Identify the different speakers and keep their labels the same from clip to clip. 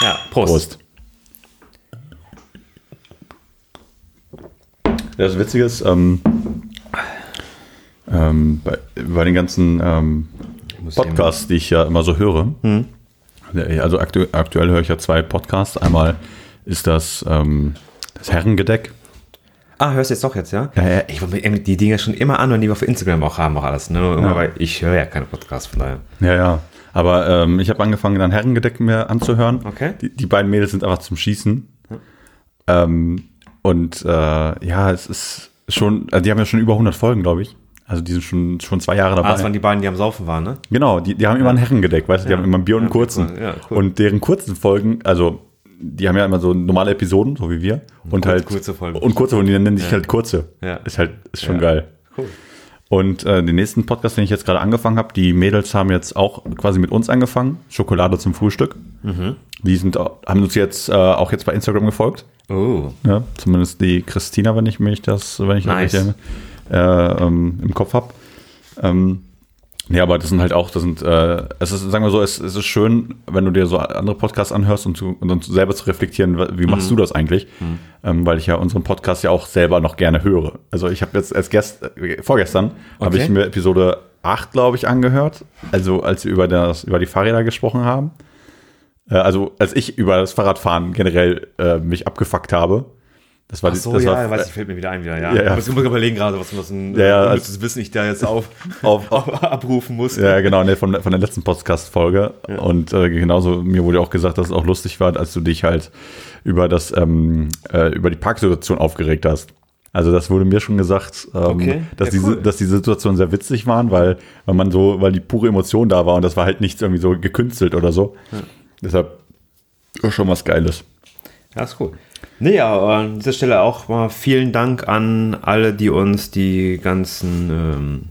Speaker 1: Ja, Prost. Prost.
Speaker 2: Das Witzige ist, ähm, ähm, bei, bei den ganzen ähm, Podcasts, die ich ja immer so höre,
Speaker 1: Hm.
Speaker 2: also aktu aktuell höre ich ja zwei Podcasts. Einmal ist das ähm, das Herrengedeck.
Speaker 1: Ah, hörst du jetzt doch jetzt, ja?
Speaker 2: Ja, ja.
Speaker 1: Ich will mir eben die Dinger schon immer an und die wir auf Instagram auch haben, auch alles. Ne? Nur immer, weil ich höre ja keine Podcasts von daher.
Speaker 2: Ja, ja. Aber ähm, ich habe angefangen, dann Herrengedeck mir anzuhören.
Speaker 1: Okay.
Speaker 2: Die, die beiden Mädels sind einfach zum Schießen. Ähm, und äh, ja, es ist schon, also die haben ja schon über 100 Folgen, glaube ich. Also die sind schon, schon zwei Jahre dabei.
Speaker 1: Ah, das waren die beiden, die am Saufen waren, ne?
Speaker 2: Genau, die, die haben immer ein Herrengedeck, weißt du, die haben immer ein Bier und einen kurzen.
Speaker 1: cool, ja, cool.
Speaker 2: Und deren kurzen Folgen, also die haben ja immer so normale Episoden, so wie wir. Und halt
Speaker 1: kurze Folgen.
Speaker 2: Und kurze Folgen, die nennen sich halt kurze.
Speaker 1: Ja.
Speaker 2: Ist halt, ist schon
Speaker 1: Ja.
Speaker 2: geil.
Speaker 1: Cool.
Speaker 2: Und äh, den nächsten Podcast, den ich jetzt gerade angefangen habe, die Mädels haben jetzt auch quasi mit uns angefangen. Schokolade zum Frühstück.
Speaker 1: Mhm.
Speaker 2: Die sind, au- haben uns jetzt äh, auch jetzt bei Instagram gefolgt.
Speaker 1: Oh,
Speaker 2: Ja, zumindest die Christina, wenn ich mich das, wenn ich das
Speaker 1: Nice.
Speaker 2: richtig, äh, ähm, im Kopf habe. Ähm, ja, aber das sind halt auch, das sind, äh, es ist, sagen wir so, es, es ist schön, wenn du dir so andere Podcasts anhörst und, zu, und dann selber zu reflektieren, wa- wie
Speaker 1: Mhm.
Speaker 2: machst du das eigentlich? Ähm, weil ich ja unseren Podcast ja auch selber noch gerne höre. Also ich habe jetzt als gest, äh, vorgestern habe
Speaker 1: Okay.
Speaker 2: ich mir Episode 8, glaube ich, angehört. Also als wir über das, über die Fahrräder gesprochen haben. Äh, also als ich über das Fahrradfahren generell äh, mich abgefuckt habe. Das war
Speaker 1: Ach
Speaker 2: die-
Speaker 1: so,
Speaker 2: das
Speaker 1: ja,
Speaker 2: war,
Speaker 1: weiß ich, fällt mir wieder ein wieder, ja.
Speaker 2: Ja, ja.
Speaker 1: Ich muss immer überlegen gerade, was was ein
Speaker 2: Ja, ja,
Speaker 1: unnützes
Speaker 2: also-
Speaker 1: Wissen ich da jetzt auf,
Speaker 2: Auf-
Speaker 1: auf abrufen muss.
Speaker 2: Ja, genau, ne, von, von der letzten Podcast-Folge. Und äh, genauso, mir wurde auch gesagt, dass es auch lustig war, als du dich halt über das, ähm, äh, über die Parksituation aufgeregt hast. Also das wurde mir schon gesagt, ähm,
Speaker 1: Okay,
Speaker 2: dass,
Speaker 1: ja,
Speaker 2: diese,
Speaker 1: cool.
Speaker 2: dass die Situationen sehr witzig waren, weil, weil man so, weil die pure Emotion da war und das war halt nichts irgendwie so gekünstelt oder so. Deshalb ist schon was Geiles.
Speaker 1: Ja, ist cool. Nee, aber an dieser Stelle auch mal vielen Dank an alle, die uns die ganzen ähm,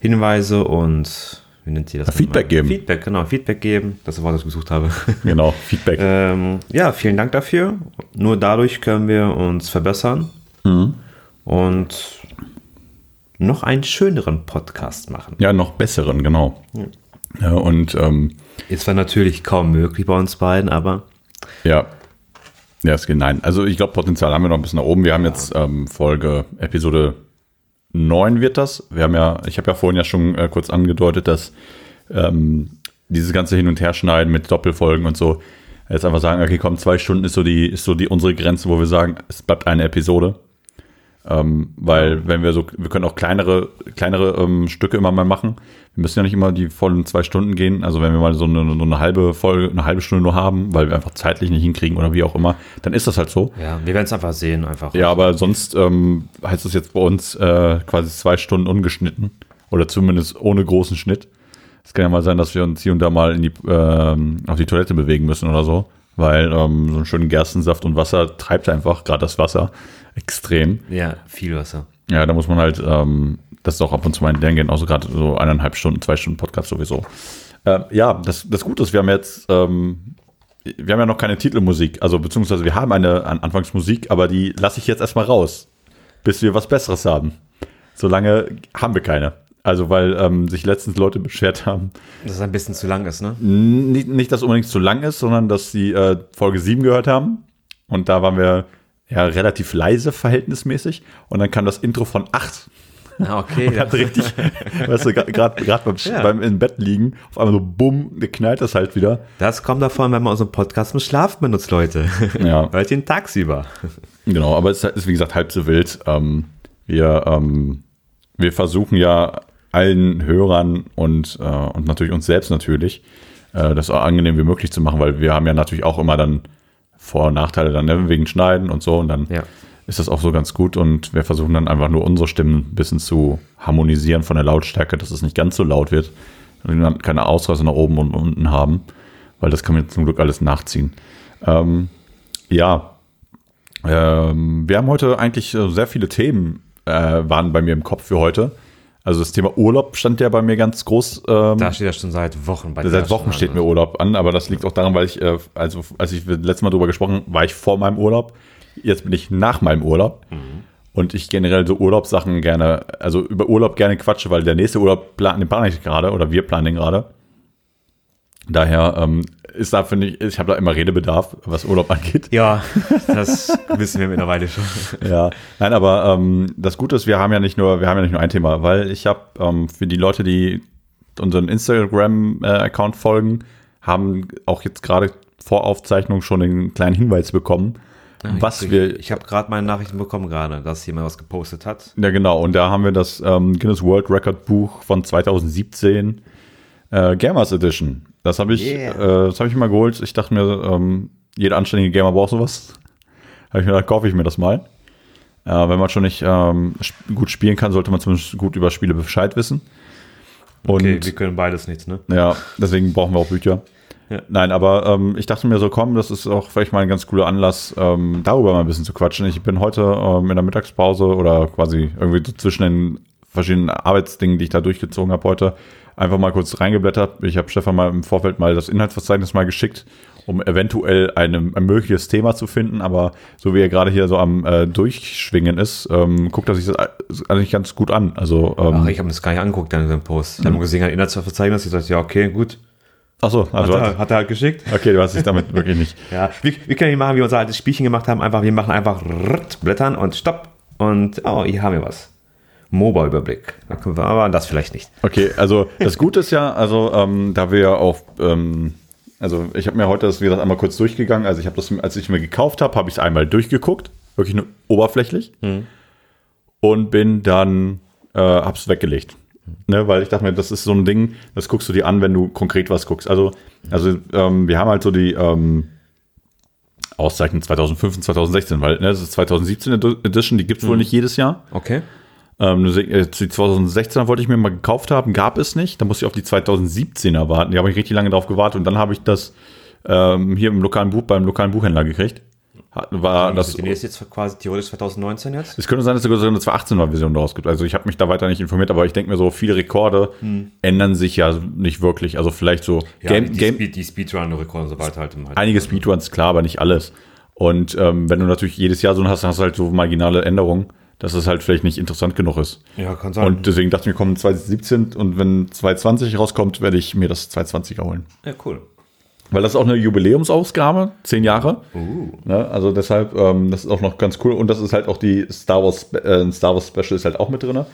Speaker 1: Hinweise und wie nennt ihr das?
Speaker 2: Feedback
Speaker 1: nochmal?
Speaker 2: geben.
Speaker 1: Feedback, genau, Feedback geben. Das war, was ich gesucht habe.
Speaker 2: Genau, Feedback.
Speaker 1: ähm, ja, vielen Dank dafür. Nur dadurch können wir uns verbessern
Speaker 2: Mhm.
Speaker 1: und noch einen schöneren Podcast machen.
Speaker 2: Ja, noch besseren, genau. Ja, und ähm,
Speaker 1: Ist zwar natürlich kaum möglich bei uns beiden, aber
Speaker 2: Ja. Ja, es geht nein. Also ich glaube, Potenzial haben wir noch ein bisschen nach oben. Wir haben jetzt ähm, Folge, Episode 9 wird das. Wir haben ja, ich habe ja vorhin ja schon äh, kurz angedeutet, dass ähm, dieses ganze Hin- und Herschneiden mit Doppelfolgen und so, jetzt einfach sagen, okay, komm, zwei Stunden ist so die, ist so die unsere Grenze, wo wir sagen, es bleibt eine Episode. Ähm, weil wenn wir so, wir können auch kleinere, kleinere ähm, Stücke immer mal machen. Wir müssen ja nicht immer die vollen zwei Stunden gehen. Also wenn wir mal so eine, so eine halbe Folge, eine halbe Stunde nur haben, weil wir einfach zeitlich nicht hinkriegen oder wie auch immer, dann ist das halt so.
Speaker 1: ja, wir werden es einfach sehen. Einfach.
Speaker 2: Ja, aber sonst ähm, heißt es jetzt bei uns äh, quasi zwei Stunden ungeschnitten oder zumindest ohne großen Schnitt. Es kann ja mal sein, dass wir uns hier und da mal in die, ähm, auf die Toilette bewegen müssen oder so, weil ähm, so einen schönen Gerstensaft und Wasser treibt einfach, gerade das Wasser, extrem.
Speaker 1: ja viel Wasser.
Speaker 2: Ja, da muss man halt ähm, das auch ab und zu mal lernen gehen, also gerade so eineinhalb Stunden, zwei Stunden Podcast sowieso. Ähm, ja, das, das Gute ist, wir haben jetzt, ähm, wir haben ja noch keine Titelmusik, also beziehungsweise wir haben eine an Anfangsmusik, aber die lasse ich jetzt erstmal raus, bis wir was Besseres haben. Solange haben wir keine. Also, weil ähm, sich letztens Leute beschwert haben,
Speaker 1: Dass es ein bisschen zu lang ist, ne?
Speaker 2: nicht, nicht, dass unbedingt zu lang ist, sondern dass sie äh, Folge 7 gehört haben. Und da waren wir ja relativ leise verhältnismäßig. Und dann kam das Intro von 8
Speaker 1: Ah, okay.
Speaker 2: hat richtig, weißt du, gerade beim,
Speaker 1: Ja.
Speaker 2: beim im Bett liegen, auf einmal so bumm, knallt das halt wieder.
Speaker 1: Das kommt davon, wenn man unseren Podcast im Schlaf benutzt, Leute.
Speaker 2: Ja.
Speaker 1: Hört ihn tagsüber.
Speaker 2: Genau, aber es ist wie gesagt halb so wild. Ähm, wir, ähm, wir versuchen ja allen Hörern und, äh, und natürlich uns selbst natürlich, äh, das so angenehm wie möglich zu machen, weil wir haben ja natürlich auch immer dann Vor- und Nachteile dann ne, wegen Schneiden und so und dann
Speaker 1: Ja.
Speaker 2: ist das auch so ganz gut und wir versuchen dann einfach nur unsere Stimmen ein bisschen zu harmonisieren von der Lautstärke, dass es nicht ganz so laut wird und wir dann keine Ausreißer nach oben und unten haben, weil das kann man jetzt zum Glück alles nachziehen. Ähm, ja, ähm, wir haben heute eigentlich äh, sehr viele Themen äh, waren bei mir im Kopf für heute. Also das Thema Urlaub stand ja bei mir ganz groß. Ähm,
Speaker 1: Da steht er schon seit Wochen bei dir.
Speaker 2: seit Wochen
Speaker 1: schon
Speaker 2: steht
Speaker 1: an.
Speaker 2: mir Urlaub an, aber das liegt auch daran, weil ich, äh, also als ich letztes Mal drüber gesprochen, war ich vor meinem Urlaub. Jetzt bin ich nach meinem Urlaub. Und ich generell so Urlaubssachen gerne, also über Urlaub gerne quatsche, weil der nächste Urlaub, plan, den plane ich gerade oder wir planen den gerade. Daher ähm, ist da, finde ich, ich habe da immer Redebedarf, was Urlaub angeht.
Speaker 1: Ja, das wissen wir mittlerweile schon.
Speaker 2: Ja, nein, aber ähm, das Gute ist, wir haben ja nicht nur, wir haben ja nicht nur ein Thema, weil ich habe ähm, für die Leute, die unseren Instagram-Account folgen, haben auch jetzt gerade vor Aufzeichnung schon einen kleinen Hinweis bekommen,
Speaker 1: Ah, ich
Speaker 2: was
Speaker 1: krieg-
Speaker 2: wir
Speaker 1: ich habe gerade meine Nachrichten bekommen gerade, dass jemand was gepostet hat.
Speaker 2: Ja, genau. Und da haben wir das ähm, Guinness World Record Buch von 2017, äh, Gamers Edition. Das habe ich,
Speaker 1: Yeah.
Speaker 2: äh, das habe ich mal geholt. Ich dachte mir, ähm, jeder anständige Gamer braucht sowas. Habe ich mir gedacht, kaufe ich mir das mal. Äh, wenn man schon nicht ähm, sp gut spielen kann, sollte man zumindest gut über Spiele Bescheid wissen. Und
Speaker 1: Okay, wir können beides nichts, ne?
Speaker 2: ja, deswegen brauchen wir auch Bücher.
Speaker 1: Ja.
Speaker 2: Nein, aber ähm, ich dachte mir so, komm, das ist auch vielleicht mal ein ganz cooler Anlass, ähm, darüber mal ein bisschen zu quatschen. Ich bin heute ähm, in der Mittagspause oder quasi irgendwie so zwischen den verschiedenen Arbeitsdingen, die ich da durchgezogen habe heute, einfach mal kurz reingeblättert. Ich habe Stefan mal im Vorfeld mal das Inhaltsverzeichnis mal geschickt, um eventuell einem, ein mögliches Thema zu finden. Aber so wie er gerade hier so am äh, Durchschwingen ist, ähm, guckt er sich das eigentlich ganz gut an. Also,
Speaker 1: Ach,
Speaker 2: ähm,
Speaker 1: ich habe mir das gar nicht angeguckt, dann den Post.
Speaker 2: Hm.
Speaker 1: Ich habe nur gesehen, ein Inhaltsverzeichnis. Ich dachte, ja, okay, gut.
Speaker 2: ach so,
Speaker 1: Hat,
Speaker 2: also,
Speaker 1: er, hat er halt geschickt.
Speaker 2: okay, du hast dich damit wirklich nicht.
Speaker 1: Ja, wir, wir können nicht machen, wie wir unser altes Spielchen gemacht haben. Einfach, wir machen einfach rrrt, blättern und stopp. Und, oh, hier haben wir was. MOBA-Überblick. Da können wir, aber das vielleicht nicht.
Speaker 2: Okay, also das Gute ist ja, also ähm, da wir ja auf, ähm, also ich habe mir heute das, wie gesagt, einmal kurz durchgegangen. Also ich habe das, als ich mir gekauft habe, habe ich es einmal durchgeguckt, wirklich nur oberflächlich und bin dann, äh, hab's weggelegt. Ne, weil ich dachte mir, das ist so ein Ding, das guckst du dir an, wenn du konkret was guckst. Also, also ähm, wir haben halt so die ähm, Auszeichnung 2015, 2016, weil ne, das ist 2017 Edi- Edition, die gibt's wohl nicht jedes Jahr.
Speaker 1: Okay.
Speaker 2: Ähm, eine Se- äh, die 2016er wollte ich mir mal gekauft haben, gab es nicht. Da musste ich auf die 2017er warten. Die habe ich richtig lange drauf gewartet und dann habe ich das ähm, hier im lokalen Buch beim lokalen Buchhändler gekriegt. Hat- War das,
Speaker 1: Das Also ist jetzt quasi theoretisch 2019 jetzt.
Speaker 2: es könnte sein, dass es sogar so eine 2018er-Version daraus gibt. Also ich habe mich da weiter nicht informiert, aber ich denke mir so, viele Rekorde ändern sich ja nicht wirklich. Also vielleicht so Game, Game,
Speaker 1: Speed, die Speedrun-Rekorde und so weiter halt. halt.
Speaker 2: einige Speedruns, klar, aber nicht alles. Und ähm, wenn du natürlich jedes Jahr so einen hast, dann hast du halt so marginale Änderungen, dass es halt vielleicht nicht interessant genug ist.
Speaker 1: Ja, kann sein.
Speaker 2: Und deswegen dachte ich mir, kommen 2017 und wenn 2020 rauskommt, werde ich mir das 2020er holen.
Speaker 1: ja, cool.
Speaker 2: Weil das ist auch eine Jubiläumsausgabe, zehn Jahre.
Speaker 1: Uh.
Speaker 2: Ne? Also deshalb, ähm, das ist auch noch ganz cool. Und das ist halt auch die Star Wars, Spe- äh, ein Star Wars Special ist halt auch mit drin.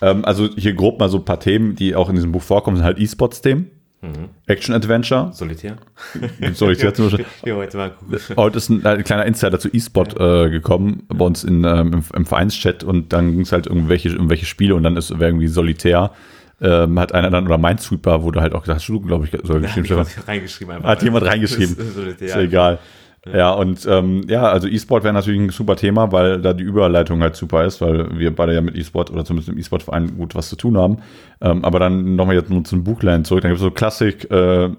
Speaker 2: Ähm, also hier grob mal so ein paar Themen, die auch in diesem Buch vorkommen, sind halt E-Sports-Themen.
Speaker 1: Mhm.
Speaker 2: Action Adventure.
Speaker 1: Solitär.
Speaker 2: Sorry, ich jetzt nur schon.
Speaker 1: Ja, jetzt mal gucken.
Speaker 2: Heute Oh, ist ein, ein kleiner Insider zu E-Sport äh, gekommen bei uns in, ähm, im, im Vereinschat und dann ging es halt irgendwelche, irgendwelche Spiele und dann ist irgendwie solitär. Ähm, hat einer dann, oder Minesweeper wurde halt auch gesagt, hast du, glaube ich, sogar geschrieben,
Speaker 1: Ich
Speaker 2: Stefan.
Speaker 1: hab's reingeschrieben einfach.
Speaker 2: Hat jemand reingeschrieben.
Speaker 1: Das ist Solitär.
Speaker 2: Ist ja egal. Ja, und ähm, ja, also E-Sport wäre natürlich ein super Thema, weil da die Überleitung halt super ist, weil wir beide ja mit E-Sport oder zumindest im E-Sport-Verein gut was zu tun haben. Ähm, aber dann nochmal jetzt nur zum Buchlein zurück. Dann gibt es so Classic äh,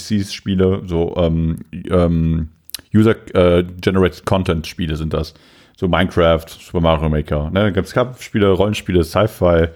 Speaker 2: UGCs-Spiele, so ähm, ähm, äh, User-Generated Content-Spiele sind das. So Minecraft, Super Mario Maker. Ne? Dann gibt's Kampfspiele, Rollenspiele, Sci-Fi,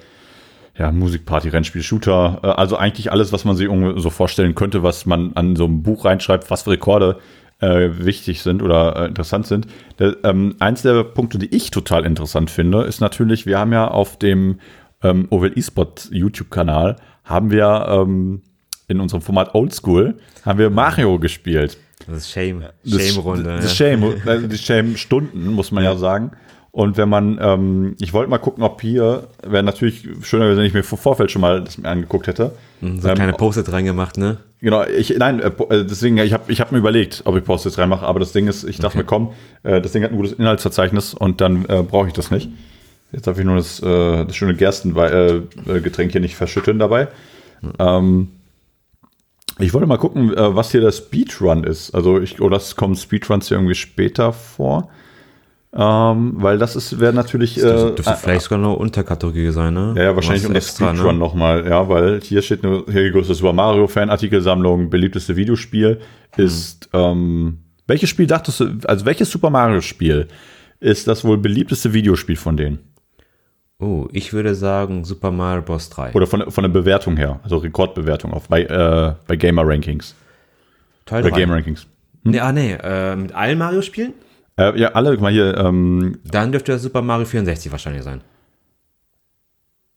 Speaker 2: ja, Musikparty, Rennspiel, Shooter, äh, also eigentlich alles, was man sich irgendwie so vorstellen könnte, was man an so einem Buch reinschreibt, was für Rekorde äh, wichtig sind oder äh, interessant sind. Der, ähm, eins der Punkte, die ich total interessant finde, ist natürlich, wir haben ja auf dem ähm, Oval eSport YouTube-Kanal, haben wir ähm, in unserem Format Oldschool, haben wir Mario gespielt.
Speaker 1: Das ist Shame.
Speaker 2: Das-
Speaker 1: Shame-Runde. ne?
Speaker 2: Das
Speaker 1: ja.
Speaker 2: Shame, also die Shame-Stunden, muss man ja, sagen. Und wenn man, ähm, ich wollte mal gucken, ob hier, wäre natürlich schöner, gewesen, wenn ich mir vor Vorfeld schon mal das mir angeguckt hätte.
Speaker 1: So
Speaker 2: ähm,
Speaker 1: kleine Post-it reingemacht, ne?
Speaker 2: Genau, ich, nein, äh, po- äh, deswegen, ich habe ich hab mir überlegt, ob ich Post jetzt reinmache, aber das Ding ist, ich dachte mir, komm, äh, das Ding hat ein gutes Inhaltsverzeichnis und dann äh, brauche ich das nicht. Jetzt darf ich nur das, äh, das schöne Gerstengetränk äh, Getränk hier nicht verschütten dabei. Ähm, ich wollte mal gucken, äh, was hier der Speedrun ist. Also, ich, oder es kommen Speedruns hier irgendwie später vor. Ähm, weil das ist, wäre natürlich.
Speaker 1: Das
Speaker 2: Äh,
Speaker 1: dürfte vielleicht sogar eine Unterkategorie sein, ne?
Speaker 2: ja, ja, wahrscheinlich
Speaker 1: Was
Speaker 2: um das
Speaker 1: extra,
Speaker 2: Speedrun
Speaker 1: ne?
Speaker 2: nochmal, ja, weil hier steht nur, hier größte Super Mario Fanartikelsammlung, beliebteste Videospiel
Speaker 1: Hm.
Speaker 2: ist, ähm, welches Spiel dachtest du, also welches Super Mario Spiel ist das wohl beliebteste Videospiel von denen?
Speaker 1: Oh, ich würde sagen Super Mario Bros. 3.
Speaker 2: Oder von, von der Bewertung her, also Rekordbewertung auf, bei, äh, bei Gamer Rankings,
Speaker 1: Teil
Speaker 2: bei
Speaker 1: drei.
Speaker 2: Game Rankings.
Speaker 1: Nee, ah, nee, äh, mit allen Mario-Spielen?
Speaker 2: Äh, ja, alle, guck mal hier, ähm,
Speaker 1: Dann dürfte das Super Mario 64 wahrscheinlich sein.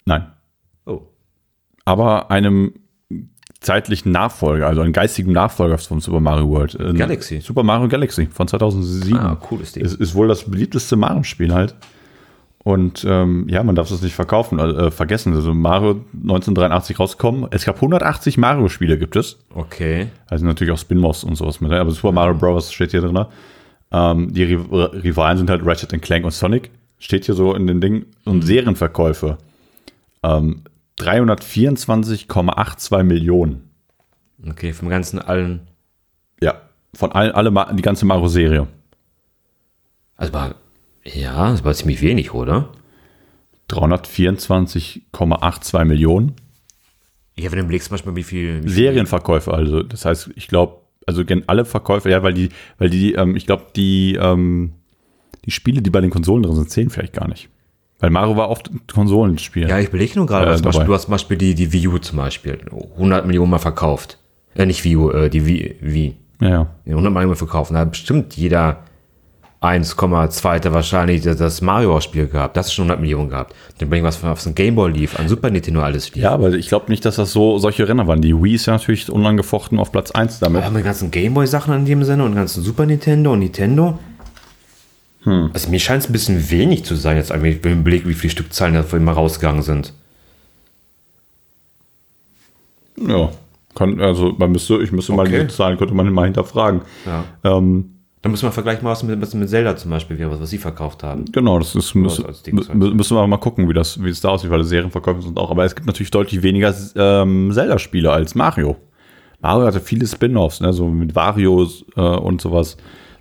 Speaker 2: nein,
Speaker 1: Oh.
Speaker 2: aber einem zeitlichen Nachfolger, also einen geistigen Nachfolger von Super Mario World. Äh,
Speaker 1: Galaxy.
Speaker 2: Super Mario Galaxy von 2007.
Speaker 1: Ah, cooles Ding.
Speaker 2: Ist, ist wohl das beliebteste Mario-Spiel halt. Und ähm, ja, man darf es nicht verkaufen, äh, vergessen. Also Mario 1983 rausgekommen. Es gab 180 Mario-Spiele, gibt es.
Speaker 1: Okay.
Speaker 2: Also natürlich auch Spin-Offs und sowas mit. ne? Aber Super Mario Bros. steht hier drin. ne? Ähm, die Ri- R- Rivalen sind halt Ratchet Clank und Sonic. Steht hier so in den Dingen. Und Serienverkäufe. Ähm, 324,82 Millionen.
Speaker 1: Okay, vom ganzen allen.
Speaker 2: Ja. Von allen, alle, Ma- die ganze Mario-Serie.
Speaker 1: Also war. Ja, das war ziemlich wenig, oder?
Speaker 2: 324,82 Millionen.
Speaker 1: Ja, wenn du überlegst manchmal, wie viel. Wie
Speaker 2: Serienverkäufe, also das heißt, ich glaube, also gen- alle Verkäufe, ja, weil die, weil die, ähm, ich glaube, die, ähm, die Spiele, die bei den Konsolen drin sind, zählen vielleicht gar nicht. Weil Mario war oft ein Konsolenspiel.
Speaker 1: ja, ich belege nur gerade,
Speaker 2: Äh,
Speaker 1: weil zum Beispiel,
Speaker 2: dabei.
Speaker 1: du hast zum Beispiel die, die Wii U zum Beispiel 100 Millionen Mal verkauft. Äh, nicht Wii U, äh, die Wii. Wii.
Speaker 2: ja, ja.
Speaker 1: Ja, 100 Millionen Mal verkauft. Da hat bestimmt jeder 1,2. wahrscheinlich das- das Mario-Spiel gehabt. Das ist schon 100 Millionen gehabt. Dann bringen wir was von auf den Gameboy lief, an Super Nintendo alles lief.
Speaker 2: ja aber ich glaube nicht, dass das so solche Renner waren. Die Wii ist ja natürlich unangefochten auf Platz 1 damit.
Speaker 1: Aber mit den ganzen Gameboy-Sachen in dem Sinne und den ganzen Super Nintendo und Nintendo.
Speaker 2: Hm.
Speaker 1: Also mir scheint es ein bisschen wenig zu sein, jetzt eigentlich, wenn ich Blick, wie viele Stückzahlen da immer rausgegangen sind.
Speaker 2: Ja. Kann, also man müsste, ich müsste mal
Speaker 1: Okay.
Speaker 2: diese Zahlen, könnte man mal hinterfragen.
Speaker 1: Ja.
Speaker 2: Ähm,
Speaker 1: Da muss man vergleichen, was mit, was mit Zelda zum Beispiel wäre, was, was sie verkauft haben.
Speaker 2: Genau, das ist, müssen,
Speaker 1: als Dings halt.
Speaker 2: mü- müssen wir mal gucken, wie das, wie es da aussieht, weil die Serienverkäufe sind auch. Aber es gibt natürlich deutlich weniger ähm, Zelda-Spiele als Mario. Mario hatte viele Spin-Offs, ne? so mit Varios äh, und sowas.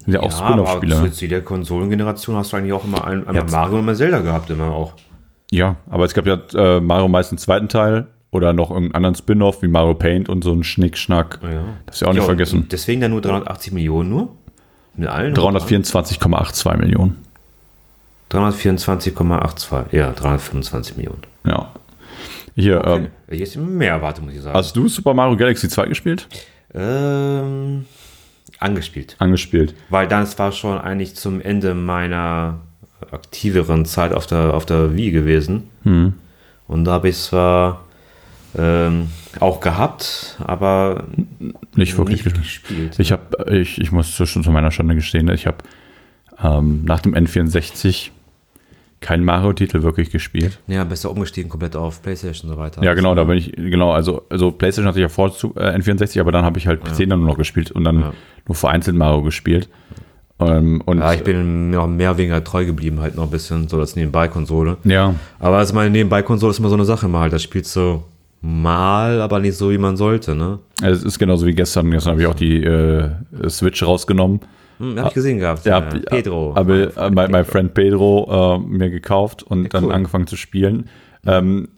Speaker 2: Sind ja auch
Speaker 1: Ah, aber
Speaker 2: Spin-Off-Spiele.
Speaker 1: zu jeder Konsolengeneration hast du eigentlich auch immer ein, einmal Mario und mal Zelda gehabt, immer auch.
Speaker 2: Ja, aber es gab ja äh, Mario meist einen zweiten Teil oder noch irgendeinen anderen Spin-Off wie Mario Paint und so einen Schnickschnack.
Speaker 1: Ja.
Speaker 2: Das ist ja auch nicht
Speaker 1: Ja, und
Speaker 2: vergessen.
Speaker 1: Deswegen dann nur 380 Millionen nur? Mit allen?
Speaker 2: 324,82 Millionen.
Speaker 1: 324,82. Ja, 325 Millionen. Äh,
Speaker 2: Ja. Hier, ähm,
Speaker 1: Jetzt mehr erwartet, muss ich sagen.
Speaker 2: hast du Super Mario Galaxy 2 gespielt?
Speaker 1: ähm, angespielt.
Speaker 2: Angespielt.
Speaker 1: Weil das war schon eigentlich zum Ende meiner aktiveren Zeit auf der, auf der Wii gewesen.
Speaker 2: Hm.
Speaker 1: Und da habe ich es zwar ähm, auch gehabt, aber
Speaker 2: Nicht wirklich
Speaker 1: nicht
Speaker 2: gespielt.
Speaker 1: gespielt.
Speaker 2: Ich habe, ich, ich muss zu, schon zu meiner Schande gestehen, ich habe ähm, nach dem N64 keinen Mario-Titel wirklich gespielt.
Speaker 1: Ja, besser umgestiegen komplett auf Playstation und so weiter.
Speaker 2: Ja, genau, da bin ich, genau, also, also PlayStation hatte ich ja vor zu, äh, N64, aber dann habe ich halt PC dann nur noch gespielt und dann nur vereinzelt Mario gespielt. Ähm, und
Speaker 1: Ja, ich bin mir auch mehr oder weniger treu geblieben, halt noch ein bisschen, so als Nebenbei-Konsole.
Speaker 2: ja,
Speaker 1: Aber also meine Nebenbei-Konsole ist immer so eine Sache mal, das spielst du mal, aber nicht so, wie man sollte, ne?
Speaker 2: es ist genauso wie gestern. Gestern habe ich auch die äh, Switch rausgenommen.
Speaker 1: Hm, hab ich gesehen gehabt.
Speaker 2: Ah, Ja,
Speaker 1: ja. Pedro.
Speaker 2: Aber äh, mein, mein Freund Pedro äh, mir gekauft und dann
Speaker 1: cool. Mhm.
Speaker 2: angefangen zu spielen. Ähm,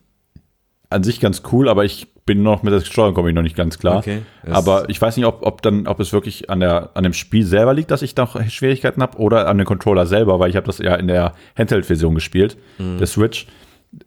Speaker 2: an sich ganz cool, aber ich bin noch mit der Steuerung komme ich noch nicht ganz klar.
Speaker 1: Okay. Es-
Speaker 2: aber ich weiß nicht, ob, ob dann, ob es wirklich an der an dem Spiel selber liegt, dass ich noch Schwierigkeiten habe oder an dem Controller selber, weil ich habe das ja in der Handheld-Version gespielt,
Speaker 1: Mhm.
Speaker 2: der Switch,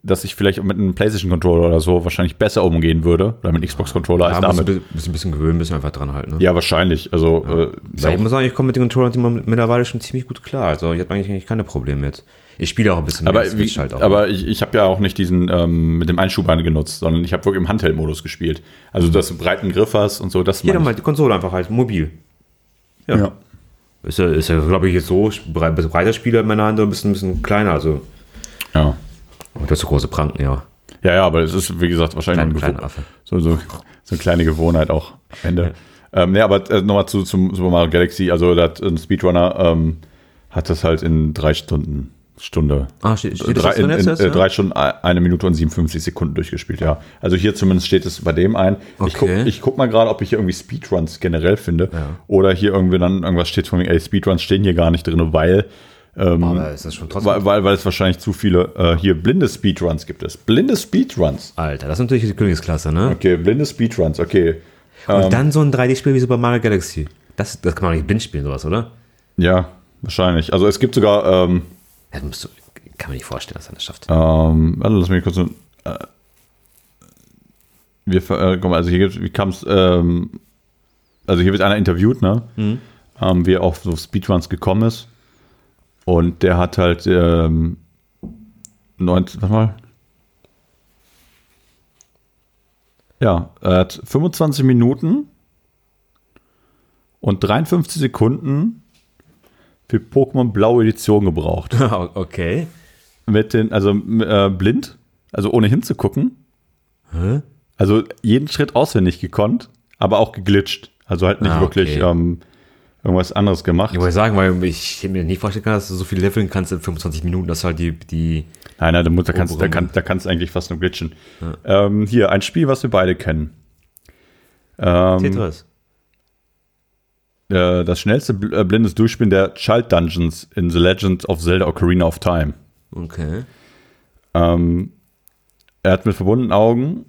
Speaker 2: dass ich vielleicht mit einem PlayStation-Controller oder so wahrscheinlich besser umgehen würde oder mit Xbox-Controller als
Speaker 1: ja, musst du
Speaker 2: damit.
Speaker 1: ein bisschen- musst du ein bisschen gewöhnen, bisschen einfach dran halten, ne?
Speaker 2: Ja, wahrscheinlich. Also äh,
Speaker 1: Ja, ich muss sagen, ich komme mit den Controllern immer mittlerweile schon ziemlich gut klar. Also ich habe eigentlich eigentlich keine Probleme mit. Ich spiele auch ein bisschen
Speaker 2: Aber,
Speaker 1: mehr
Speaker 2: wie,
Speaker 1: Switch halt auch.
Speaker 2: aber ich, ich habe ja auch nicht diesen ähm, mit dem Einschubbein genutzt, sondern ich habe wirklich im Handheld-Modus gespielt. Also, dass du breiten Griff hast und so, das
Speaker 1: Jeder
Speaker 2: meine
Speaker 1: mal die Konsole einfach halt mobil.
Speaker 2: ich. Ja.
Speaker 1: Ist ja, ist ja glaube ich, jetzt so brei- breiter Spieler in meiner Hand und ein bisschen, ein bisschen kleiner. Also,
Speaker 2: ja.
Speaker 1: oh, das ist so große Pranken, ja.
Speaker 2: Ja, ja, aber es ist, wie gesagt, wahrscheinlich
Speaker 1: Kleine- kleine
Speaker 2: eine Gewo-
Speaker 1: Affe.
Speaker 2: So, so, so eine kleine Gewohnheit auch am Ende. Ähm, ja, aber äh, nochmal zu, zum Super Mario Galaxy. Also, da hat ein Speedrunner ähm, hat das halt in drei Stunden, Stunde.
Speaker 1: Ah, steht- steht das
Speaker 2: drei,
Speaker 1: jetzt drin
Speaker 2: in, in,
Speaker 1: jetzt,
Speaker 2: äh,
Speaker 1: ja?
Speaker 2: drei Stunden, e- eine Minute und 57 Sekunden durchgespielt, ja. Also, hier zumindest steht es bei dem ein. Ich, guck,
Speaker 1: Okay.
Speaker 2: ich guck mal gerade, ob ich hier irgendwie Speedruns generell finde. Oder hier irgendwie dann irgendwas steht von mir, ey, Speedruns stehen hier gar nicht drin, weil.
Speaker 1: Aber ist das schon trotzdem.
Speaker 2: Weil, weil, weil es wahrscheinlich zu viele äh, hier blinde Speedruns gibt es. Blinde Speedruns.
Speaker 1: Alter, das ist natürlich die Königsklasse, ne?
Speaker 2: Okay, blinde Speedruns, okay. Ähm.
Speaker 1: Und dann so ein 3D-Spiel wie Super Mario Galaxy. Das, das kann man nicht blind spielen, sowas, oder?
Speaker 2: Ja, wahrscheinlich. Also es gibt sogar, ähm,
Speaker 1: Ja, das musst du, kann man nicht vorstellen, dass er das schafft.
Speaker 2: ähm, warte, lass mich kurz. so- Äh, wir, ver- äh, komm, also hier gibt's, wie kam's, ähm, also hier wird einer interviewt, ne? Ähm, wie er auf so Speedruns gekommen ist. Und der hat halt, ähm, 19, warte mal. Ja, er hat 25 Minuten und 53 Sekunden für Pokémon Blau Edition gebraucht.
Speaker 1: okay.
Speaker 2: Mit den, also äh, blind, also ohne hinzugucken.
Speaker 1: Hä?
Speaker 2: Also jeden Schritt auswendig gekonnt, aber auch geglitscht. Also halt nicht
Speaker 1: Ah, okay.
Speaker 2: wirklich ähm, irgendwas anderes gemacht.
Speaker 1: Ich wollte sagen, weil ich mir nicht vorstellen kann, dass du so viel leveln kannst in 25 Minuten, dass halt die, die
Speaker 2: Nein, nein, da, muss- da kannst da
Speaker 1: Oberen.
Speaker 2: kann, da kannst du eigentlich fast nur glitschen. Ähm, hier, ein Spiel, was wir beide kennen.
Speaker 1: Tetris.
Speaker 2: Äh, das schnellste bl äh, blindes Durchspielen der Child Dungeons in The Legend of Zelda Ocarina of Time.
Speaker 1: Okay.
Speaker 2: Ähm, er hat mit verbundenen Augen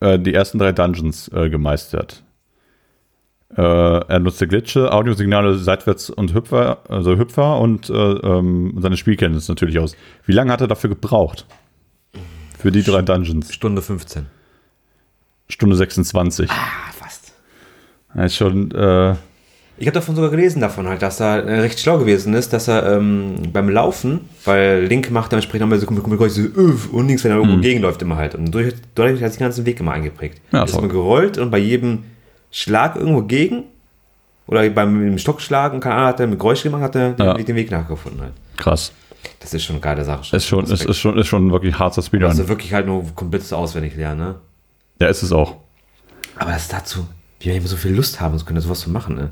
Speaker 2: äh, die ersten drei Dungeons äh, gemeistert. Äh, er nutzte Glitche, Audiosignale seitwärts und Hüpfer, also Hüpfer und äh, ähm, seine Spielkenntnis natürlich aus. Wie lange hat er dafür gebraucht? Für die drei Dungeons.
Speaker 1: Stunde 15.
Speaker 2: Stunde 26.
Speaker 1: Ah, fast.
Speaker 2: Das ist schon, äh,
Speaker 1: Ich habe davon sogar gelesen, davon halt, dass er äh, recht schlau gewesen ist, dass er ähm, beim Laufen, weil Link macht dann spricht er immer so komisch, komisch, so öff und links, wenn er irgendwo gegenläuft immer halt. Und durch, dadurch hat sich den ganzen Weg immer eingeprägt.
Speaker 2: Hm. Ja,
Speaker 1: ist
Speaker 2: voll.
Speaker 1: immer gerollt und bei jedem Schlag irgendwo gegen oder beim mit dem Stock schlagen, keine Ahnung, hat er mit Geräusch gemacht, hat er
Speaker 2: Ja.
Speaker 1: den, den Weg nachgefunden halt.
Speaker 2: krass.
Speaker 1: Das ist schon eine geile Sache.
Speaker 2: Ist schon, ist,
Speaker 1: Respekt.
Speaker 2: ist schon, ist schon wirklich harter Speedrun.
Speaker 1: Also wirklich halt nur komplett auswendig lernen, ne?
Speaker 2: ja, ist es auch.
Speaker 1: Aber das dazu, wie wir immer so viel Lust haben, so können wir sowas zu machen, ne?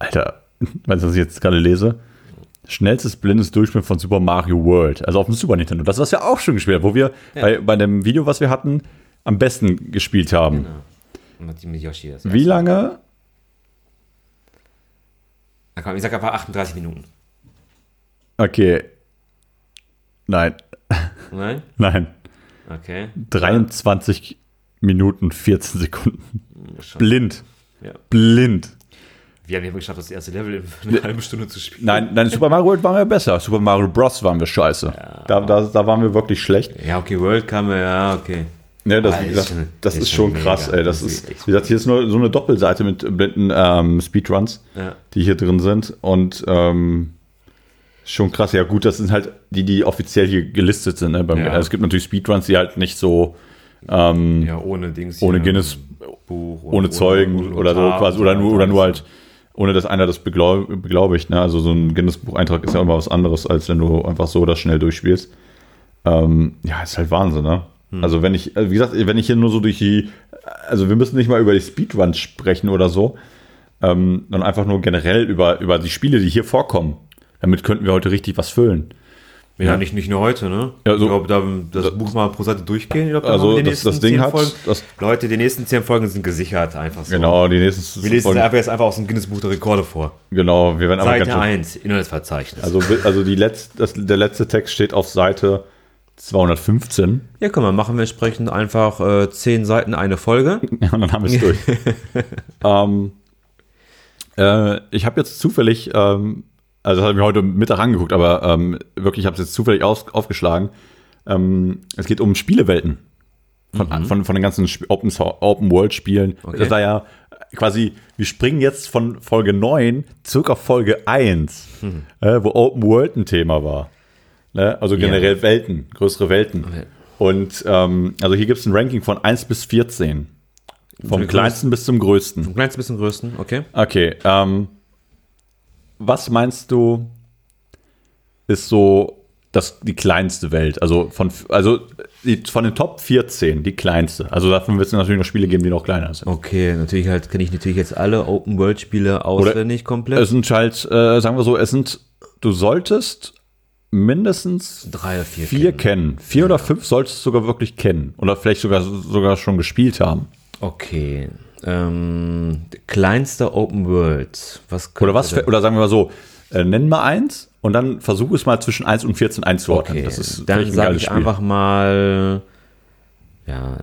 Speaker 2: Alter, weißt du, was ich jetzt gerade lese? Schnellstes blindes Durchspielen von Super Mario World. Also auf dem Super Nintendo. Das, was wir auch schon gespielt haben, wo wir bei, bei dem Video, was wir hatten, am besten gespielt haben.
Speaker 1: Genau. Mit mit Yoshi das.
Speaker 2: Wie lange?
Speaker 1: Da kam- Ich sag einfach 38 Minuten.
Speaker 2: Okay. Nein,
Speaker 1: Nein?
Speaker 2: nein.
Speaker 1: Okay.
Speaker 2: 23 Minuten, 14 Sekunden.
Speaker 1: Schon.
Speaker 2: Blind.
Speaker 1: Ja.
Speaker 2: Blind.
Speaker 1: Wir haben ja wirklich geschafft, das erste Level in einer halben Stunde zu spielen.
Speaker 2: Nein, nein, Super Mario World waren wir besser. Super Mario Bros. waren wir scheiße. Da, da, da waren wir wirklich schlecht.
Speaker 1: Ja, okay, World kam ja, okay.
Speaker 2: Ne, das,
Speaker 1: Ah,
Speaker 2: wie
Speaker 1: ist
Speaker 2: gesagt,
Speaker 1: schon-
Speaker 2: das
Speaker 1: ist
Speaker 2: ist
Speaker 1: schon
Speaker 2: schon krass,
Speaker 1: mega.
Speaker 2: ey. Das
Speaker 1: Das ist
Speaker 2: ist,
Speaker 1: echt
Speaker 2: wie gesagt, hier ist nur so eine Doppelseite mit blinden ähm, Speedruns,
Speaker 1: Ja.
Speaker 2: die hier drin sind. Und ähm, schon krass, ja gut, das sind halt die, die offiziell hier gelistet sind. Ne? Beim,
Speaker 1: Ja.
Speaker 2: Es gibt natürlich Speedruns, die halt nicht so
Speaker 1: Ja, ohne Dings.
Speaker 2: Hm.
Speaker 1: hier,
Speaker 2: ohne
Speaker 1: ähm,
Speaker 2: Guinness,
Speaker 1: Buch. und
Speaker 2: ohne Zeugen oder so
Speaker 1: Notar
Speaker 2: quasi,
Speaker 1: und
Speaker 2: oder nur, oder nur
Speaker 1: alles.
Speaker 2: halt, ohne dass einer das beglau- beglaubigt. Ne? Also so ein Guinness-Bucheintrag ist ja immer was anderes, als wenn du einfach so das schnell durchspielst. Ähm, ja, ist halt Wahnsinn, ne?
Speaker 1: Hm.
Speaker 2: Also wenn ich, also wie gesagt, wenn ich hier nur so durch die, also wir müssen nicht mal über die Speedruns sprechen oder so, ähm, sondern einfach nur generell über, über die Spiele, die hier vorkommen. Damit könnten wir heute richtig was füllen.
Speaker 1: Ja, nicht, nicht nur heute, ne?
Speaker 2: Ja, so-
Speaker 1: ich glaube, da das Buch mal pro Seite durchgehen. Ich glaub, da haben
Speaker 2: Also
Speaker 1: wir die
Speaker 2: das, das
Speaker 1: nächsten
Speaker 2: Ding
Speaker 1: zehn
Speaker 2: hat,
Speaker 1: Folgen-
Speaker 2: das,
Speaker 1: Leute, die nächsten zehn Folgen sind gesichert, einfach so.
Speaker 2: genau, die nächsten
Speaker 1: Wir lesen
Speaker 2: Folgen-
Speaker 1: einfach jetzt einfach aus dem Guinness-Buch der Rekorde vor.
Speaker 2: genau, wir werden einfach ganz
Speaker 1: Seite
Speaker 2: schön
Speaker 1: 1, Inhaltsverzeichnis.
Speaker 2: Also, also die letzt, das, der letzte Text steht auf Seite 215.
Speaker 1: ja, guck mal, machen wir entsprechend einfach äh, zehn Seiten eine Folge.
Speaker 2: Ja, und dann haben wir es durch. ähm, äh, ich habe jetzt zufällig, ähm, also das habe ich mir heute Mittag angeguckt, aber ähm, wirklich, ich habe es jetzt zufällig aus, aufgeschlagen. Ähm, es geht um Spielewelten. Von, von, von den ganzen Sp- Open- Open-World-Spielen. Das war ja quasi, wir springen jetzt von Folge 9 zurück auf Folge 1, äh, wo Open-World ein Thema war. Ne? Also generell Welten, größere Welten. Und ähm, also hier gibt es ein Ranking von 1 bis 14. Vom
Speaker 1: größten-
Speaker 2: kleinsten bis zum größten.
Speaker 1: Vom kleinsten bis zum größten, okay.
Speaker 2: Okay, ähm, was meinst du, ist so das, die kleinste Welt? Also von, also die, von den Top 14, die kleinste. Also davon wird es natürlich noch Spiele geben, die noch kleiner sind.
Speaker 1: Okay, natürlich halt kenne ich natürlich jetzt alle Open World Spiele auswendig komplett.
Speaker 2: Es sind halt, äh, sagen wir so, es sind, du solltest mindestens
Speaker 1: Drei oder vier.
Speaker 2: vier kennen. Vier oder fünf solltest du sogar wirklich kennen. Oder vielleicht sogar, sogar schon gespielt haben.
Speaker 1: Okay. Ähm, kleinster Open World. Was könnte
Speaker 2: Oder was,
Speaker 1: denn-
Speaker 2: für, oder sagen wir mal so, äh, nenn mal eins und dann versuch es mal zwischen 1 und 14 einzuordnen.
Speaker 1: Okay,
Speaker 2: Das ist
Speaker 1: dann
Speaker 2: vielleicht ein
Speaker 1: sage
Speaker 2: geiles
Speaker 1: ich
Speaker 2: Spiel.
Speaker 1: einfach mal ja,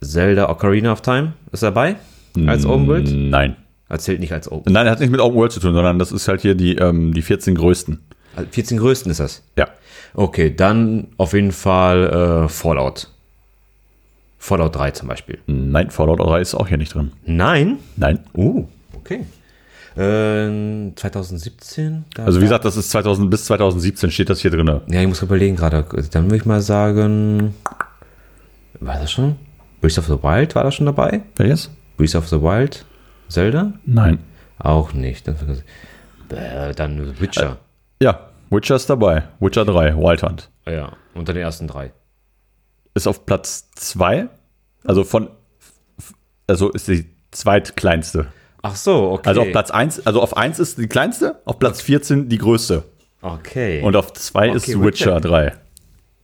Speaker 1: Zelda Ocarina of Time ist dabei
Speaker 2: Mm.
Speaker 1: als Open World.
Speaker 2: Nein.
Speaker 1: Das zählt nicht als Open.
Speaker 2: Nein, das hat nichts mit Open World zu tun, sondern das ist halt hier die, ähm, die 14 größten.
Speaker 1: Also 14 größten ist das.
Speaker 2: Ja.
Speaker 1: Okay, dann auf jeden Fall äh, Fallout. Fallout 3 zum Beispiel.
Speaker 2: Nein, Fallout 3 ist auch hier nicht drin.
Speaker 1: Nein.
Speaker 2: Nein.
Speaker 1: Uh, okay. Ähm, 2017? Da-
Speaker 2: Also wie gesagt, das ist 2000 bis 2017 steht das hier drin.
Speaker 1: Ja, ich muss überlegen gerade. Dann würde ich mal sagen. War das schon? Breath of the Wild war da schon dabei?
Speaker 2: Welches?
Speaker 1: Breath of the Wild? Zelda?
Speaker 2: Nein.
Speaker 1: Auch nicht. Dann, vergesse ich. Äh, dann Witcher.
Speaker 2: Ja, Witcher ist dabei. Witcher 3, Wild Hunt.
Speaker 1: Ja, unter den ersten drei.
Speaker 2: Ist auf Platz 2. Also von. Also ist die zweitkleinste.
Speaker 1: Ach so, okay.
Speaker 2: Also auf Platz 1, also auf 1 ist die kleinste, auf Platz 14 die größte.
Speaker 1: Okay.
Speaker 2: Und auf 2 ist
Speaker 1: Okay,
Speaker 2: Witcher
Speaker 1: Witcher.
Speaker 2: 3.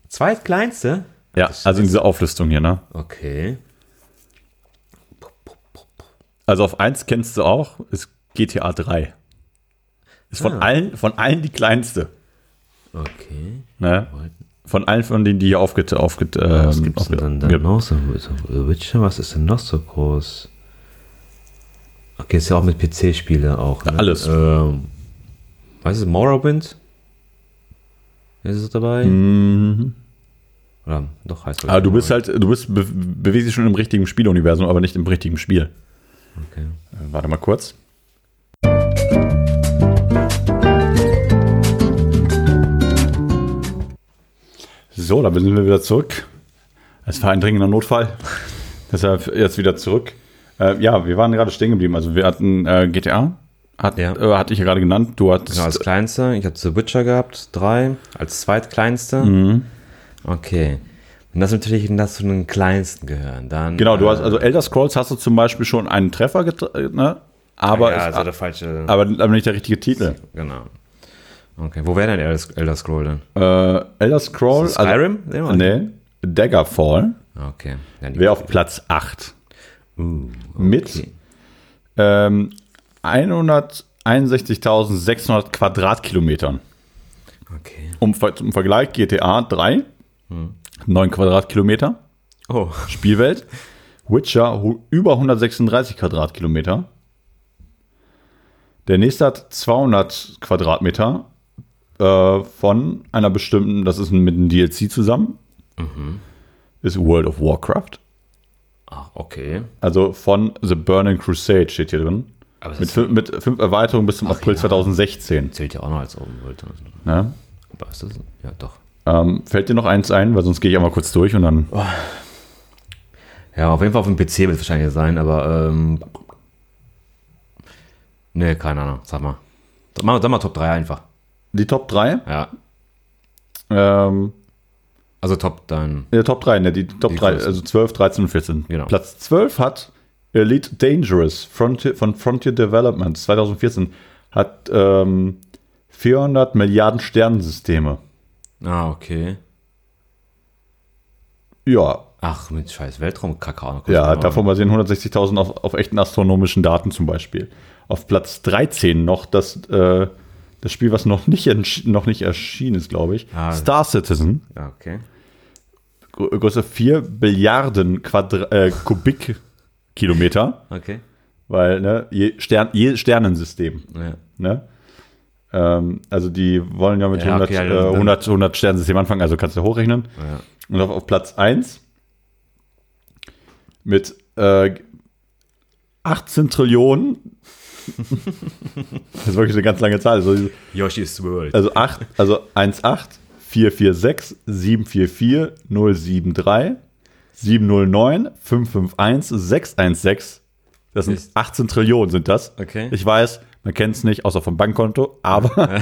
Speaker 1: Zweitkleinste?
Speaker 2: Ja, also in dieser Auflistung hier, ne?
Speaker 1: Okay.
Speaker 2: Also auf 1 kennst du auch, ist GTA 3. Ist von
Speaker 1: Ah.
Speaker 2: allen, von allen die kleinste.
Speaker 1: Okay.
Speaker 2: Ne? Von allen von denen, die hier aufget, aufget,
Speaker 1: Was
Speaker 2: ähm,
Speaker 1: Ah, gibt's denn
Speaker 2: aufge-
Speaker 1: dann, dann
Speaker 2: gibt.
Speaker 1: noch so, so Witcher? Was ist denn noch so groß? Okay, ist ja auch mit PC-Spiele auch. Ne?
Speaker 2: Alles.
Speaker 1: Ähm, was ist Morrowind? Ist es dabei? Oder doch heißt es.
Speaker 2: Aber Mhm. du bist halt, du bist be bewegst dich schon im richtigen Spieluniversum, aber nicht im richtigen Spiel.
Speaker 1: Okay.
Speaker 2: Äh, Warte mal kurz. So, da sind wir wieder zurück. Es war ein dringender Notfall. Deshalb jetzt wieder zurück. Äh, ja, wir waren gerade stehen geblieben. Also wir hatten äh, GTA, hat,
Speaker 1: Ja.
Speaker 2: äh, hatte ich ja gerade genannt. Du hattest
Speaker 1: Genau, als kleinste. Ich habe The Witcher gehabt, drei. Als zweitkleinste.
Speaker 2: Mhm.
Speaker 1: Okay. Wenn das natürlich wenn das zu den kleinsten gehören, dann.
Speaker 2: Genau, du
Speaker 1: äh,
Speaker 2: hast, also Elder Scrolls hast du zum Beispiel schon einen Treffer getroffen, ne? Aber,
Speaker 1: ja,
Speaker 2: es-
Speaker 1: also der falsche.
Speaker 2: aber, aber nicht der richtige Titel.
Speaker 1: Genau. Okay, wo wäre denn Elder- Elder Scroll dann?
Speaker 2: Äh, Elder Scroll,
Speaker 1: Skyrim?
Speaker 2: also, nee, Daggerfall
Speaker 1: Okay. Ja, die-
Speaker 2: wäre auf Platz 8. Mm, Mit ähm, 161.600 Quadratkilometern.
Speaker 1: Okay.
Speaker 2: Um, Ver- zum Vergleich GTA 3, Hm. 9 Quadratkilometer,
Speaker 1: Oh,
Speaker 2: Spielwelt. Witcher hu- über 136 Quadratkilometer. Der nächste hat 200 Quadratmeter äh, von einer bestimmten, das ist mit einem DLC zusammen, Mhm. ist World of Warcraft.
Speaker 1: ach, Ah, okay.
Speaker 2: Also von The Burning Crusade steht hier drin.
Speaker 1: Aber das
Speaker 2: Mit,
Speaker 1: ist-
Speaker 2: fün- mit fünf Erweiterungen bis zum April
Speaker 1: ja.
Speaker 2: 2016.
Speaker 1: Zählt ja auch noch als Open World.
Speaker 2: Ne?
Speaker 1: Aber ist das? Ja, doch.
Speaker 2: Ähm, fällt dir noch eins ein, weil sonst gehe ich einmal kurz durch und dann.
Speaker 1: Ja, auf jeden Fall auf dem PC wird es wahrscheinlich sein, aber ähm. Nee, keine Ahnung. Sag mal. Sag mal, sag mal Top 3 einfach.
Speaker 2: Die Top 3?
Speaker 1: Ja.
Speaker 2: Ähm,
Speaker 1: Also Top dann.
Speaker 2: ja, Top 3, ne? Die Top
Speaker 1: Die
Speaker 2: 3,
Speaker 1: größten.
Speaker 2: also 12, 13 und 14.
Speaker 1: Genau.
Speaker 2: Platz 12 hat Elite Dangerous Frontier, von Frontier Developments 2014. Hat ähm, 400 Milliarden Sternensysteme.
Speaker 1: Ah, okay.
Speaker 2: Ja,
Speaker 1: Ach, mit scheiß Weltraumkakao.
Speaker 2: Ja, davon basieren 160.000 auf, auf echten astronomischen Daten zum Beispiel. Auf Platz 13 noch das, äh, das Spiel, was noch nicht, entsch- noch nicht erschienen ist, glaube ich.
Speaker 1: Ah.
Speaker 2: Star Citizen,
Speaker 1: Ja, okay.
Speaker 2: Gr- Größe 4 Billiarden Quadra äh, Kubikkilometer,
Speaker 1: Okay.
Speaker 2: weil ne, je, Stern, je Sternensystem.
Speaker 1: Ja.
Speaker 2: Ne? Ähm, also die wollen ja mit
Speaker 1: Ja,
Speaker 2: 100,
Speaker 1: okay,
Speaker 2: äh,
Speaker 1: also-
Speaker 2: 100, 100 Sternensystem anfangen, also kannst du hochrechnen.
Speaker 1: ja.
Speaker 2: Und auf, auf Platz 1 mit äh, 18 Trillionen. das ist wirklich eine ganz lange Zahl. Also,
Speaker 1: Yoshi's World.
Speaker 2: also, 8, also 1,8, 446, 744, 073, 709, 551, 616. Das sind
Speaker 1: Ist-
Speaker 2: 18 Trillionen sind das.
Speaker 1: Okay.
Speaker 2: Ich weiß, man kennt es nicht, außer vom Bankkonto, aber,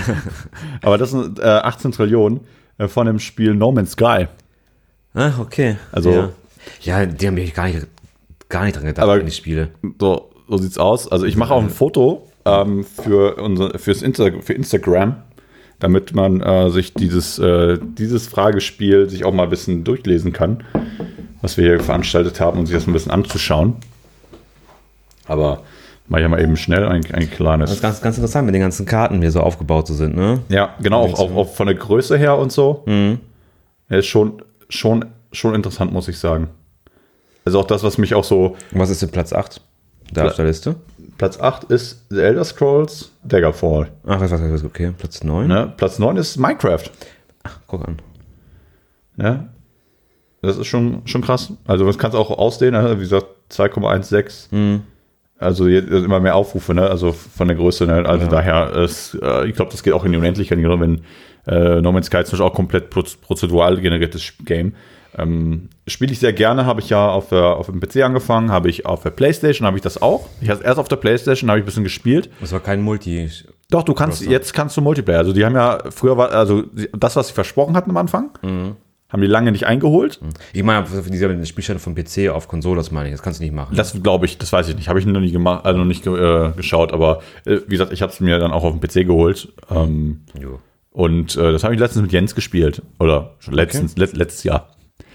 Speaker 2: aber das sind äh, 18 Trillionen äh, von dem Spiel No Man's Sky.
Speaker 1: Ah, okay.
Speaker 2: Also-
Speaker 1: Ja, ja die haben mich gar nicht, gar nicht dran gedacht,
Speaker 2: Aber-
Speaker 1: wenn ich spiele.
Speaker 2: So, so sieht's aus. Also ich mache auch ein Foto ähm, für unser, fürs Insta für Instagram, damit man äh, sich dieses, äh, dieses Fragespiel sich auch mal ein bisschen durchlesen kann, was wir hier veranstaltet haben, um sich das ein bisschen anzuschauen. Aber mache ich ja mal eben schnell ein,
Speaker 1: Das
Speaker 2: ein
Speaker 1: ist
Speaker 2: kleines.
Speaker 1: ganz, ganz interessant, wenn die ganzen Karten hier so aufgebaut so sind, ne?
Speaker 2: Ja, genau, auch, auch, auch von der Größe her und so. Ja, ist schon, schon, schon interessant, muss ich sagen. Also auch das, was mich auch so.
Speaker 1: Und was ist denn Platz 8 der Liste?
Speaker 2: Platz 8 ist The Elder Scrolls Daggerfall.
Speaker 1: Ach, das war's, okay. Platz 9.
Speaker 2: Ne? Platz 9 ist Minecraft.
Speaker 1: Guck an.
Speaker 2: Ne? Das ist schon, schon krass. Also das kannst du auch ausdehnen, ne? wie gesagt, 2,16. Also jetzt also immer mehr Aufrufe, ne? Also von der Größe, ne? Also daher ist, äh, ich glaube, das geht auch in die Unendlichkeit, genau, wenn äh, No Man's Sky zum Beispiel auch komplett proz- prozedural generiertes Game. Ähm, Spiele ich sehr gerne, habe ich ja auf, der, auf dem PC angefangen, habe ich auf der Playstation, habe ich das auch. Ich habe erst auf der Playstation, habe ich ein bisschen gespielt.
Speaker 1: Das war kein Multi.
Speaker 2: Doch, du kannst,
Speaker 1: Crosser.
Speaker 2: jetzt kannst du Multiplayer. Also die haben ja früher, war, also sie- das, was sie versprochen hatten am Anfang, haben die lange nicht eingeholt.
Speaker 1: Ich meine, von dieser Spielstand von PC auf Konsole, das meine ich, das kannst du nicht machen.
Speaker 2: Das glaube ich, das weiß ich nicht. Habe ich noch nie gemacht, also noch nicht ge äh, geschaut, aber äh, wie gesagt, ich habe es mir dann auch auf dem PC geholt. Ähm,
Speaker 1: Jo.
Speaker 2: und äh, das habe ich letztens mit Jens gespielt. Oder schon letztens, let letztes Jahr.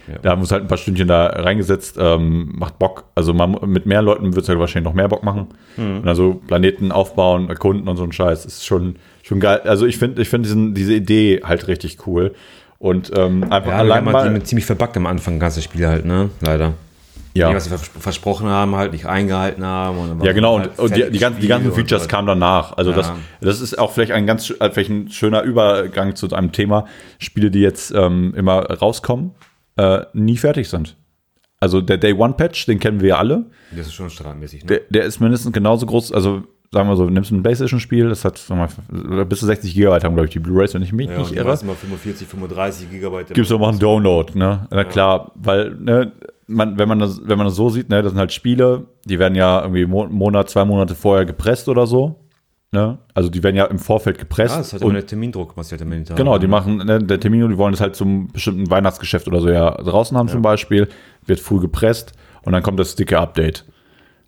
Speaker 1: Ja.
Speaker 2: Da haben wir uns halt ein paar Stündchen da reingesetzt, ähm, macht Bock. Also man, mit mehr Leuten würde es halt wahrscheinlich noch mehr Bock machen.
Speaker 1: Mhm.
Speaker 2: Und also Planeten aufbauen, erkunden und so ein Scheiß. Ist schon, schon geil. Also ich finde ich find diesen- diese Idee halt richtig cool. Und ähm, einfach
Speaker 1: Ja,
Speaker 2: allein
Speaker 1: allein mal
Speaker 2: mal.
Speaker 1: die ziemlich verbuggt am Anfang, ganze Spiel halt, ne? Leider.
Speaker 2: Ja.
Speaker 1: Die, was sie vers versprochen haben, halt nicht eingehalten haben. Und dann war
Speaker 2: Ja, genau,
Speaker 1: halt
Speaker 2: und, und die, die,
Speaker 1: fertiges
Speaker 2: ganzen, die
Speaker 1: Spiel
Speaker 2: ganzen
Speaker 1: und
Speaker 2: Features
Speaker 1: so.
Speaker 2: kamen danach. Also das,
Speaker 1: Ja.
Speaker 2: das ist auch vielleicht ein ganz sch- äh, vielleicht ein schöner Übergang zu einem Thema. Spiele, die jetzt ähm, immer rauskommen, äh, nie fertig sind. Also der Day One Patch, den kennen wir ja alle.
Speaker 1: Das ist schon strahlenmäßig, ne?
Speaker 2: Der, der ist mindestens genauso groß, also sagen wir so, nimmst du ein Playstation-Spiel, das hat sag mal, bis zu 60 GB haben, glaube ich, die Blu-Rays, wenn ich mich
Speaker 1: ja,
Speaker 2: nicht
Speaker 1: und
Speaker 2: irre.
Speaker 1: erstmal 45, 35 Gigabyte.
Speaker 2: Gibt's nochmal einen Download, ne? Na klar, weil, ne, man, wenn, man das, wenn man das so sieht, ne, das sind halt Spiele, die werden ja irgendwie Mo Monat, zwei Monate vorher gepresst oder so. Ne? Also die werden ja im Vorfeld gepresst.
Speaker 1: Ah, das hat immer
Speaker 2: und,
Speaker 1: einen Termindruck, was sie halt im Hintergrund
Speaker 2: genau, die
Speaker 1: haben.
Speaker 2: machen, ne, der Termin, die wollen das halt zum bestimmten Weihnachtsgeschäft oder so ja draußen haben zum Beispiel, wird früh gepresst und dann kommt das dicke Update.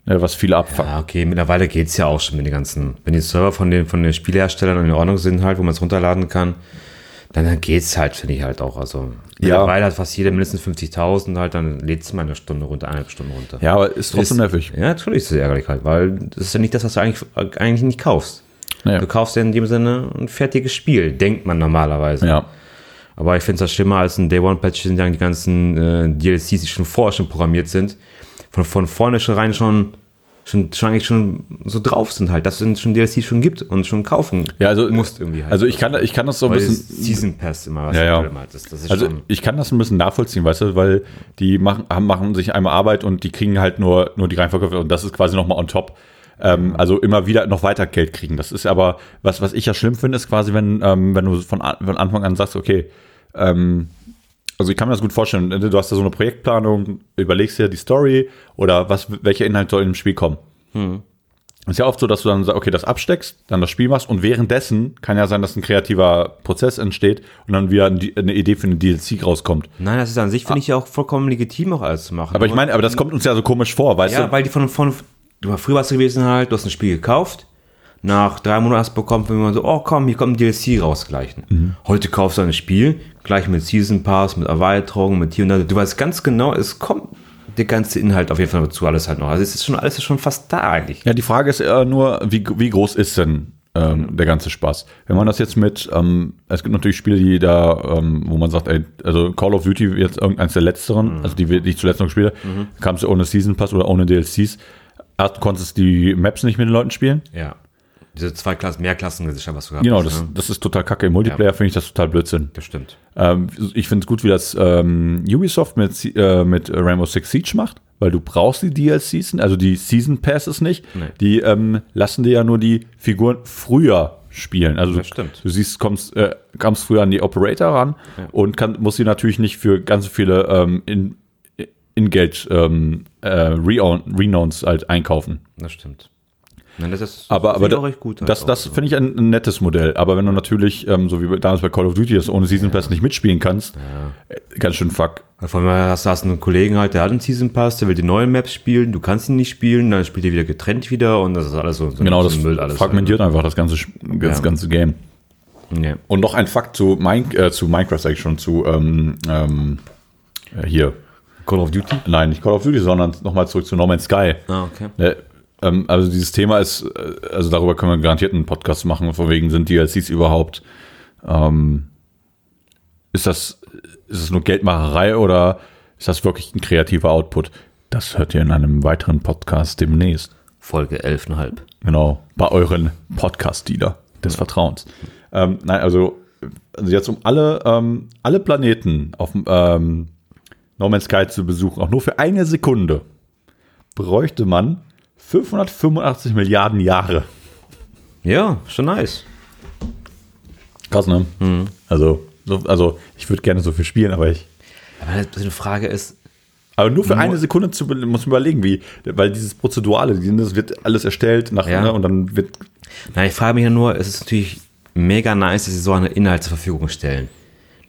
Speaker 2: Ne, was viele abfangen.
Speaker 1: Ah, okay, mittlerweile geht's ja auch schon mit den ganzen. Wenn die Server von den, von den Spieleherstellern in Ordnung sind, halt, wo man es runterladen kann, dann, dann geht's halt, finde ich halt auch. Also,
Speaker 2: Ja.
Speaker 1: mittlerweile hat fast jeder mindestens 50.000 halt, dann lädt's mal eine Stunde runter, eineinhalb Stunden runter.
Speaker 2: Ja, aber ist trotzdem nervig.
Speaker 1: Ja, natürlich ist es ärgerlich halt, weil das ist ja nicht das, was du eigentlich, eigentlich nicht kaufst.
Speaker 2: Ja.
Speaker 1: Du kaufst ja in dem Sinne ein fertiges Spiel, denkt man normalerweise.
Speaker 2: Ja.
Speaker 1: Aber ich finde es das schlimmer als ein Day One Patch sind ja die ganzen äh, DLCs, die schon vorher schon programmiert sind, von, von vorne schon rein schon, schon, schon eigentlich schon so drauf sind halt, dass es schon DLCs schon gibt und schon kaufen
Speaker 2: Ja, also,
Speaker 1: musst irgendwie halt.
Speaker 2: also ich kann, ich kann das so ein
Speaker 1: Weil
Speaker 2: bisschen.
Speaker 1: das Season Pass immer was
Speaker 2: Ja, ja.
Speaker 1: Problem hat. Das, das ist
Speaker 2: Also
Speaker 1: schon,
Speaker 2: ich kann das ein bisschen nachvollziehen, weißt du, weil die machen, haben, machen sich einmal Arbeit und die kriegen halt nur, nur die Reinverkäufe und das ist quasi nochmal on top. Ähm, also immer wieder noch weiter Geld kriegen. Das ist aber, was, was ich ja schlimm finde, ist quasi, wenn, ähm, wenn du von, an- von Anfang an sagst, okay, ähm, also ich kann mir das gut vorstellen, du hast da so eine Projektplanung, überlegst dir die Story oder was, welcher Inhalt soll im Spiel kommen. Ist ja oft so, dass du dann sagst, okay, das absteckst, dann das Spiel machst und währenddessen kann ja sein, dass ein kreativer Prozess entsteht und dann wieder ein D- eine Idee für eine DLC rauskommt.
Speaker 1: nein, das ist an sich, finde ich ja auch vollkommen legitim, auch alles zu machen.
Speaker 2: Ah. Aber ich meine, aber das kommt uns ja so komisch vor, weißt
Speaker 1: Ja,
Speaker 2: du?
Speaker 1: weil die von, von du war früher warst du gewesen halt, du hast ein Spiel gekauft, nach drei Monaten hast du bekommen, wenn man so, oh komm, hier kommt ein DLC raus gleich. Heute kaufst du ein Spiel, gleich mit Season Pass, mit Erweiterungen, mit hier und da. Du weißt ganz genau, es kommt der ganze Inhalt auf jeden Fall dazu, alles halt noch. Also es ist schon alles ist schon fast da eigentlich.
Speaker 2: Ja, die Frage ist eher nur, wie, wie groß ist denn ähm, der ganze Spaß? Wenn man das jetzt mit, ähm, es gibt natürlich Spiele, die da, ähm, wo man sagt, ey, also Call of Duty jetzt irgendeins der letzteren,
Speaker 1: Mhm.
Speaker 2: also die, wir- die ich zuletzt noch gespielt habe, kamst du ohne Season Pass oder ohne DLCs. Erst konntest du die Maps nicht mit den Leuten spielen.
Speaker 1: Ja. Diese zwei Klassen, mehr Klassen was du gehabt
Speaker 2: Genau,
Speaker 1: hast,
Speaker 2: das,
Speaker 1: ne?
Speaker 2: das ist total kacke. Im Multiplayer finde ich das total Blödsinn.
Speaker 1: das stimmt.
Speaker 2: Ähm, ich finde es gut, wie das ähm, Ubisoft mit, Se- äh, mit Rainbow Six Siege macht, weil du brauchst die DLCs, also die Season Passes nicht. Die ähm, lassen dir ja nur die Figuren früher spielen. Also
Speaker 1: Das stimmt.
Speaker 2: du siehst, kommst, äh, kommst früher an die Operator ran und kann, musst sie natürlich nicht für ganz so viele ähm, in, Ingeld ähm, äh, Reown- Renowns halt einkaufen.
Speaker 1: Das stimmt. Nein, das ist
Speaker 2: Aber,
Speaker 1: das
Speaker 2: aber
Speaker 1: sieht
Speaker 2: da,
Speaker 1: auch recht gut. halt
Speaker 2: das,
Speaker 1: auch.
Speaker 2: das finde ich ein, ein nettes Modell. Aber wenn du natürlich, ähm, so wie bei- damals bei Call of Duty, das ohne Season Pass nicht mitspielen kannst, äh, ganz schön fuck.
Speaker 1: Von mir hast du hast einen Kollegen halt, der hat einen Season Pass, der will die neuen Maps spielen, du kannst ihn nicht spielen, dann spielt er wieder getrennt wieder und das ist alles so, so
Speaker 2: Genau,
Speaker 1: so
Speaker 2: das
Speaker 1: ein Müll alles.
Speaker 2: fragmentiert einfach das ganze, Sch- das
Speaker 1: Ja.
Speaker 2: ganze Game.
Speaker 1: Ja.
Speaker 2: Und noch ein Fakt zu, Min äh, zu Minecraft, sag ich schon, zu ähm, ähm, äh, hier.
Speaker 1: Call of Duty?
Speaker 2: Nein, nicht Call of Duty, sondern nochmal zurück zu No Man's Sky.
Speaker 1: Ah, okay.
Speaker 2: Ne, ähm, also dieses Thema ist, äh, also darüber können wir garantiert einen Podcast machen, von wegen sind DLCs überhaupt, ähm, ist das, ist das nur Geldmacherei oder ist das wirklich ein kreativer Output? Das hört ihr in einem weiteren Podcast demnächst.
Speaker 1: Folge 11,5.
Speaker 2: Genau, bei euren Podcast-Dealer des Vertrauens. Ähm, nein, also, also jetzt um alle, ähm, alle Planeten auf dem, ähm, No Man's Sky zu besuchen, auch nur für eine Sekunde, bräuchte man 585 Milliarden Jahre.
Speaker 1: Ja, schon nice.
Speaker 2: Mhm. Krass, ne? Also, so, also ich würde gerne so viel spielen, aber ich
Speaker 1: Aber die Frage ist,
Speaker 2: aber nur für eine Sekunde zu, muss man überlegen, wie, weil dieses Prozedurale, das wird alles erstellt nach,
Speaker 1: Ja.
Speaker 2: ne, und dann wird.
Speaker 1: Nein, ich frage mich ja nur, es ist natürlich mega nice, dass sie so einen Inhalt zur Verfügung stellen.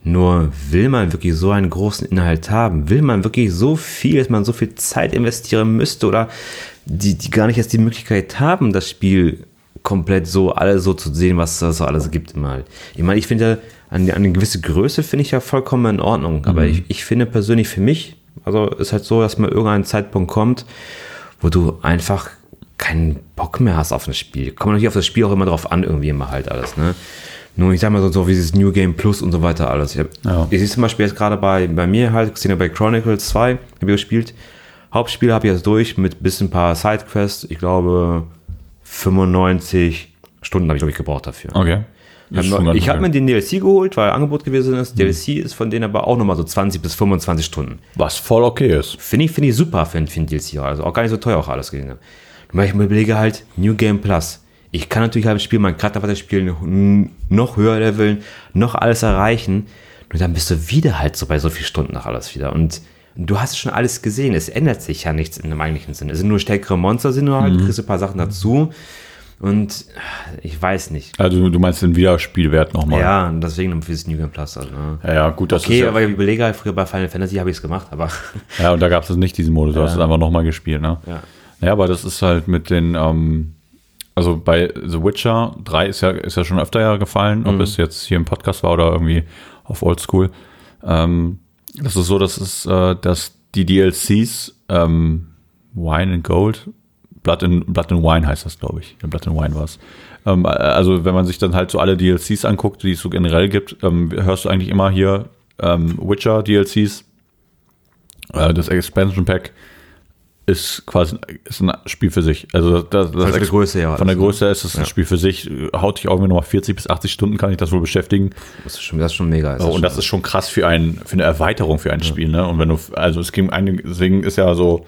Speaker 1: Nur will man wirklich so einen großen Inhalt haben? Will man wirklich so viel, dass man so viel Zeit investieren müsste oder die, die gar nicht erst die Möglichkeit haben, das Spiel komplett so, alles so zu sehen, was es so alles gibt mal. Ich meine, ich finde ja, an- eine gewisse Größe finde ich ja vollkommen in Ordnung, aber ich, ich finde persönlich für mich, also ist halt so, dass man irgendein Zeitpunkt kommt, wo du einfach keinen Bock mehr hast auf ein Spiel. Kommt natürlich auf das Spiel auch immer drauf an, irgendwie immer halt alles, ne? Nur ich sag mal so, so wie dieses New Game Plus und so weiter alles. Ich, hab,
Speaker 2: Ja.
Speaker 1: ich sehe zum Beispiel jetzt gerade bei, bei mir halt, Xenoblade Chronicles 2 habe ich gespielt. Hauptspiel habe ich jetzt durch mit bis ein paar Sidequests. Ich glaube 95 Stunden habe ich, glaube ich, gebraucht dafür.
Speaker 2: Okay.
Speaker 1: Hab noch- Ich habe mir den DLC geholt, weil Angebot gewesen ist. DLC ist von denen aber auch nochmal so 20 bis 25 Stunden.
Speaker 2: was voll okay ist.
Speaker 1: Finde ich, finde ich super für, für ein DLC. Also auch gar nicht so teuer auch alles gewesen. Weil ich mir überlege halt, New Game Plus. Ich kann natürlich halt im Spiel mein Charakter weiterspielen, n- noch höher leveln, noch alles erreichen. Nur dann bist du wieder halt so bei so vielen Stunden nach alles wieder. Und du hast schon alles gesehen. Es ändert sich ja nichts in dem eigentlichen Sinne. Es sind nur stärkere Monster, sind nur
Speaker 2: Mhm.
Speaker 1: halt, kriegst du ein paar Sachen dazu. Und ah, ich weiß nicht.
Speaker 2: Also du meinst den Wiederspielwert nochmal.
Speaker 1: Ja, und deswegen für das New Game Plus. Also, ne?
Speaker 2: ja, ja, gut, das
Speaker 1: Okay,
Speaker 2: ist ja,
Speaker 1: aber ich überlege halt, früher bei Final Fantasy habe ich es gemacht, aber
Speaker 2: ja, und da gab es nicht diesen Modus, du hast es einfach nochmal gespielt, ne?
Speaker 1: Ja.
Speaker 2: Ja, aber das ist halt mit den, ähm, also bei The Witcher 3 ist ja, ist ja schon öfter ja gefallen,
Speaker 1: Mhm.
Speaker 2: ob es jetzt hier im Podcast war oder irgendwie auf Oldschool. Ähm, das ist so, dass es, äh, dass die DLCs, ähm, Wine and Gold, Blood and, Blood and Wine heißt das, glaube ich. Ja, Blood and Wine war es. Ähm, äh, also wenn man sich dann halt so alle DLCs anguckt, die es so generell gibt, ähm, hörst du eigentlich immer hier ähm, Witcher DLCs, äh, das Expansion Pack ist quasi ist ein Spiel für sich. Also das, das, das
Speaker 1: der
Speaker 2: Ex-
Speaker 1: Größe her
Speaker 2: Von
Speaker 1: alles,
Speaker 2: der
Speaker 1: ne?
Speaker 2: Größe her ist es ein Spiel für sich. Haut dich auch irgendwie nochmal 40 bis 80 Stunden, kann ich das wohl beschäftigen.
Speaker 1: das ist schon, das ist schon mega.
Speaker 2: Oh, und das ist schon krass für, ein, für eine Erweiterung für ein Spiel, ne? Und wenn du, also es ging einige, deswegen ist ja so,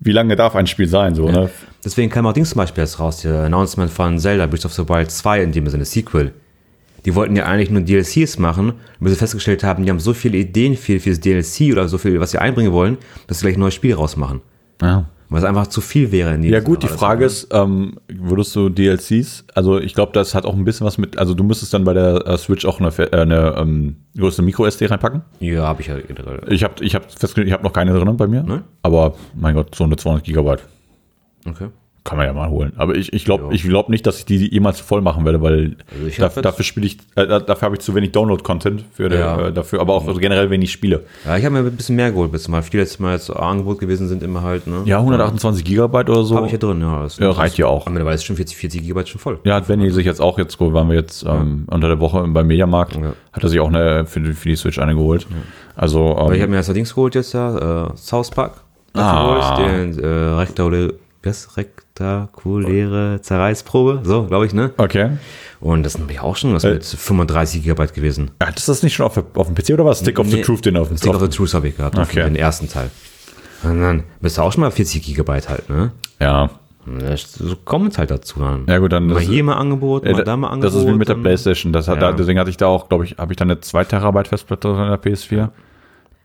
Speaker 2: wie lange darf ein Spiel sein, so, ne?
Speaker 1: Deswegen kam auch Dings zum Beispiel jetzt raus, der Announcement von Zelda Breath of the Wild 2, in dem Sinne Sequel. Die wollten ja eigentlich nur DLCs machen, bis sie festgestellt haben, die haben so viele Ideen für, für das DLC oder so viel, was sie einbringen wollen, dass sie gleich ein neues Spiel rausmachen.
Speaker 2: Ja.
Speaker 1: Was einfach zu viel wäre. In dem
Speaker 2: Ja
Speaker 1: Sinne
Speaker 2: gut, die
Speaker 1: alles.
Speaker 2: Frage ist, ähm, würdest du DLCs, also ich glaube, das hat auch ein bisschen was mit, also du müsstest dann bei der äh, Switch auch eine, fe- äh, eine ähm, größere Micro-SD reinpacken.
Speaker 1: Ja, habe ich ja generell.
Speaker 2: Ich habe ich hab festgestellt, ich habe noch keine drin bei mir,
Speaker 1: Ne?
Speaker 2: aber mein Gott, so eine 200 Gigabyte
Speaker 1: Okay.
Speaker 2: kann man ja mal holen. Aber ich, ich glaube ich glaub nicht, dass ich die jemals voll machen werde, weil
Speaker 1: Also ich
Speaker 2: da,
Speaker 1: hab jetzt-
Speaker 2: dafür spiele ich, äh, da- dafür habe ich zu wenig Download-Content für
Speaker 1: Ja.
Speaker 2: äh, dafür, aber auch generell wenig Spiele.
Speaker 1: Ja, ich habe mir ein bisschen mehr geholt, bis mal viele jetzt mal jetzt so Angebot gewesen sind, immer halt, ne?
Speaker 2: Ja, 128 Gigabyte oder so.
Speaker 1: Habe ich ja drin, ja. Das
Speaker 2: Ja, reicht ja auch.
Speaker 1: Aber mittlerweile ist schon 40, 40 GB schon voll.
Speaker 2: Ja, hat Benny sich jetzt auch jetzt geholt, waren wir jetzt ähm, unter der Woche beim Mediamarkt,
Speaker 1: Ja.
Speaker 2: hat er sich auch eine für, die- für die Switch eine geholt. Also
Speaker 1: Weil ich
Speaker 2: ähm,
Speaker 1: habe mir das Dings geholt jetzt ja, äh, South Park.
Speaker 2: Ah.
Speaker 1: Ah. Den äh, rektauläre, was? rektakuläre Zerreißprobe, so glaube ich, ne?
Speaker 2: okay.
Speaker 1: Und das habe ich auch schon was
Speaker 2: Äh.
Speaker 1: mit 35 GB gewesen.
Speaker 2: Ja, Hattest du das nicht schon auf, auf dem PC oder was? Stick of the
Speaker 1: Nee.
Speaker 2: Truth den auf dem
Speaker 1: Stick of
Speaker 2: Kopf?
Speaker 1: the Truth habe ich gehabt, auf
Speaker 2: Okay.
Speaker 1: den ersten Teil. Und dann bist du auch schon mal 40 GB halt, ne?
Speaker 2: Ja.
Speaker 1: Das, so kommt es halt dazu dann.
Speaker 2: Ja, gut, dann
Speaker 1: mal
Speaker 2: das-
Speaker 1: hier mal Angebot,
Speaker 2: Äh,
Speaker 1: mal da mal Angebot.
Speaker 2: das ist wie mit der
Speaker 1: dann-
Speaker 2: Playstation. Das hat,
Speaker 1: Ja.
Speaker 2: da, deswegen hatte ich da auch, glaube ich, habe ich da eine 2 Terabyte Festplatte drin in der PS4.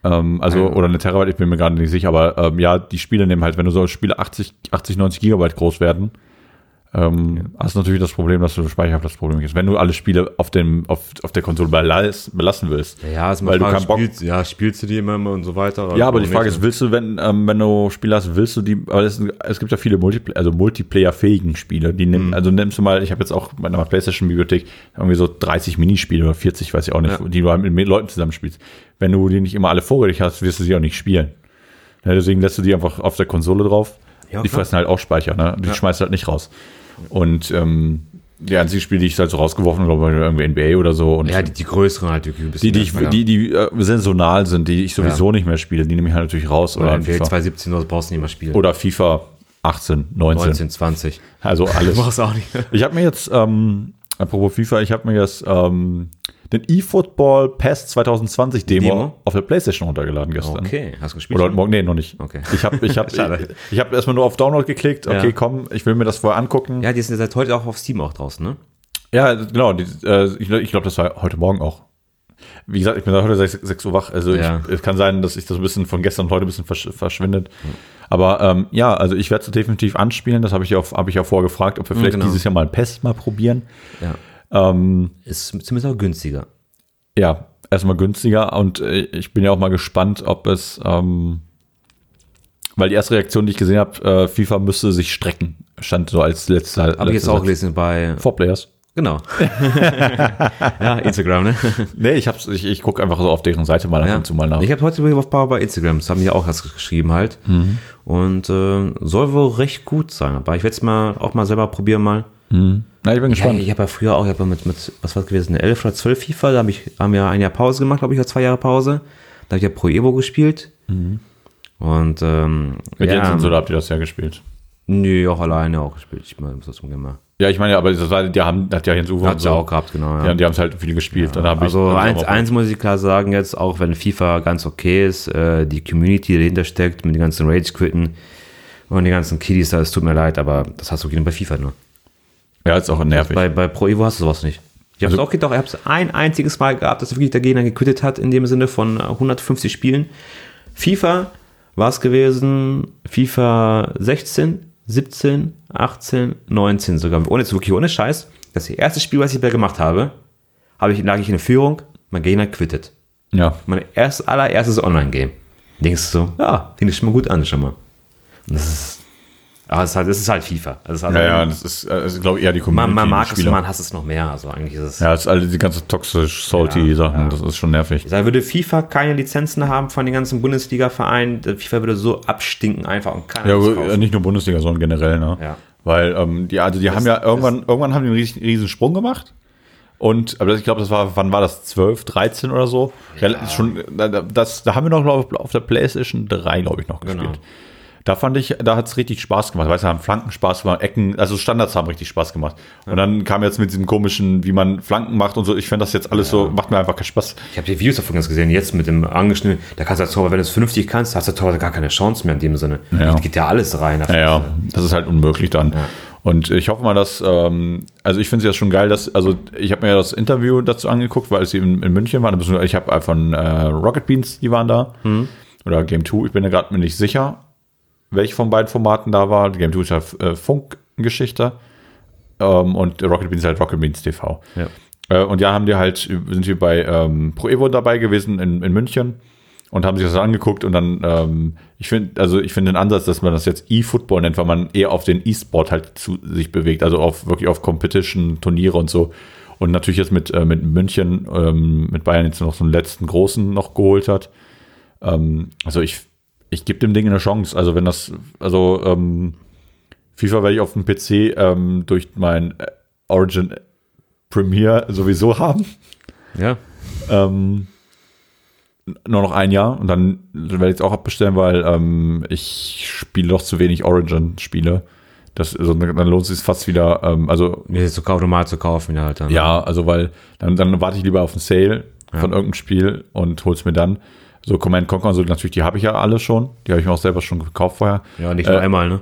Speaker 2: Ähm, also, oder eine Terabyte, ich bin mir gerade nicht sicher, aber ähm, ja, die Spiele nehmen halt, wenn du so Spiele 80, 80 90 Gigabyte groß werden, ähm, hast du natürlich das Problem, dass du Speicherplatzproblem hast. Wenn du alle Spiele auf, dem, auf, auf der Konsole belass- belassen willst.
Speaker 1: Ja, halt ist immer
Speaker 2: weil du
Speaker 1: Frage,
Speaker 2: keinen Bock
Speaker 1: spielst, ja, spielst du die immer und so weiter?
Speaker 2: ja, aber die
Speaker 1: Oder
Speaker 2: Frage
Speaker 1: nicht?
Speaker 2: ist, willst du, wenn, ähm, wenn du Spiele hast, willst du die, aber es, es gibt ja viele Multipl also Multiplayer-fähigen Spiele, die
Speaker 1: Mhm.
Speaker 2: nimm, also nimmst du mal, ich habe jetzt auch bei meiner Playstation-Bibliothek irgendwie so 30 Minispiele oder 40, weiß ich auch nicht, die du halt mit Leuten zusammenspielst. Wenn du die nicht immer alle vorrätig hast, wirst du sie auch nicht spielen. Ja, deswegen lässt du die einfach auf der Konsole drauf.
Speaker 1: Ja,
Speaker 2: die
Speaker 1: klar.
Speaker 2: fressen halt auch Speicher, ne? Die schmeißt halt nicht raus. Und ähm, die einzigen Spiele, die ich halt so rausgeworfen habe, waren irgendwie NBA oder so und
Speaker 1: Ja, die, die größeren halt, die, ein bisschen
Speaker 2: die, die, ich,
Speaker 1: besser, ja. genau.
Speaker 2: die, die äh, saisonal sind, die ich sowieso nicht mehr spiele, die nehme ich halt natürlich raus. Oder,
Speaker 1: Oder NBA
Speaker 2: FIFA,
Speaker 1: 217 oder brauchst du nicht mehr spielen.
Speaker 2: oder FIFA 18, 19.
Speaker 1: 19, 20.
Speaker 2: Also alles.
Speaker 1: Brauchst du auch nicht.
Speaker 2: Ich habe mir jetzt, ähm, apropos FIFA, ich habe mir jetzt ähm, den eFootball Pass 2020 Demo,
Speaker 1: Demo?
Speaker 2: auf der Playstation runtergeladen gestern.
Speaker 1: Okay, hast du gespielt?
Speaker 2: Oder heute
Speaker 1: schon?
Speaker 2: Morgen, nee, noch nicht.
Speaker 1: Okay.
Speaker 2: Ich habe ich hab, ich,
Speaker 1: Schade.
Speaker 2: ich hab erstmal nur auf Download geklickt.
Speaker 1: Ja.
Speaker 2: Okay, komm, ich will mir das vorher angucken. Ja,
Speaker 1: Ja, die sind ja seit heute auch auf Steam auch draußen, ne?
Speaker 2: genau. Die, äh, ich ich glaube, das war heute Morgen auch. Wie gesagt, ich bin seit heute 6, 6 Uhr wach. Also
Speaker 1: Ja.
Speaker 2: ich, es kann sein, dass ich das ein bisschen von gestern und heute ein bisschen versch verschwindet. Aber ähm, ja, also ich werde es definitiv anspielen. Das habe ich, ja auf- habe ich ja vorgefragt, ob wir vielleicht
Speaker 1: genau.
Speaker 2: dieses Jahr mal Pest mal probieren.
Speaker 1: Ja.
Speaker 2: Ähm,
Speaker 1: Ist zumindest auch günstiger.
Speaker 2: ja, erstmal günstiger und äh, ich bin ja auch mal gespannt, ob es, ähm, weil die erste Reaktion, die ich gesehen habe, äh, FIFA müsste sich strecken, stand so als letzter.
Speaker 1: Habe ich jetzt auch gelesen bei.
Speaker 2: Four Players.
Speaker 1: Genau. ja, Instagram, ne?
Speaker 2: Nee, ich hab's, ich, ich gucke einfach so auf deren Seite mal ab
Speaker 1: Ja.
Speaker 2: und zu mal nach.
Speaker 1: Ich habe heute übrigens auf Power bei Instagram, das haben die auch erst geschrieben halt.
Speaker 2: Mhm.
Speaker 1: Und äh, soll wohl recht gut sein, aber ich werde es mal auch mal selber probieren mal.
Speaker 2: Na, ich bin
Speaker 1: Ja,
Speaker 2: gespannt.
Speaker 1: ich habe ja früher auch, ich hab ja mit, mit, was war das gewesen, 11 oder 12 FIFA, da hab ich, haben wir ein Jahr Pause gemacht, glaube ich, oder zwei Jahre Pause. Da habe ich ja Pro Evo gespielt.
Speaker 2: Mhm.
Speaker 1: Und ähm,
Speaker 2: Mit
Speaker 1: ja,
Speaker 2: Jens und so, da habt ihr das ja gespielt.
Speaker 1: Nö, auch alleine auch gespielt. Ich meine, das immer.
Speaker 2: Ja, ich meine, aber das war, die haben, hat ja Jens Uwe und
Speaker 1: Hat's ja
Speaker 2: so.
Speaker 1: auch gehabt, genau.
Speaker 2: Also, Ja, die haben es halt viel gespielt. Dann hab
Speaker 1: Also
Speaker 2: ich, dann hab
Speaker 1: eins,
Speaker 2: ich auch mal-
Speaker 1: eins muss ich klar sagen jetzt, auch wenn FIFA ganz okay ist, äh, die Community, die dahinter steckt, mit den ganzen Rage-Quitten und den ganzen Kiddies, da, es tut mir leid, aber das hast du genau bei FIFA nur.
Speaker 2: Ja, ist auch nervig.
Speaker 1: Bei, bei Pro Evo hast du sowas nicht. Ich hab's
Speaker 2: Also-
Speaker 1: auch gedacht, ich hab's ein einziges Mal gehabt, dass wirklich der Gegner gequittet hat, in dem Sinne von 150 Spielen. FIFA war es gewesen, FIFA 16, 17, 18, 19 sogar. Ohne, jetzt wirklich ohne Scheiß. Das erste Spiel, was ich da gemacht habe, habe ich, lag ich in der Führung, mein Gegner quittet.
Speaker 2: ja.
Speaker 1: Mein erst, allererstes Online-Game. Denkst du so, ja, klingt schon mal gut an, schon mal. Und das ist, aber es ist halt, es ist halt FIFA. Also es ist halt
Speaker 2: Ja, ja, das ist, äh, das ist glaube ich, eher die
Speaker 1: man,
Speaker 2: Community.
Speaker 1: man
Speaker 2: die
Speaker 1: mag es,
Speaker 2: Spieler.
Speaker 1: und man hasst es noch mehr. Also eigentlich ist es.
Speaker 2: Ja, das ist alle die ganze toxisch salty
Speaker 1: Ja,
Speaker 2: Sachen,
Speaker 1: ja.
Speaker 2: das ist schon nervig.
Speaker 1: Da würde FIFA keine Lizenzen haben von den ganzen Bundesliga-Vereinen. Der FIFA würde so abstinken einfach und keiner
Speaker 2: Ja,
Speaker 1: das
Speaker 2: aber äh,
Speaker 1: kaufen.
Speaker 2: nicht nur Bundesliga, sondern generell, ne?
Speaker 1: Ja.
Speaker 2: Weil ähm, die, also die haben ja irgendwann, irgendwann haben die einen riesen, riesen Sprung gemacht. Und aber das, ich glaube, das war, wann war das? 12, 13 oder so? Rel- Schon, da, da- das, da haben wir noch glaub, ich, auf der PlayStation 3, glaube ich, noch gespielt.
Speaker 1: Genau.
Speaker 2: Da fand ich, da hat es richtig Spaß gemacht. Weißt du, haben Flanken Spaß gemacht, Ecken, also Standards haben richtig Spaß gemacht. Und dann kam jetzt mit diesem komischen, wie man Flanken macht und so. Ich fand das jetzt alles so, macht mir einfach keinen Spaß.
Speaker 1: Ich habe die Videos davon ganz gesehen, jetzt mit dem angeschnittenen. Da kannst du als Torwart, wenn du es vernünftig kannst, hast du als Torwart gar keine Chance mehr in dem Sinne. Da
Speaker 2: Ja.
Speaker 1: geht ja alles rein.
Speaker 2: Ja, ja, das ist halt unmöglich dann. Und ich hoffe mal, dass, ähm, also ich finde es ja schon geil, dass, also ich habe mir ja das Interview dazu angeguckt, weil sie in, in München waren. beziehungsweise Ich habe von äh, Rocket Beans, die waren da. Oder Game 2, ich bin ja gerade mir nicht sicher, welche von beiden Formaten da war. Game 2 ist ja äh, Funkgeschichte ähm, und Rocket Beans ist halt Rocket Beans TV.
Speaker 1: Ja.
Speaker 2: Äh, und ja, haben die halt, sind wir bei ähm, Pro Evo dabei gewesen in, in München und haben sich das angeguckt und dann, ähm, ich finde, also ich finde den Ansatz, dass man das jetzt E-Football nennt, weil man eher auf den E-Sport halt zu sich bewegt, also auf wirklich auf Competition, Turniere und so. Und natürlich jetzt mit, äh, mit München, ähm, mit Bayern jetzt noch so einen letzten großen noch geholt hat. Ähm, also ich, ich gebe dem Ding eine Chance. Also wenn das, also ähm, FIFA werde ich auf dem PC ähm, durch mein äh, Origin Premiere sowieso haben.
Speaker 1: ja.
Speaker 2: Ähm, nur noch ein Jahr und dann werde ich es auch abbestellen, weil ähm, ich spiele noch zu wenig Origin-Spiele. Das, also, dann lohnt es sich fast wieder, ähm, also
Speaker 1: Mir ist sogar normal zu kaufen, ja, halt dann.
Speaker 2: ja, also weil dann, dann warte ich lieber auf einen Sale von irgendeinem Spiel und hol's mir dann. So Command Conquer, und so natürlich, die habe ich ja alle schon. Die habe ich mir auch selber schon gekauft vorher.
Speaker 1: Ja, nicht
Speaker 2: Äh,
Speaker 1: nur einmal, ne?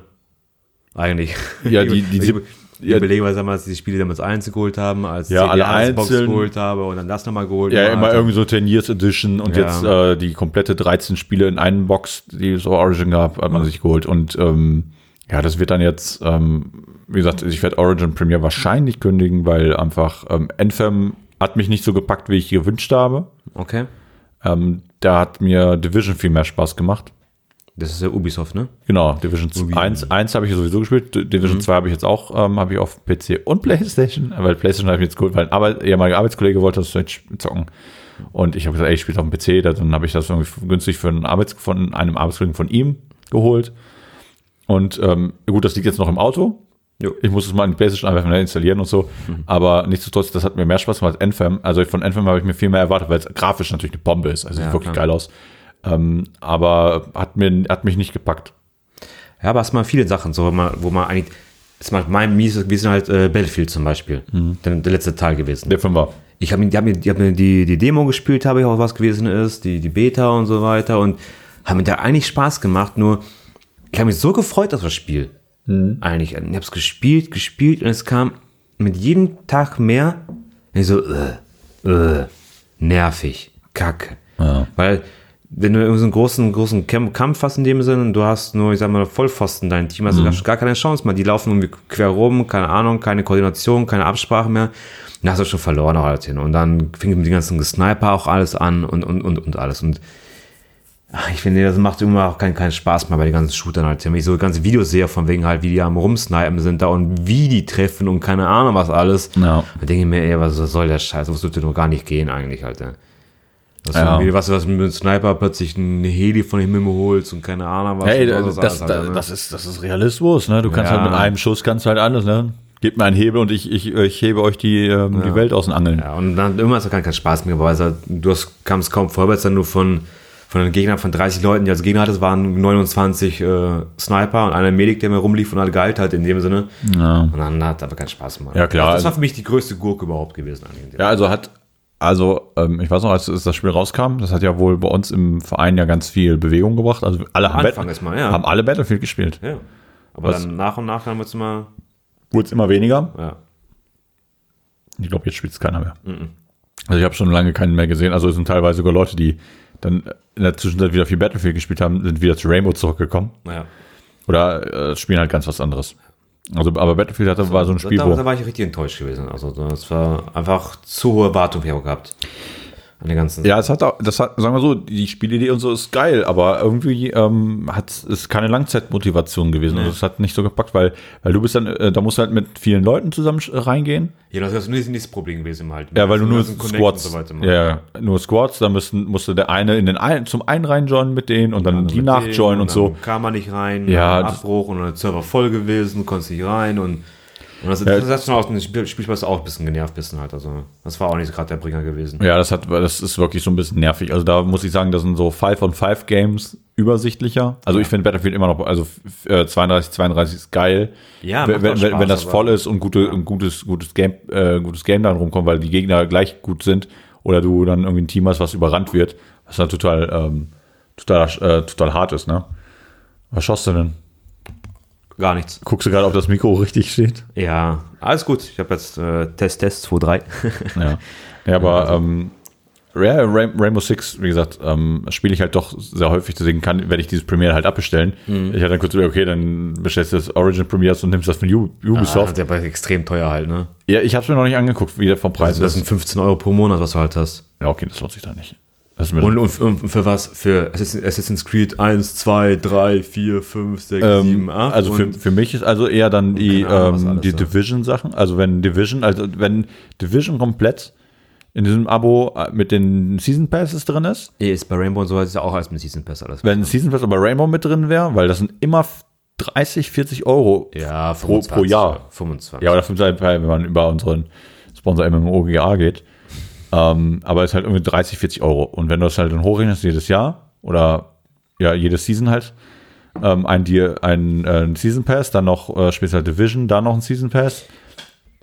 Speaker 1: Eigentlich.
Speaker 2: Ja, die- die-
Speaker 1: Ich,
Speaker 2: die- ja.
Speaker 1: überlege mal, sag mal, als die Spiele damals einzeln geholt haben, als
Speaker 2: Ja,
Speaker 1: ich
Speaker 2: alle
Speaker 1: die Xbox
Speaker 2: einzeln.
Speaker 1: geholt habe und dann das nochmal geholt
Speaker 2: Ja,
Speaker 1: habe.
Speaker 2: immer irgendwie so 10 Years Edition und
Speaker 1: Ja.
Speaker 2: jetzt äh, die komplette 13 Spiele in einen Box, die es auf Origin gab, hat man sich geholt. Und ähm, ja, das wird dann jetzt, ähm, wie gesagt, ich werde Origin Premiere wahrscheinlich kündigen, weil einfach ähm, Anthem hat mich nicht so gepackt, wie ich gewünscht habe.
Speaker 1: Okay.
Speaker 2: Ähm, da hat mir Division viel mehr Spaß gemacht.
Speaker 1: Das ist ja Ubisoft, ne?
Speaker 2: Genau, Division 1, 1 habe ich sowieso gespielt, D-
Speaker 1: Mhm.
Speaker 2: Division 2 habe ich jetzt auch, ähm, habe ich auf PC und Playstation, weil Playstation habe ich jetzt geholt, weil ein Arbeit, ehemaliger Arbeitskollege wollte das jetzt zocken. Und ich habe gesagt, ey, ich spiele auf dem PC, Da- dann habe ich das irgendwie günstig für einen Arbeits von einem Arbeitskollegen von ihm geholt. Und ähm, gut, das liegt jetzt noch im Auto.
Speaker 1: Jo. Mhm.
Speaker 2: Ich muss es mal in die Playstation einfach neu installieren und so. Aber nichtsdestotrotz, das hat mir mehr Spaß gemacht als Anthem. Also von Anthem habe ich mir viel mehr erwartet, weil es grafisch natürlich eine Bombe ist. Also sieht wirklich
Speaker 1: klar.
Speaker 2: geil aus. Ähm, aber hat, mir, hat mich nicht gepackt.
Speaker 1: Ja, aber es mal viele Sachen, so, wo man, wo man eigentlich. Es mal mein mieses gewesen halt äh, Battlefield zum Beispiel. Der, der letzte Teil gewesen.
Speaker 2: Der Fünfer.
Speaker 1: Ich habe hab mir, die hab mir die, die Demo gespielt, habe ich auch was gewesen ist, die, die Beta und so weiter und haben mir da eigentlich Spaß gemacht, nur ich habe mich so gefreut auf das Spiel. Eigentlich. Ich habe es gespielt, gespielt und es kam mit jedem Tag mehr. Und ich so, äh, äh. nervig. Kacke.
Speaker 2: Ja.
Speaker 1: Weil, wenn du irgendeinen großen, großen Kämp- Kampf hast in dem Sinne, und du hast nur, ich sag mal, Vollpfosten, dein Team, also hast du gar keine Chance mehr. Die laufen irgendwie quer rum, keine Ahnung, keine Koordination, keine Absprache mehr. Dann hast du schon verloren auch alles hin. Und dann fing mit den ganzen Sniper auch alles an und, und, und, und alles. Und ach, ich finde, das macht immer auch keinen, keinen Spaß mehr bei den ganzen Shootern halt. Wenn ich so ganze Videos sehe, von wegen halt, wie die am Rumsnipen sind da und wie die treffen und keine Ahnung was alles.
Speaker 2: Ja.
Speaker 1: Da denke ich mir, ey, was soll der Scheiß? Das würde doch gar nicht gehen eigentlich halt. Ne? Das
Speaker 2: Ja.
Speaker 1: ja. was, was mit einem Sniper plötzlich einen Heli von dem Himmel holst und keine Ahnung was.
Speaker 2: Hey,
Speaker 1: und
Speaker 2: das,
Speaker 1: was
Speaker 2: das,
Speaker 1: alles halt, ne?
Speaker 2: das, ist, das ist Realismus, ne? Du kannst
Speaker 1: Ja.
Speaker 2: halt mit einem Schuss kannst halt alles, ne? Gebt mir einen Hebel und ich, ich, ich hebe euch die, ähm, die Welt aus den Angeln.
Speaker 1: Ja, und dann irgendwann ist es gar kein Spaß mehr, weil es halt- du hast, kamst kaum vorwärts, dann nur von, von den Gegnern von 30 Leuten, die als Gegner hattest, waren 29 äh, Sniper und einer Medik, der mir rumlief und halt geilt hat in dem Sinne. Und dann hat aber keinen Spaß gemacht.
Speaker 2: Ja, klar.
Speaker 1: Das war für mich die größte Gurke überhaupt gewesen. Eigentlich.
Speaker 2: Ja, also hat, also ähm, ich weiß noch, als das Spiel rauskam, das hat ja wohl bei uns im Verein ja ganz viel Bewegung gebracht. Also alle haben,
Speaker 1: Anfang erstmal, ja.
Speaker 2: haben alle Battlefield gespielt.
Speaker 1: Ja. Aber dann nach und nach haben wir jetzt mal,
Speaker 2: Wurde es immer weniger.
Speaker 1: ja.
Speaker 2: Ich glaube, jetzt spielt es keiner mehr.
Speaker 1: Mhm.
Speaker 2: Also ich habe schon lange keinen mehr gesehen. Also es sind teilweise sogar Leute, die dann in der Zwischenzeit wieder viel Battlefield gespielt haben, sind wieder zu Rainbow zurückgekommen.
Speaker 1: Naja.
Speaker 2: Oder äh, spielen halt ganz was anderes. Also, aber Battlefield hatte, war so ein Spiel,
Speaker 1: da, da
Speaker 2: wo.
Speaker 1: war ich richtig enttäuscht gewesen. Also das war einfach zu hohe Erwartung hier gehabt. An den ganzen
Speaker 2: Ja, es hat auch, das hat, sagen wir so, die Spielidee und so ist geil, aber irgendwie ähm, hat es keine Langzeitmotivation gewesen. Also es hat nicht so gepackt, weil, weil du bist dann, äh, da musst du halt mit vielen Leuten zusammen sch- reingehen.
Speaker 1: Ja, das ist nicht das Problem gewesen halt.
Speaker 2: Ja, weil du nur
Speaker 1: Das ganzen Connect
Speaker 2: Squads,
Speaker 1: und so weiter machst.
Speaker 2: ja, ja, nur Squads, da müssen, musste der eine in den einen, zum einen reinjoinen mit denen und dann die
Speaker 1: mit
Speaker 2: nachjoinen
Speaker 1: denen
Speaker 2: und so.
Speaker 1: dann Kam man nicht rein,
Speaker 2: Ja,
Speaker 1: dann
Speaker 2: das-
Speaker 1: Abbruch und dann der Server voll gewesen, konntest nicht rein und, und das, das hat schon aus dem Spiel, Spielspaß auch ein bisschen genervt, bisschen halt. Also, das war auch nicht gerade der Bringer gewesen.
Speaker 2: Ja, das hat, das ist wirklich so ein bisschen nervig. Also da muss ich sagen, das sind so 5 on 5 Games übersichtlicher. Also ich finde Battlefield immer noch, also f- äh, 32, 32 ist geil.
Speaker 1: Ja,
Speaker 2: wenn,
Speaker 1: macht
Speaker 2: wenn,
Speaker 1: auch
Speaker 2: wenn- wenn
Speaker 1: Spaß,
Speaker 2: das
Speaker 1: aber-
Speaker 2: voll ist und gute, und gutes, gutes Game, äh, gutes Game dann rumkommt, weil die Gegner gleich gut sind oder du dann irgendwie ein Team hast, was überrannt wird, was dann total, ähm, total, äh, total hart ist, ne? Was schaust du denn?
Speaker 1: Gar nichts.
Speaker 2: Guckst du gerade, ob das Mikro richtig steht?
Speaker 1: Ja, alles gut. Ich habe jetzt äh, Test, Test 2-3.
Speaker 2: Ja, ja aber
Speaker 1: also
Speaker 2: ähm, Ra- Ra- Rainbow Six, wie gesagt, ähm, spiele ich halt doch sehr häufig, deswegen kann, werde ich dieses Premiere halt abbestellen.
Speaker 1: Mhm.
Speaker 2: Ich hatte dann kurz überlegt, okay, dann bestellst du das Origin Premiere und nimmst das von U-
Speaker 1: das
Speaker 2: Ubisoft.
Speaker 1: ist ja aber extrem teuer halt, ne?
Speaker 2: ja, ich habe es mir noch nicht angeguckt, wie der vom Preis
Speaker 1: Also, das sind
Speaker 2: ist.
Speaker 1: 15 Euro pro Monat, was du halt hast.
Speaker 2: Ja, okay, das lohnt sich da nicht. Das ist mir
Speaker 1: Und, und, und für was? Für Assassin- Assassin's Creed 1, 2, 3, 4, 5, 6,
Speaker 2: Ähm,
Speaker 1: 7, 8.
Speaker 2: also für, für mich ist also eher dann die,
Speaker 1: keine Ahnung, was
Speaker 2: ähm,
Speaker 1: alles
Speaker 2: die
Speaker 1: da.
Speaker 2: Division-Sachen. Also wenn Division, also wenn Division komplett in diesem Abo äh, mit den Season Passes drin ist,
Speaker 1: ist E bei Rainbow und so ist ja auch als mit Season Pass alles.
Speaker 2: wenn Season Pass aber Rainbow mit drin wäre, weil das sind immer f- 30, 40 Euro.
Speaker 1: Ja,
Speaker 2: Pro- pro Jahr.
Speaker 1: 25.
Speaker 2: Ja, oder 25, wenn man über unseren Sponsor MMOGA geht. Ähm, aber es ist halt irgendwie 30, 40 Euro. Und wenn du das halt dann hochrechnest jedes Jahr oder ja, jedes Season halt, ähm, ein, dir, ein, äh, ein Season Pass, dann noch äh, spielst halt Division, dann noch ein Season Pass.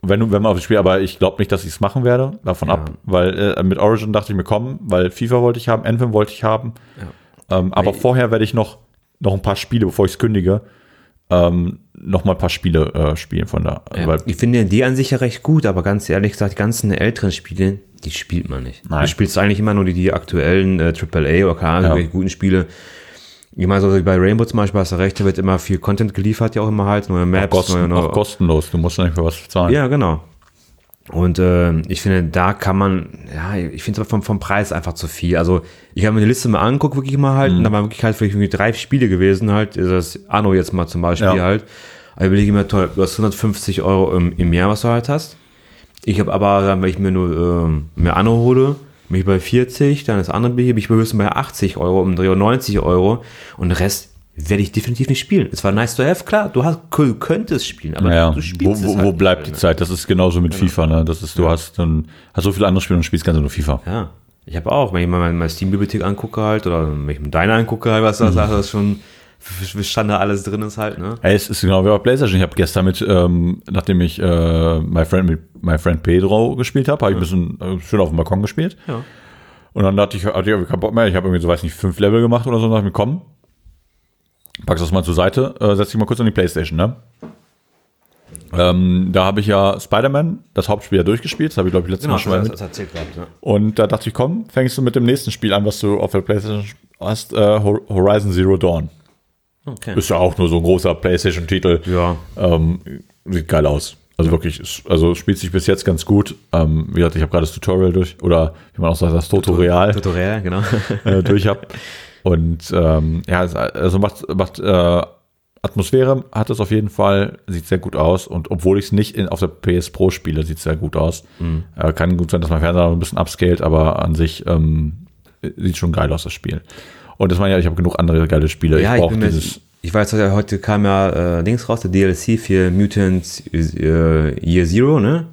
Speaker 2: Wenn du, wenn man auf das Spiel, aber ich glaube nicht, dass ich es machen werde, davon ab, weil äh, mit Origin dachte ich mir, komm, weil FIFA wollte ich haben, Anthem wollte ich haben. Ähm, aber vorher werde ich noch, noch ein paar Spiele, bevor ich es kündige, ähm, noch mal ein paar Spiele äh, spielen von da.
Speaker 1: Ja,
Speaker 2: weil,
Speaker 1: ich finde die an sich ja recht gut, aber ganz ehrlich gesagt, die ganzen älteren Spiele, die spielt man nicht.
Speaker 2: Nein.
Speaker 1: Du spielst eigentlich immer nur die, die aktuellen äh, AAA oder keine Ahnung,
Speaker 2: Ja.
Speaker 1: irgendwelche guten Spiele. Ich meine, so wie bei Rainbow zum Beispiel hast du recht, da wird immer viel Content geliefert, ja auch immer halt, neue Maps, neue,
Speaker 2: kosten,
Speaker 1: neue
Speaker 2: auch kostenlos, du musst da nicht für was zahlen.
Speaker 1: Ja, genau. Und ähm, ich finde, da kann man, ja, ich finde es aber vom, vom Preis einfach zu viel. Also ich habe mir die Liste mal angeguckt, wirklich mal
Speaker 2: Mhm.
Speaker 1: halt, und da waren wirklich halt vielleicht irgendwie drei Spiele gewesen, halt, das Anno jetzt mal zum Beispiel
Speaker 2: Ja.
Speaker 1: halt. Aber überlege ich mir, toll, du hast 150 Euro im, im Jahr, was du halt hast. Ich habe aber, dann, wenn ich mir nur ähm, mir Anno hole, bin ich bei 40, dann das andere bin ich bei höchstens bei 80 Euro, um 93 Euro und den Rest werde ich definitiv nicht spielen. Es war nice to have, klar, du hast, könntest spielen, aber
Speaker 2: Ja,
Speaker 1: du
Speaker 2: wo,
Speaker 1: spielst es halt
Speaker 2: wo,
Speaker 1: Genau.
Speaker 2: wo
Speaker 1: nicht,
Speaker 2: bleibt
Speaker 1: ne?
Speaker 2: die Zeit? Das ist genauso mit FIFA, ne? Das ist, du hast dann, hast so viele andere Spiele und spielst ganz nur FIFA.
Speaker 1: Ja, ich habe auch, wenn ich mal meine, meine Steam-Bibliothek angucke halt oder wenn ich mir deine angucke halt, was da sagt, das schon für für Schande alles drin ist halt, ne?
Speaker 2: Ey, es ist genau wie bei PlayStation. Ich habe gestern mit, ähm, nachdem ich äh, My Friend mit My Friend Pedro gespielt habe, habe ich ein bisschen äh, schön auf dem Balkon gespielt.
Speaker 1: Ja.
Speaker 2: Und dann dachte ich, hatte ich irgendwie keinen Bock mehr. Ich habe irgendwie so, weiß nicht, fünf Level gemacht oder so. Und dachte ich mir, komm, packst das mal zur Seite, äh, setz dich mal kurz an die Playstation, ne? Ähm, da habe ich ja Spider-Man, das Hauptspiel, ja durchgespielt. Das habe ich, glaube ich, letztes Mal schon mal
Speaker 1: Genau, das,
Speaker 2: mit.
Speaker 1: das erzählt gehabt. Ne?
Speaker 2: Und da dachte ich, komm, fängst du mit dem nächsten Spiel an, was du auf der PlayStation hast, äh, Hor- Horizon Zero Dawn.
Speaker 1: Okay.
Speaker 2: Ist ja auch nur so ein großer PlayStation-Titel.
Speaker 1: Ja.
Speaker 2: Ähm, sieht geil aus. Also wirklich, ist, also spielt sich bis jetzt ganz gut. Ähm, wie gesagt, ich habe gerade das Tutorial durch, oder wie man auch sagt, das Tutorial
Speaker 1: Tutorial, genau.
Speaker 2: äh, durch habe. Und ähm, ja, es- also macht, macht äh, Atmosphäre hat es auf jeden Fall, sieht sehr gut aus. Und obwohl ich es nicht in, auf der PS Pro spiele, sieht es sehr gut aus.
Speaker 1: Mhm.
Speaker 2: Äh, kann gut sein, dass mein Fernseher noch ein bisschen upscaled, aber an sich ähm, sieht schon geil aus, das Spiel. Und das meine ich, ja, ich habe genug andere geile Spiele.
Speaker 1: ja,
Speaker 2: ich
Speaker 1: ich
Speaker 2: brauche
Speaker 1: bin mir,
Speaker 2: dieses.
Speaker 1: ich weiß, ja, heute kam ja äh, Dings raus, der DLC für Mutant äh, Year Zero, ne?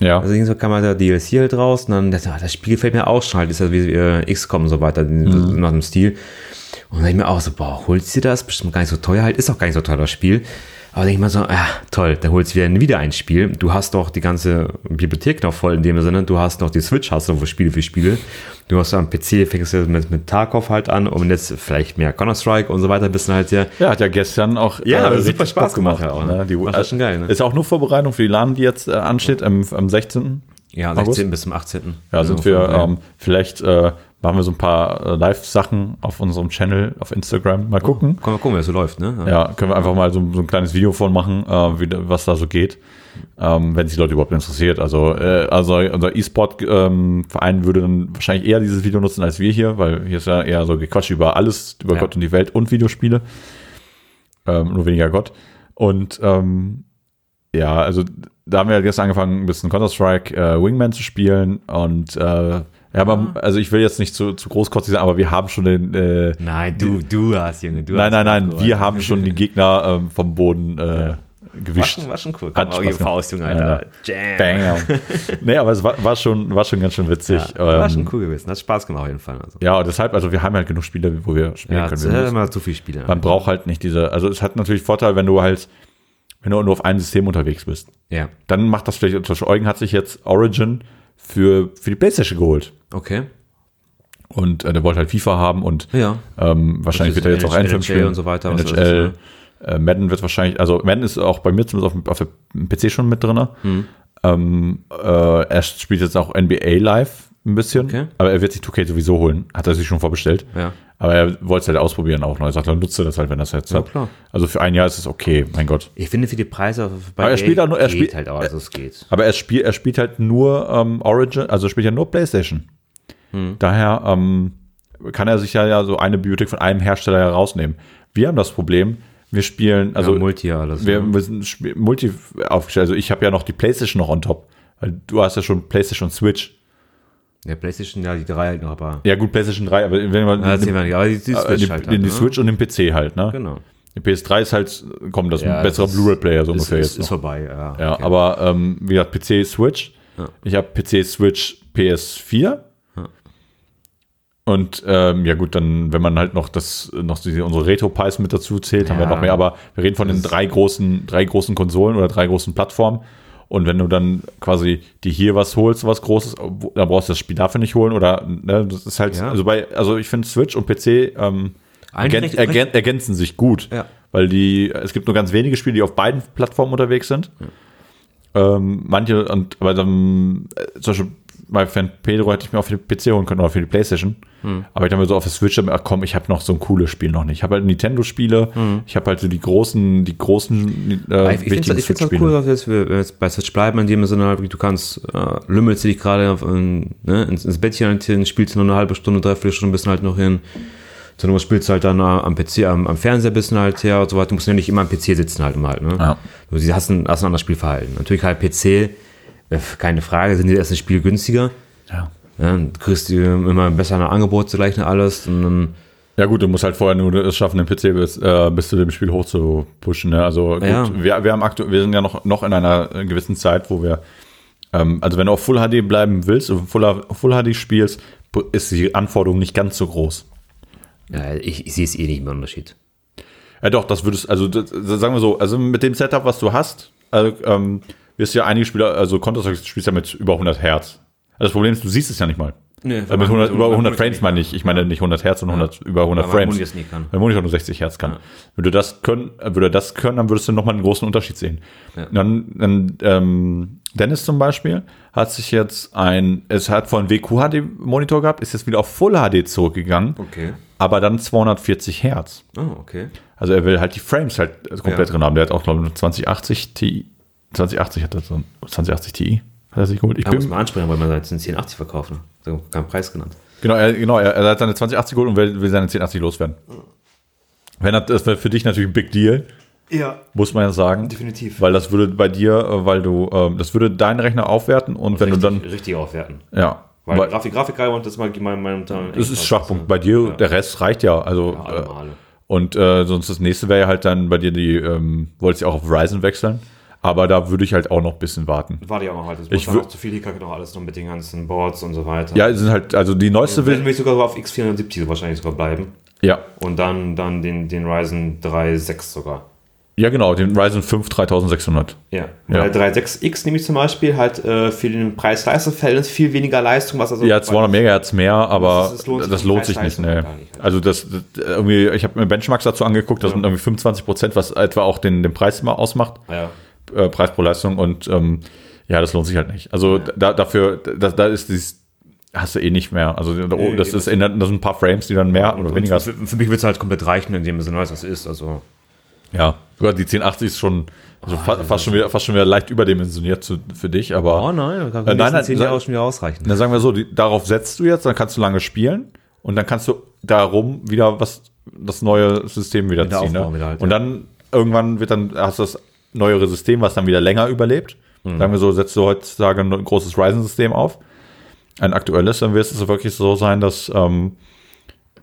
Speaker 2: Ja.
Speaker 1: Also irgendwann kam halt der DLC halt raus und dann dachte ich, ah, das Spiel gefällt mir auch schon halt, ist ja wie äh, XCOM und so weiter,
Speaker 2: Mhm.
Speaker 1: so nach dem Stil. Und dann dachte ich mir auch so, boah, holst du dir das? Bestimmt gar nicht so teuer halt, ist auch gar nicht so teuer das Spiel. Aber denke ich mal so, ah, toll, dann holst du wieder, wieder ein Spiel. Du hast doch die ganze Bibliothek noch voll in dem Sinne, du hast noch die Switch, hast du wo Spiele für Spiele. Du hast am PC, fängst du mit, mit Tarkov halt an und jetzt vielleicht mehr Counter-Strike und so weiter, bist du halt ja,
Speaker 2: Ja, hat ja gestern auch
Speaker 1: Ja, super
Speaker 2: richtig
Speaker 1: Spaß gemacht
Speaker 2: Bock
Speaker 1: auch, ne?
Speaker 2: Die,
Speaker 1: Das ist schon geil, ne?
Speaker 2: Ist auch nur Vorbereitung für die LAN, die jetzt äh, ansteht am, am 16.
Speaker 1: ja, 16
Speaker 2: August.
Speaker 1: bis zum 18.
Speaker 2: Ja, sind wir, ähm, vielleicht äh, machen wir so ein paar äh, Live-Sachen auf unserem Channel, auf Instagram. Mal gucken.
Speaker 1: Komm mal gucken, wie das so läuft, ne?
Speaker 2: Ja, können wir einfach mal so, so ein kleines Video von machen, äh, wie, da- was da so geht. Ähm, wenn sich die Leute überhaupt interessiert. Also, äh, also unser E-Sport-Verein würde dann wahrscheinlich eher dieses Video nutzen als wir hier, weil hier ist ja eher so gequatscht über alles, über
Speaker 1: Ja.
Speaker 2: Gott und die Welt und Videospiele. Ähm, nur weniger Gott. Und ähm, ja, also da haben wir gestern angefangen, ein bisschen Counter-Strike äh, Wingman zu spielen und äh, ja, aber, also ich will jetzt nicht zu, zu großkotzig sein, aber wir haben schon den äh,
Speaker 1: Nein, du, du hast, Junge, du
Speaker 2: Nein,
Speaker 1: hast
Speaker 2: nein, nein,
Speaker 1: Hardcore.
Speaker 2: wir haben schon die Gegner ähm, vom Boden äh,
Speaker 1: War
Speaker 2: gewischt.
Speaker 1: schon, war schon cool.
Speaker 2: Hat
Speaker 1: Komm,
Speaker 2: Spaß
Speaker 1: Auge,
Speaker 2: gemacht.
Speaker 1: Faust, Junge, Alter. Jam.
Speaker 2: Bang. nee, aber es war, war, schon, war schon ganz schön witzig.
Speaker 1: Ja,
Speaker 2: Ja,
Speaker 1: war
Speaker 2: ähm,
Speaker 1: schon cool gewesen. Hat Spaß gemacht auf jeden Fall. Also.
Speaker 2: ja, und deshalb, also wir haben halt genug Spiele, wo wir spielen
Speaker 1: Ja, es
Speaker 2: können.
Speaker 1: sind
Speaker 2: Wir müssen-
Speaker 1: immer zu viele Spiele.
Speaker 2: Man braucht halt nicht diese, also es hat natürlich Vorteil, wenn du halt, wenn du nur auf einem System unterwegs bist.
Speaker 1: Ja,
Speaker 2: Dann macht das vielleicht, zum Beispiel Eugen hat sich jetzt Origin für, für die Playstation geholt.
Speaker 1: okay.
Speaker 2: Und äh, der wollte halt FIFA haben und
Speaker 1: Ja.
Speaker 2: ähm, wahrscheinlich
Speaker 1: Das
Speaker 2: wird
Speaker 1: ist
Speaker 2: er jetzt auch
Speaker 1: NHL
Speaker 2: Anthem spielen.
Speaker 1: und so weiter, was ne?
Speaker 2: NHL, äh, Madden wird wahrscheinlich, also Madden ist auch bei mir zumindest auf, dem- auf dem PC schon mit drin.
Speaker 1: Hm.
Speaker 2: Ähm, äh, er spielt jetzt auch NBA live ein bisschen,
Speaker 1: Okay.
Speaker 2: aber er wird sich 2K sowieso holen, hat er sich schon vorbestellt.
Speaker 1: Ja.
Speaker 2: Aber er wollte es halt ausprobieren auch noch. Er sagt, dann nutze das halt, wenn das jetzt hat.
Speaker 1: klar.
Speaker 2: Also für ein Jahr ist es okay, mein Gott.
Speaker 1: Ich finde für die Preise bei
Speaker 2: Aber er
Speaker 1: EA
Speaker 2: spielt auch nur- er
Speaker 1: geht
Speaker 2: spielt-
Speaker 1: halt auch, also es geht.
Speaker 2: Aber er spielt, er spielt halt nur ähm, Origin, also er spielt ja nur PlayStation.
Speaker 1: Hm.
Speaker 2: Daher ähm, kann er sich ja, ja so eine Bibliothek von einem Hersteller ja rausnehmen. Wir haben das Problem, wir spielen, also
Speaker 1: ja, Multi alles.
Speaker 2: wir, wir sind sp- multi aufgestellt. Also ich habe ja noch die PlayStation noch on top. Weil Du hast ja schon PlayStation und Switch.
Speaker 1: ja, PlayStation, ja, die drei halt noch, aber.
Speaker 2: Ja gut, PlayStation 3, aber wenn man
Speaker 1: Ja, erzählen wir nicht. Aber die, die
Speaker 2: äh,
Speaker 1: Switch
Speaker 2: die,
Speaker 1: halt.
Speaker 2: die, die
Speaker 1: ne?
Speaker 2: Switch und den PC halt, ne?
Speaker 1: Genau.
Speaker 2: Die PS3 ist halt, komm, das
Speaker 1: Ja,
Speaker 2: ist ein besserer
Speaker 1: das ist-
Speaker 2: Blu-ray-Player so
Speaker 1: Ist,
Speaker 2: ungefähr
Speaker 1: ist,
Speaker 2: jetzt. noch.
Speaker 1: ist vorbei, ja.
Speaker 2: Ja, aber ähm, wie gesagt, PC, Switch. Ich habe PC, Switch, PS4. Und ähm, ja gut, dann, wenn man halt noch das, noch diese, unsere Retro-Pies mit dazu zählt, haben wir
Speaker 1: Ja.
Speaker 2: noch mehr, aber wir reden von den drei großen, drei großen Konsolen oder drei großen Plattformen. Und wenn du dann quasi die hier was holst, was Großes, obwohl- dann brauchst du das Spiel dafür nicht holen oder ne, das ist halt,
Speaker 1: Ja.
Speaker 2: also bei, also ich finde Switch und PC ähm,
Speaker 1: Eigentlich
Speaker 2: ergän
Speaker 1: recht-
Speaker 2: ergän ergänzen sich gut.
Speaker 1: Ja.
Speaker 2: Weil die, es gibt nur ganz wenige Spiele, die auf beiden Plattformen unterwegs sind. Ähm, manche, und aber dann, äh, zum Beispiel bei Fan Pedro hätte ich mir auch für die PC holen können oder für die Playstation.
Speaker 1: Hm.
Speaker 2: Aber ich habe mir so auf der Switch, ach komm, ich habe noch so ein cooles Spiel noch nicht. Ich habe halt Nintendo-Spiele, ich habe halt so die großen, die großen, äh,
Speaker 1: Hm. Ich, ich
Speaker 2: wichtigen
Speaker 1: finde es
Speaker 2: Switch-Spiele.
Speaker 1: cool, dass wir jetzt, wir jetzt bei Switch bleiben, in dem Sinne, halt, du kannst, äh, lümmelst du dich gerade auf, in, ne, ins, ins Bettchen halt hin, spielst noch eine halbe Stunde, dreiviertel Stunde, bist halt noch hin. Zur Not spielst du halt dann äh, am PC, am, am Fernseher bist du halt her und so weiter. Du musst ja nicht immer am PC sitzen halt immer halt, ne?
Speaker 2: Ja.
Speaker 1: Du sie- hast ein, hast ein anderes Spielverhalten. Natürlich halt PC, äh, keine Frage, sind die ersten Spiel günstiger.
Speaker 2: Ja.
Speaker 1: Ja, du kriegst du immer besser eine Angebot gleich und alles. Und dann,
Speaker 2: Ja gut, du musst halt vorher nur es schaffen, den PC bis, äh, bis zu dem Spiel hochzupushen. Ne? Also gut,
Speaker 1: Ja.
Speaker 2: wir, wir, haben aktu wir sind ja noch, noch in einer äh, gewissen Zeit, wo wir, ähm, also wenn du auf Full HD bleiben willst und Full, Full HD spielst, bu- ist die Anforderung nicht ganz so groß.
Speaker 1: ja, ich, ich sehe es eh nicht mehr Unterschied.
Speaker 2: Ja doch, das würdest, also das, das, sagen wir so, also mit dem Setup, was du hast, also, ähm, wirst du ja einige Spieler, also Counter-Strike spielst ja mit über 100 Hertz. Also das Problem ist, du siehst es ja nicht mal. Nee, mit 100, über 100 Frames meine ich. Ich meine nicht 100 Hertz, sondern 100, über 100
Speaker 1: Weil mein
Speaker 2: Frames.
Speaker 1: Monitor es nie kann.
Speaker 2: Weil der Monitor nur 60 Hertz kann.
Speaker 1: Ja.
Speaker 2: Würde das können, äh, würde das können, dann würdest du nochmal einen großen Unterschied sehen.
Speaker 1: Ja.
Speaker 2: Dann, dann ähm, Dennis zum Beispiel hat sich jetzt ein, es hat von WQHD-Monitor gehabt, ist jetzt wieder auf Full HD zurückgegangen,
Speaker 1: Okay.
Speaker 2: aber dann 240 Hertz.
Speaker 1: Oh, okay.
Speaker 2: Also er will halt die Frames halt komplett
Speaker 1: Ja.
Speaker 2: drin haben. Der hat auch, glaube ich, eine 2080 Ti. 2080 hat er so ein 2080 Ti. Hat er sich geholt. Ich
Speaker 1: Da muss
Speaker 2: bin,
Speaker 1: man ansprechen, weil man halt jetzt einen 1080 verkauft. Ne? Da hat man keinen Preis genannt.
Speaker 2: genau, er, genau, er, er hat seine 2080 geholt und will, will seine 1080 loswerden. Wenn das, das wäre für dich natürlich ein Big Deal,
Speaker 1: Ja.
Speaker 2: muss man ja sagen.
Speaker 1: Definitiv.
Speaker 2: Weil das würde bei dir, äh, weil du, ähm, das würde deinen Rechner aufwerten und wenn
Speaker 1: Richtig,
Speaker 2: du dann,
Speaker 1: richtig aufwerten.
Speaker 2: ja,
Speaker 1: Weil,
Speaker 2: weil,
Speaker 1: Grafik, Grafikkarte und das mal mein, mein
Speaker 2: das ist Schwachpunkt. Bei dir, der Rest reicht ja. Also,
Speaker 1: Ja,
Speaker 2: äh,
Speaker 1: alle Male.
Speaker 2: Und äh, sonst das nächste wäre ja halt dann bei dir die, ähm, wolltest ja auch auf Ryzen wechseln, aber da würde ich halt auch noch ein bisschen warten.
Speaker 1: Warte ja auch noch halt. Das
Speaker 2: Ich
Speaker 1: muss dann
Speaker 2: wür-
Speaker 1: auch zu viel Hickhack noch alles noch mit den ganzen Boards und so weiter.
Speaker 2: Ja, es sind halt, also die neueste
Speaker 1: Wenn
Speaker 2: will.
Speaker 1: wir sogar auf X470 wahrscheinlich sogar bleiben.
Speaker 2: Ja,
Speaker 1: Und dann, dann den, den Ryzen 3.6 sogar.
Speaker 2: ja genau, den Ryzen 5 3600.
Speaker 1: Ja.
Speaker 2: Ja.
Speaker 1: Weil 3.6X nämlich zum Beispiel halt äh, für den Preis-Leistungs-Verhältnis viel weniger Leistung, was also.
Speaker 2: Ja, 200 Megahertz mehr, aber
Speaker 1: Das ist- das lohnt sich
Speaker 2: das
Speaker 1: vom
Speaker 2: lohnt sich
Speaker 1: Preis
Speaker 2: nicht.
Speaker 1: leider
Speaker 2: Ne.
Speaker 1: gar nicht.
Speaker 2: Also das, das irgendwie, ich habe mir Benchmarks dazu angeguckt, das sind irgendwie 25 Prozent, was etwa auch den, den Preis immer ausmacht.
Speaker 1: Ja.
Speaker 2: äh, Preis pro Leistung und ähm, ja, das lohnt sich halt nicht. Also da, dafür, da, da ist dieses hast du eh nicht mehr. Also da oben, das,
Speaker 1: eben.
Speaker 2: ist, in- das sind ein paar Frames, die dann mehr oder weniger
Speaker 1: Für, für mich wird es halt komplett reichen, indem es ein neues was ist. Also.
Speaker 2: Ja, sogar die 1080 ist schon
Speaker 1: Ah,
Speaker 2: also fa fast, schon wieder, fast schon wieder leicht überdimensioniert zu, für dich,
Speaker 1: Oh,
Speaker 2: aber
Speaker 1: nein,
Speaker 2: die nächsten zehn Jahre
Speaker 1: schon wieder ausreichen.
Speaker 2: dann sagen wir so, die, darauf setzt du jetzt, dann kannst du lange spielen und dann kannst du darum wieder was das neue System wieder
Speaker 1: Wieder
Speaker 2: ziehen. Ne?
Speaker 1: aufbauen wieder halt,
Speaker 2: und
Speaker 1: ja.
Speaker 2: dann irgendwann wird dann hast du das neuere System, was dann wieder länger überlebt.
Speaker 1: Mhm.
Speaker 2: Sagen wir so, setzt du heutzutage ein großes Ryzen-System auf, ein aktuelles, dann wird es wirklich so sein, dass ähm,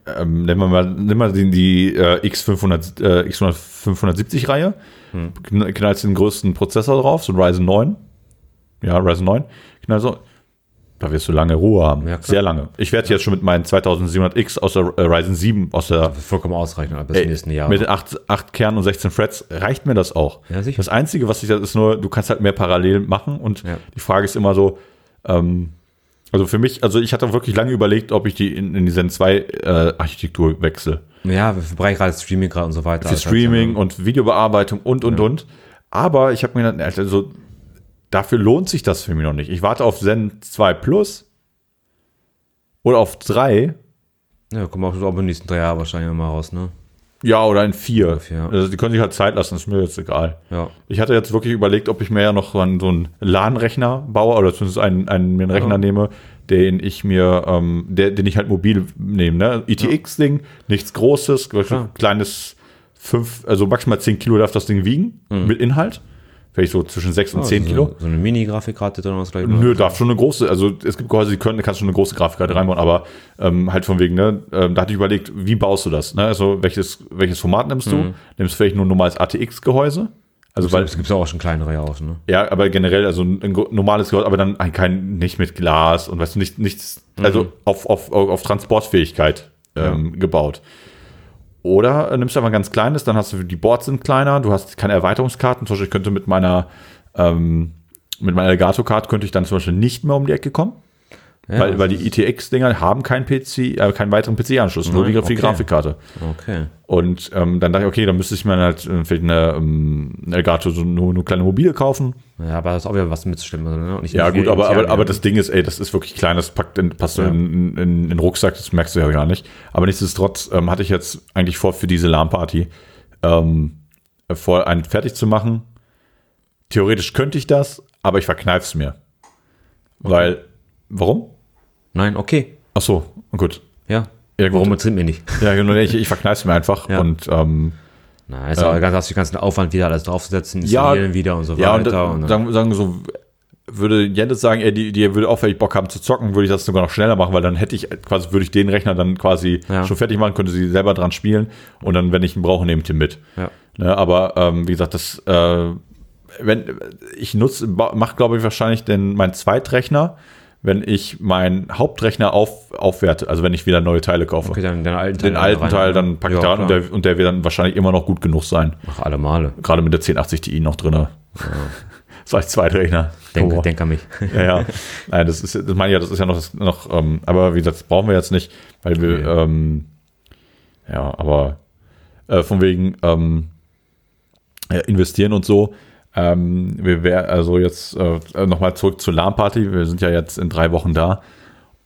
Speaker 2: ähm, nehmen wir mal, nimm mal die, die äh, X500, äh, X570-Reihe, kn- knallst den größten Prozessor drauf, so ein Ryzen 9. Ja, Ryzen 9. Knallst so, da wirst du lange Ruhe haben.
Speaker 1: Ja, klar.
Speaker 2: Sehr lange. Ich werde jetzt schon mit meinen 2700X aus der äh, Ryzen 7, aus der
Speaker 1: Vollkommen ausreichend, aber bis
Speaker 2: ey,
Speaker 1: zum nächsten Jahr.
Speaker 2: mit 8, acht Kernen und 16 Threads, reicht mir das auch.
Speaker 1: Ja, sicher.
Speaker 2: Das Einzige, was ich da ist nur, du kannst halt mehr parallel machen und
Speaker 1: Ja.
Speaker 2: die Frage ist immer so, ähm, also für mich, also ich hatte wirklich lange überlegt, ob ich die in, in die Zen 2 äh, Architektur wechsle.
Speaker 1: ja, für Bereich gerade Streaming gerade und so weiter.
Speaker 2: Für
Speaker 1: Also,
Speaker 2: Streaming und Videobearbeitung und, und, und. Aber ich habe mir gedacht, nee, also dafür lohnt sich das für mich noch nicht. Ich warte auf Zen 2 Plus oder auf 3
Speaker 1: Ja, kommen auch, auch in den nächsten drei Jahren wahrscheinlich mal raus, ne?
Speaker 2: Ja, oder in vier.
Speaker 1: Vier.
Speaker 2: Also die können sich halt Zeit lassen, ist mir jetzt egal.
Speaker 1: Ja.
Speaker 2: Ich hatte jetzt wirklich überlegt, ob ich mir ja noch so einen, so einen LAN-Rechner baue oder zumindest einen, einen, mir einen Rechner
Speaker 1: Ja.
Speaker 2: nehme, den ich mir, ähm, der, den ich halt mobil nehme. Ne? ITX-Ding, nichts Großes,
Speaker 1: Klar.
Speaker 2: kleines fünf, also maximal 10 Kilo darf das Ding wiegen
Speaker 1: Mhm.
Speaker 2: mit Inhalt. Vielleicht so zwischen 6 und 10
Speaker 1: so,
Speaker 2: Kilo.
Speaker 1: Also So eine Mini-Grafikkarte drin was gleich.
Speaker 2: Nö, darf schon eine große, also es gibt Gehäuse, die können, da kannst du schon eine große
Speaker 1: Mhm.
Speaker 2: Grafikkarte reinbauen, aber ähm, halt von wegen, ne, ähm, da hatte ich überlegt, wie baust du das? Ne? Also welches, welches Format nimmst
Speaker 1: Mhm.
Speaker 2: du? Nimmst vielleicht nur ein normales ATX-Gehäuse? Also weil,
Speaker 1: es gibt ja auch schon kleinere auch, ne?
Speaker 2: ja, aber generell, also ein, ein gro- normales Gehäuse, aber dann ein, kein, nicht mit Glas und weißt du, nicht, nichts,
Speaker 1: Mhm.
Speaker 2: also auf, auf, auf Transportfähigkeit ähm, gebaut. Oder äh, nimmst du einfach ein ganz kleines, dann hast du die Boards sind kleiner, du hast keine Erweiterungskarten. Zum Beispiel, ich könnte mit meiner, ähm, mit meiner Elgato-Card könnte ich dann zum Beispiel nicht mehr um die Ecke kommen,
Speaker 1: Ja,
Speaker 2: weil, weil die ITX-Dinger haben keinen PC, äh, keinen weiteren PC-Anschluss, nur die,
Speaker 1: Nein, Mhm,
Speaker 2: die
Speaker 1: okay.
Speaker 2: Grafikkarte.
Speaker 1: Okay.
Speaker 2: Und ähm, dann dachte ich, okay, dann müsste ich mir halt äh, vielleicht eine, ähm, eine Elgato so nur eine kleine Mobile kaufen.
Speaker 1: Ja, aber das ist auch wieder was mitzustimmen, ne? Und nicht
Speaker 2: Ja,
Speaker 1: nicht
Speaker 2: gut,
Speaker 1: viel
Speaker 2: aber,
Speaker 1: ins
Speaker 2: aber,
Speaker 1: Jahr
Speaker 2: aber
Speaker 1: gehen.
Speaker 2: das Ding ist, ey, das ist wirklich klein, das packt in, passt so in, in, in den Rucksack, das merkst du ja gar nicht. Aber nichtsdestotrotz ähm, hatte ich jetzt eigentlich vor, für diese LAN-Party ähm, vor, einen fertig zu machen. Theoretisch könnte ich das, aber ich verkneif's mir. Weil, warum?
Speaker 1: Nein, okay.
Speaker 2: Ach so, gut.
Speaker 1: Ja.
Speaker 2: Ja, gut.
Speaker 1: Warum erzählt mir nicht?
Speaker 2: Ja, genau, nee, ich, ich verkneif's mir einfach
Speaker 1: Ja.
Speaker 2: und ähm,
Speaker 1: Na, ist aber ganz, hast du den ganzen Aufwand wieder alles draufsetzen,
Speaker 2: Ja,
Speaker 1: installieren wieder und so
Speaker 2: Ja, und,
Speaker 1: weiter.
Speaker 2: da-
Speaker 1: und dann-
Speaker 2: sagen, sagen wir so, würde Jens sagen, er die, die würde auch vielleicht Bock haben zu zocken, würde ich das sogar noch schneller machen, weil dann hätte ich äh, quasi, würde ich den Rechner dann quasi
Speaker 1: Ja.
Speaker 2: schon fertig machen, könnte sie selber dran spielen und dann, wenn ich ihn brauche, nehme ich ihn mit.
Speaker 1: Ja.
Speaker 2: Ne, aber ähm, wie gesagt, das, äh, wenn ich nutze, mache glaube ich wahrscheinlich den, meinen Zweitrechner, wenn ich meinen Hauptrechner auf, aufwerte, also wenn ich wieder neue Teile kaufe.
Speaker 1: Okay, dann den alten Teil.
Speaker 2: Den alten
Speaker 1: rein. ne?
Speaker 2: Teil dann packe ich da
Speaker 1: Ja,
Speaker 2: rein und
Speaker 1: klar.
Speaker 2: der, und der wird dann wahrscheinlich immer noch Äh, gut genug sein
Speaker 1: Ach, alle Male.
Speaker 2: gerade mit der 1080 Ti noch drin. so als Zweitrainer.
Speaker 1: Denk, denk an mich.
Speaker 2: Ja, ja. Nein, das ist, das meine ich ja, das ist ja noch, das- noch ähm, aber wie gesagt, das brauchen wir jetzt nicht, weil wir,
Speaker 1: Nee.
Speaker 2: ähm, ja, aber äh, von wegen ähm, ja, investieren und so. Ähm, wir wär, also jetzt äh, nochmal zurück zur LAM-Party. Wir sind ja jetzt in drei Wochen da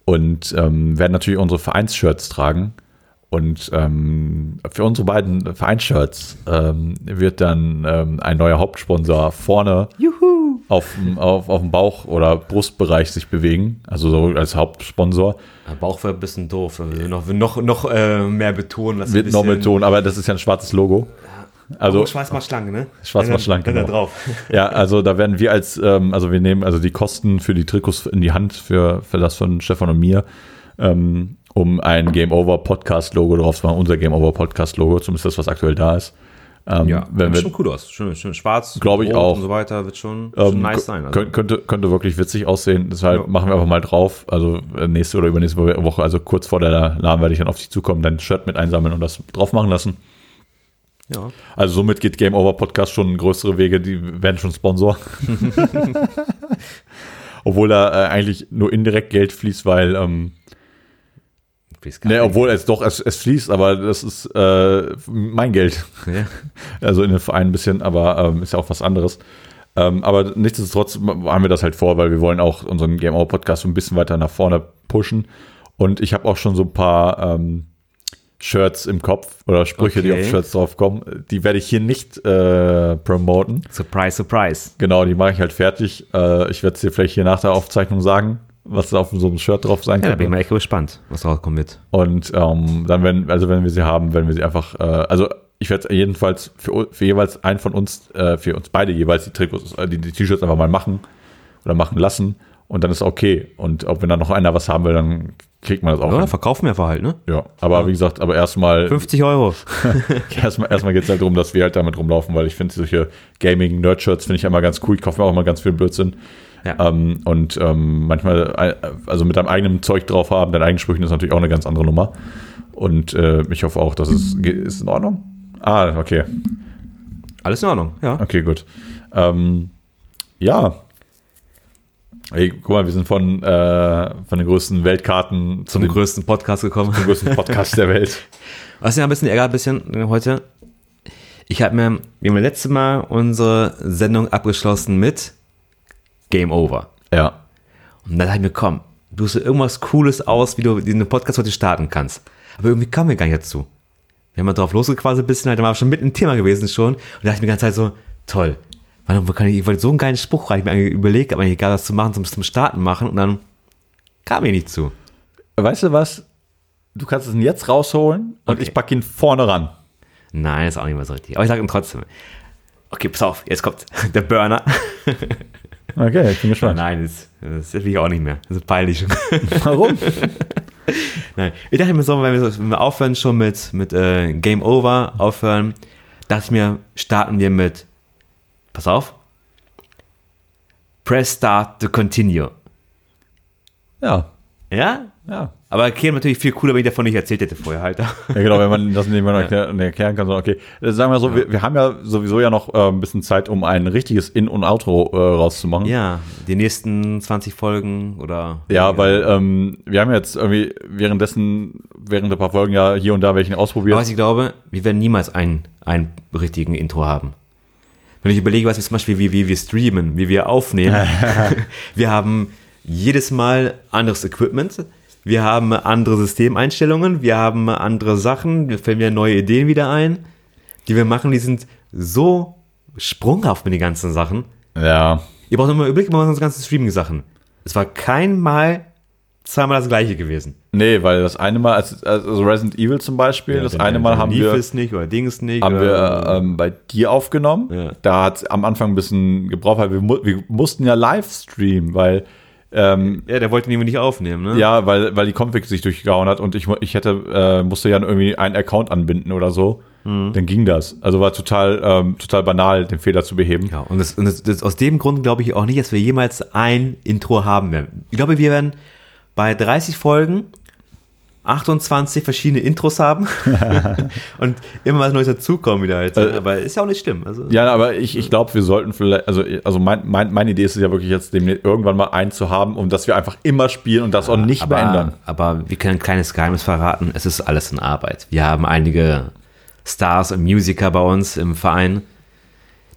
Speaker 2: und ähm, werden natürlich unsere Vereinsshirts tragen. Und ähm, für unsere beiden Vereinsshirts ähm, wird dann ähm, ein neuer Hauptsponsor vorne auf, dem- auf, auf dem Bauch- oder Brustbereich sich bewegen. Also so als Hauptsponsor.
Speaker 1: Aber Bauch wäre Äh, ein bisschen doof. Wir würden noch, noch, noch äh, mehr betonen. dass ein
Speaker 2: Wird noch
Speaker 1: bisschen-
Speaker 2: mit Ton, aber das ist ja ein schwarzes Logo. Also
Speaker 1: Oh, Schwarzmarschlange, ne?
Speaker 2: Schwarzmarschlange,
Speaker 1: Dann, dann,
Speaker 2: genau.
Speaker 1: dann drauf.
Speaker 2: Ja, also da werden wir als, ähm, also wir nehmen also die Kosten für die Trikots in die Hand für, für das von Stefan und mir, ähm, um ein Game Over Podcast Logo drauf zu machen, unser Game Over Podcast Logo, zumindest das, was aktuell da ist. Ähm,
Speaker 1: Ja,
Speaker 2: wenn
Speaker 1: sieht
Speaker 2: wir,
Speaker 1: schon cool aus. Schön, schön schwarz,
Speaker 2: Glaub ich
Speaker 1: rot
Speaker 2: auch.
Speaker 1: und so weiter. Wird schon, schon
Speaker 2: ähm,
Speaker 1: nice sein. Also.
Speaker 2: könnt- könnte, könnte wirklich witzig aussehen, deshalb
Speaker 1: Ja.
Speaker 2: machen wir einfach mal drauf, also äh, nächste oder übernächste Woche, also kurz vor der Alarm werde ich dann auf dich zukommen, dein Shirt mit einsammeln und das drauf machen lassen.
Speaker 1: Ja.
Speaker 2: Also somit geht Game Over Podcast schon größere Wege, die werden schon Sponsor. Obwohl da äh, eigentlich nur indirekt Geld fließt, weil, ähm,
Speaker 1: Fließt gar
Speaker 2: ne,
Speaker 1: nicht.
Speaker 2: obwohl es doch, es, es fließt, aber das ist äh, mein Geld.
Speaker 1: Ja.
Speaker 2: Also in den Verein ein bisschen, aber ähm, ist ja auch was anderes. Ähm, aber nichtsdestotrotz haben wir das halt vor, weil wir wollen auch unseren Game Over Podcast so ein bisschen weiter nach vorne pushen. Und ich habe auch schon so ein paar ähm, Shirts im Kopf oder Sprüche, die
Speaker 1: Okay.
Speaker 2: auf Shirts draufkommen. Die werde ich hier nicht äh, promoten.
Speaker 1: Surprise, surprise.
Speaker 2: Genau, die mache ich halt fertig. Äh, ich werde es dir vielleicht hier nach der Aufzeichnung sagen, was da auf so einem Shirt drauf sein
Speaker 1: Ja, da bin ich
Speaker 2: kann.
Speaker 1: mal echt gespannt, was rauskommt mit.
Speaker 2: Und ähm, dann, wenn, also wenn wir sie haben, werden wir sie einfach, äh, also ich werde jedenfalls für, u- für jeweils einen von uns, äh, für uns beide jeweils die Trikots, äh, die die T-Shirts einfach mal machen oder machen lassen. Und dann ist okay. Und ob wenn da noch einer was haben will, dann kriegt man das auch.
Speaker 1: Ja,
Speaker 2: hin.
Speaker 1: verkaufen wir einfach halt, ne?
Speaker 2: Ja, aber wie gesagt, aber erstmal
Speaker 1: 50 Euro.
Speaker 2: Erstmal, erstmal geht es halt darum, dass wir halt damit rumlaufen, weil ich finde solche Gaming-Nerd-Shirts finde ich immer ganz cool. Ich kaufe mir auch immer ganz viel Blödsinn.
Speaker 1: Ja.
Speaker 2: Ähm, und ähm, manchmal, äh, also mit deinem eigenen Zeug drauf haben, deinen eigenen Sprüchen ist natürlich auch eine ganz andere Nummer. Und äh, ich hoffe auch, dass es ge- ist in Ordnung. Ah, okay.
Speaker 1: Alles in Ordnung, ja.
Speaker 2: Okay, gut. Ähm, ja. Ey, guck mal, wir sind von, äh, von den größten Weltkarten
Speaker 1: Zum
Speaker 2: zum, dem
Speaker 1: größten Podcast gekommen.
Speaker 2: größten Podcast der Welt.
Speaker 1: Was mir ein bisschen ärgert, ein bisschen äh, heute. Ich habe mir, wir haben ja letztes Mal unsere Sendung abgeschlossen mit Game Over.
Speaker 2: Ja.
Speaker 1: Und dann dachte ich mir, komm, du hast irgendwas Cooles aus, wie du den Podcast heute starten kannst. Aber irgendwie kamen wir gar nicht dazu. Wir haben mal drauf losgequasi ein bisschen, halt, dann war ich schon mitten im Thema gewesen schon. Und da dachte ich mir die ganze Zeit so, toll. Mann, wo kann ich, ich wollte so einen geilen Spruch rein, ich hab mir eigentlich überlegt, aber egal was zu machen, zum, zum Starten machen. Und dann kam mir nicht zu.
Speaker 2: Weißt du was? Du kannst es ihn jetzt rausholen und
Speaker 1: Okay.
Speaker 2: ich packe ihn vorne ran.
Speaker 1: Nein, ist auch nicht mehr so richtig. Aber ich sage ihm trotzdem. Okay, pass auf, jetzt kommt der Burner.
Speaker 2: Okay, ich bin gespannt.
Speaker 1: Ah, Nein, das, das will ich auch nicht mehr. Das ist peinlich.
Speaker 2: Warum?
Speaker 1: Nein. Ich dachte mir so, wenn wir, wenn wir aufhören schon mit, mit äh, Game Over, aufhören, dachte ich mir, starten wir mit, pass auf, Press Start to Continue.
Speaker 2: Ja,
Speaker 1: Ja?
Speaker 2: ja.
Speaker 1: Aber käme natürlich viel cooler, wenn ich davon nicht erzählt hätte vorher halt.
Speaker 2: Ja, genau, wenn man das nicht mehr erklären, erklären kann, sondern okay. Äh, Sagen wir so, wir, wir haben ja sowieso ja noch äh, ein bisschen Zeit, um ein richtiges In- und Outro äh, rauszumachen.
Speaker 1: ja, die nächsten 20 Folgen oder...
Speaker 2: Ja, weil ähm, wir haben jetzt irgendwie währenddessen, während ein paar Folgen ja hier und da welche
Speaker 1: Aber
Speaker 2: ausprobiert.
Speaker 1: was ich glaube, wir werden niemals einen, einen richtigen Intro haben. Wenn ich überlege, was wir zum Beispiel, wie, wie wir streamen, wie wir aufnehmen. wir haben jedes Mal anderes Equipment. Wir haben andere Systemeinstellungen. Wir haben andere Sachen. Wir fällen mir neue Ideen wieder ein, die wir machen. Die sind so sprunghaft mit den ganzen Sachen.
Speaker 2: ja,
Speaker 1: Ihr braucht nochmal Überblick über unsere ganzen Streaming-Sachen. Es war kein Mal zweimal das gleiche gewesen.
Speaker 2: nee, weil das eine Mal, als- also Resident Evil zum Beispiel,
Speaker 1: genau.
Speaker 2: das eine Mal haben
Speaker 1: Lief
Speaker 2: wir.
Speaker 1: es nicht oder Ding es nicht.
Speaker 2: haben
Speaker 1: oder,
Speaker 2: wir ähm, bei dir aufgenommen.
Speaker 1: Ja.
Speaker 2: Da hat es am Anfang ein bisschen gebraucht, weil wir, mu wir mussten ja live streamen, weil ähm,
Speaker 1: Ja, der wollte ihn nämlich nicht aufnehmen, ne?
Speaker 2: ja, weil, weil die Config sich durchgehauen hat und ich, mu- ich hätte, äh, musste ja irgendwie einen Account anbinden oder so.
Speaker 1: Mhm.
Speaker 2: Dann ging das. Also war total, ähm, total banal, den Fehler zu beheben.
Speaker 1: Ja, Genau. und, das, und das, das, aus dem Grund glaube ich auch nicht, dass wir jemals ein Intro haben werden. Ich glaube, wir werden bei 30 Folgen 28 verschiedene Intros haben und immer was Neues dazukommen wieder. Jetzt. ne?
Speaker 2: Äh,
Speaker 1: aber ist ja auch nicht schlimm. Also,
Speaker 2: Ja, aber ich, ich glaube, wir sollten vielleicht, also, also mein, mein, meine Idee ist es ja wirklich jetzt, demnächst irgendwann mal einen zu haben, um dass wir einfach immer spielen und das auch nicht
Speaker 1: aber,
Speaker 2: mehr ändern.
Speaker 1: aber wir können ein kleines Geheimnis verraten. Es ist alles in Arbeit. Wir haben einige Stars und Musiker bei uns im Verein,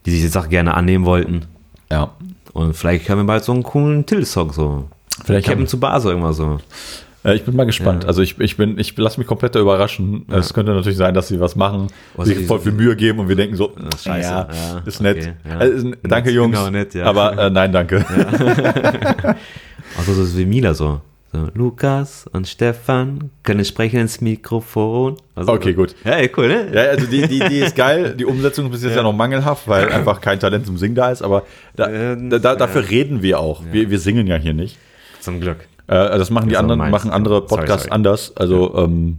Speaker 1: die sich die Sache gerne annehmen wollten.
Speaker 2: Ja.
Speaker 1: Und vielleicht haben wir bald so einen coolen Till-Song so.
Speaker 2: Vielleicht
Speaker 1: Captain
Speaker 2: haben-
Speaker 1: zu Bar so irgendwas so.
Speaker 2: Äh, Ich bin mal gespannt. Also ich, ich bin, ich lasse mich komplett da überraschen. Es könnte natürlich sein, dass sie was machen,
Speaker 1: Was
Speaker 2: sich
Speaker 1: Oh, sie-
Speaker 2: voll viel Mühe geben und wir denken so,
Speaker 1: scheiße.
Speaker 2: ja,
Speaker 1: Ja,
Speaker 2: ist
Speaker 1: okay,
Speaker 2: nett.
Speaker 1: ja.
Speaker 2: Äh, ist- danke
Speaker 1: Nett,
Speaker 2: Jungs,
Speaker 1: genau, nett, ja.
Speaker 2: aber äh, nein, danke.
Speaker 1: Also so wie Mila so. so. Lukas und Stefan können sprechen ins Mikrofon. Also,
Speaker 2: Okay, gut.
Speaker 1: Ja, ey, cool, ne?
Speaker 2: Ja, also die, die, die ist geil. Die Umsetzung ist bis jetzt ja. noch mangelhaft, weil einfach kein Talent zum Singen da ist. Aber da,
Speaker 1: Ähm,
Speaker 2: da, da, dafür reden wir auch. Wir, wir singen ja hier nicht.
Speaker 1: Zum Glück.
Speaker 2: Äh, das machen die
Speaker 1: Das war
Speaker 2: anderen,
Speaker 1: meins.
Speaker 2: machen andere
Speaker 1: Sorry,
Speaker 2: Podcasts
Speaker 1: sorry.
Speaker 2: anders. Also ähm,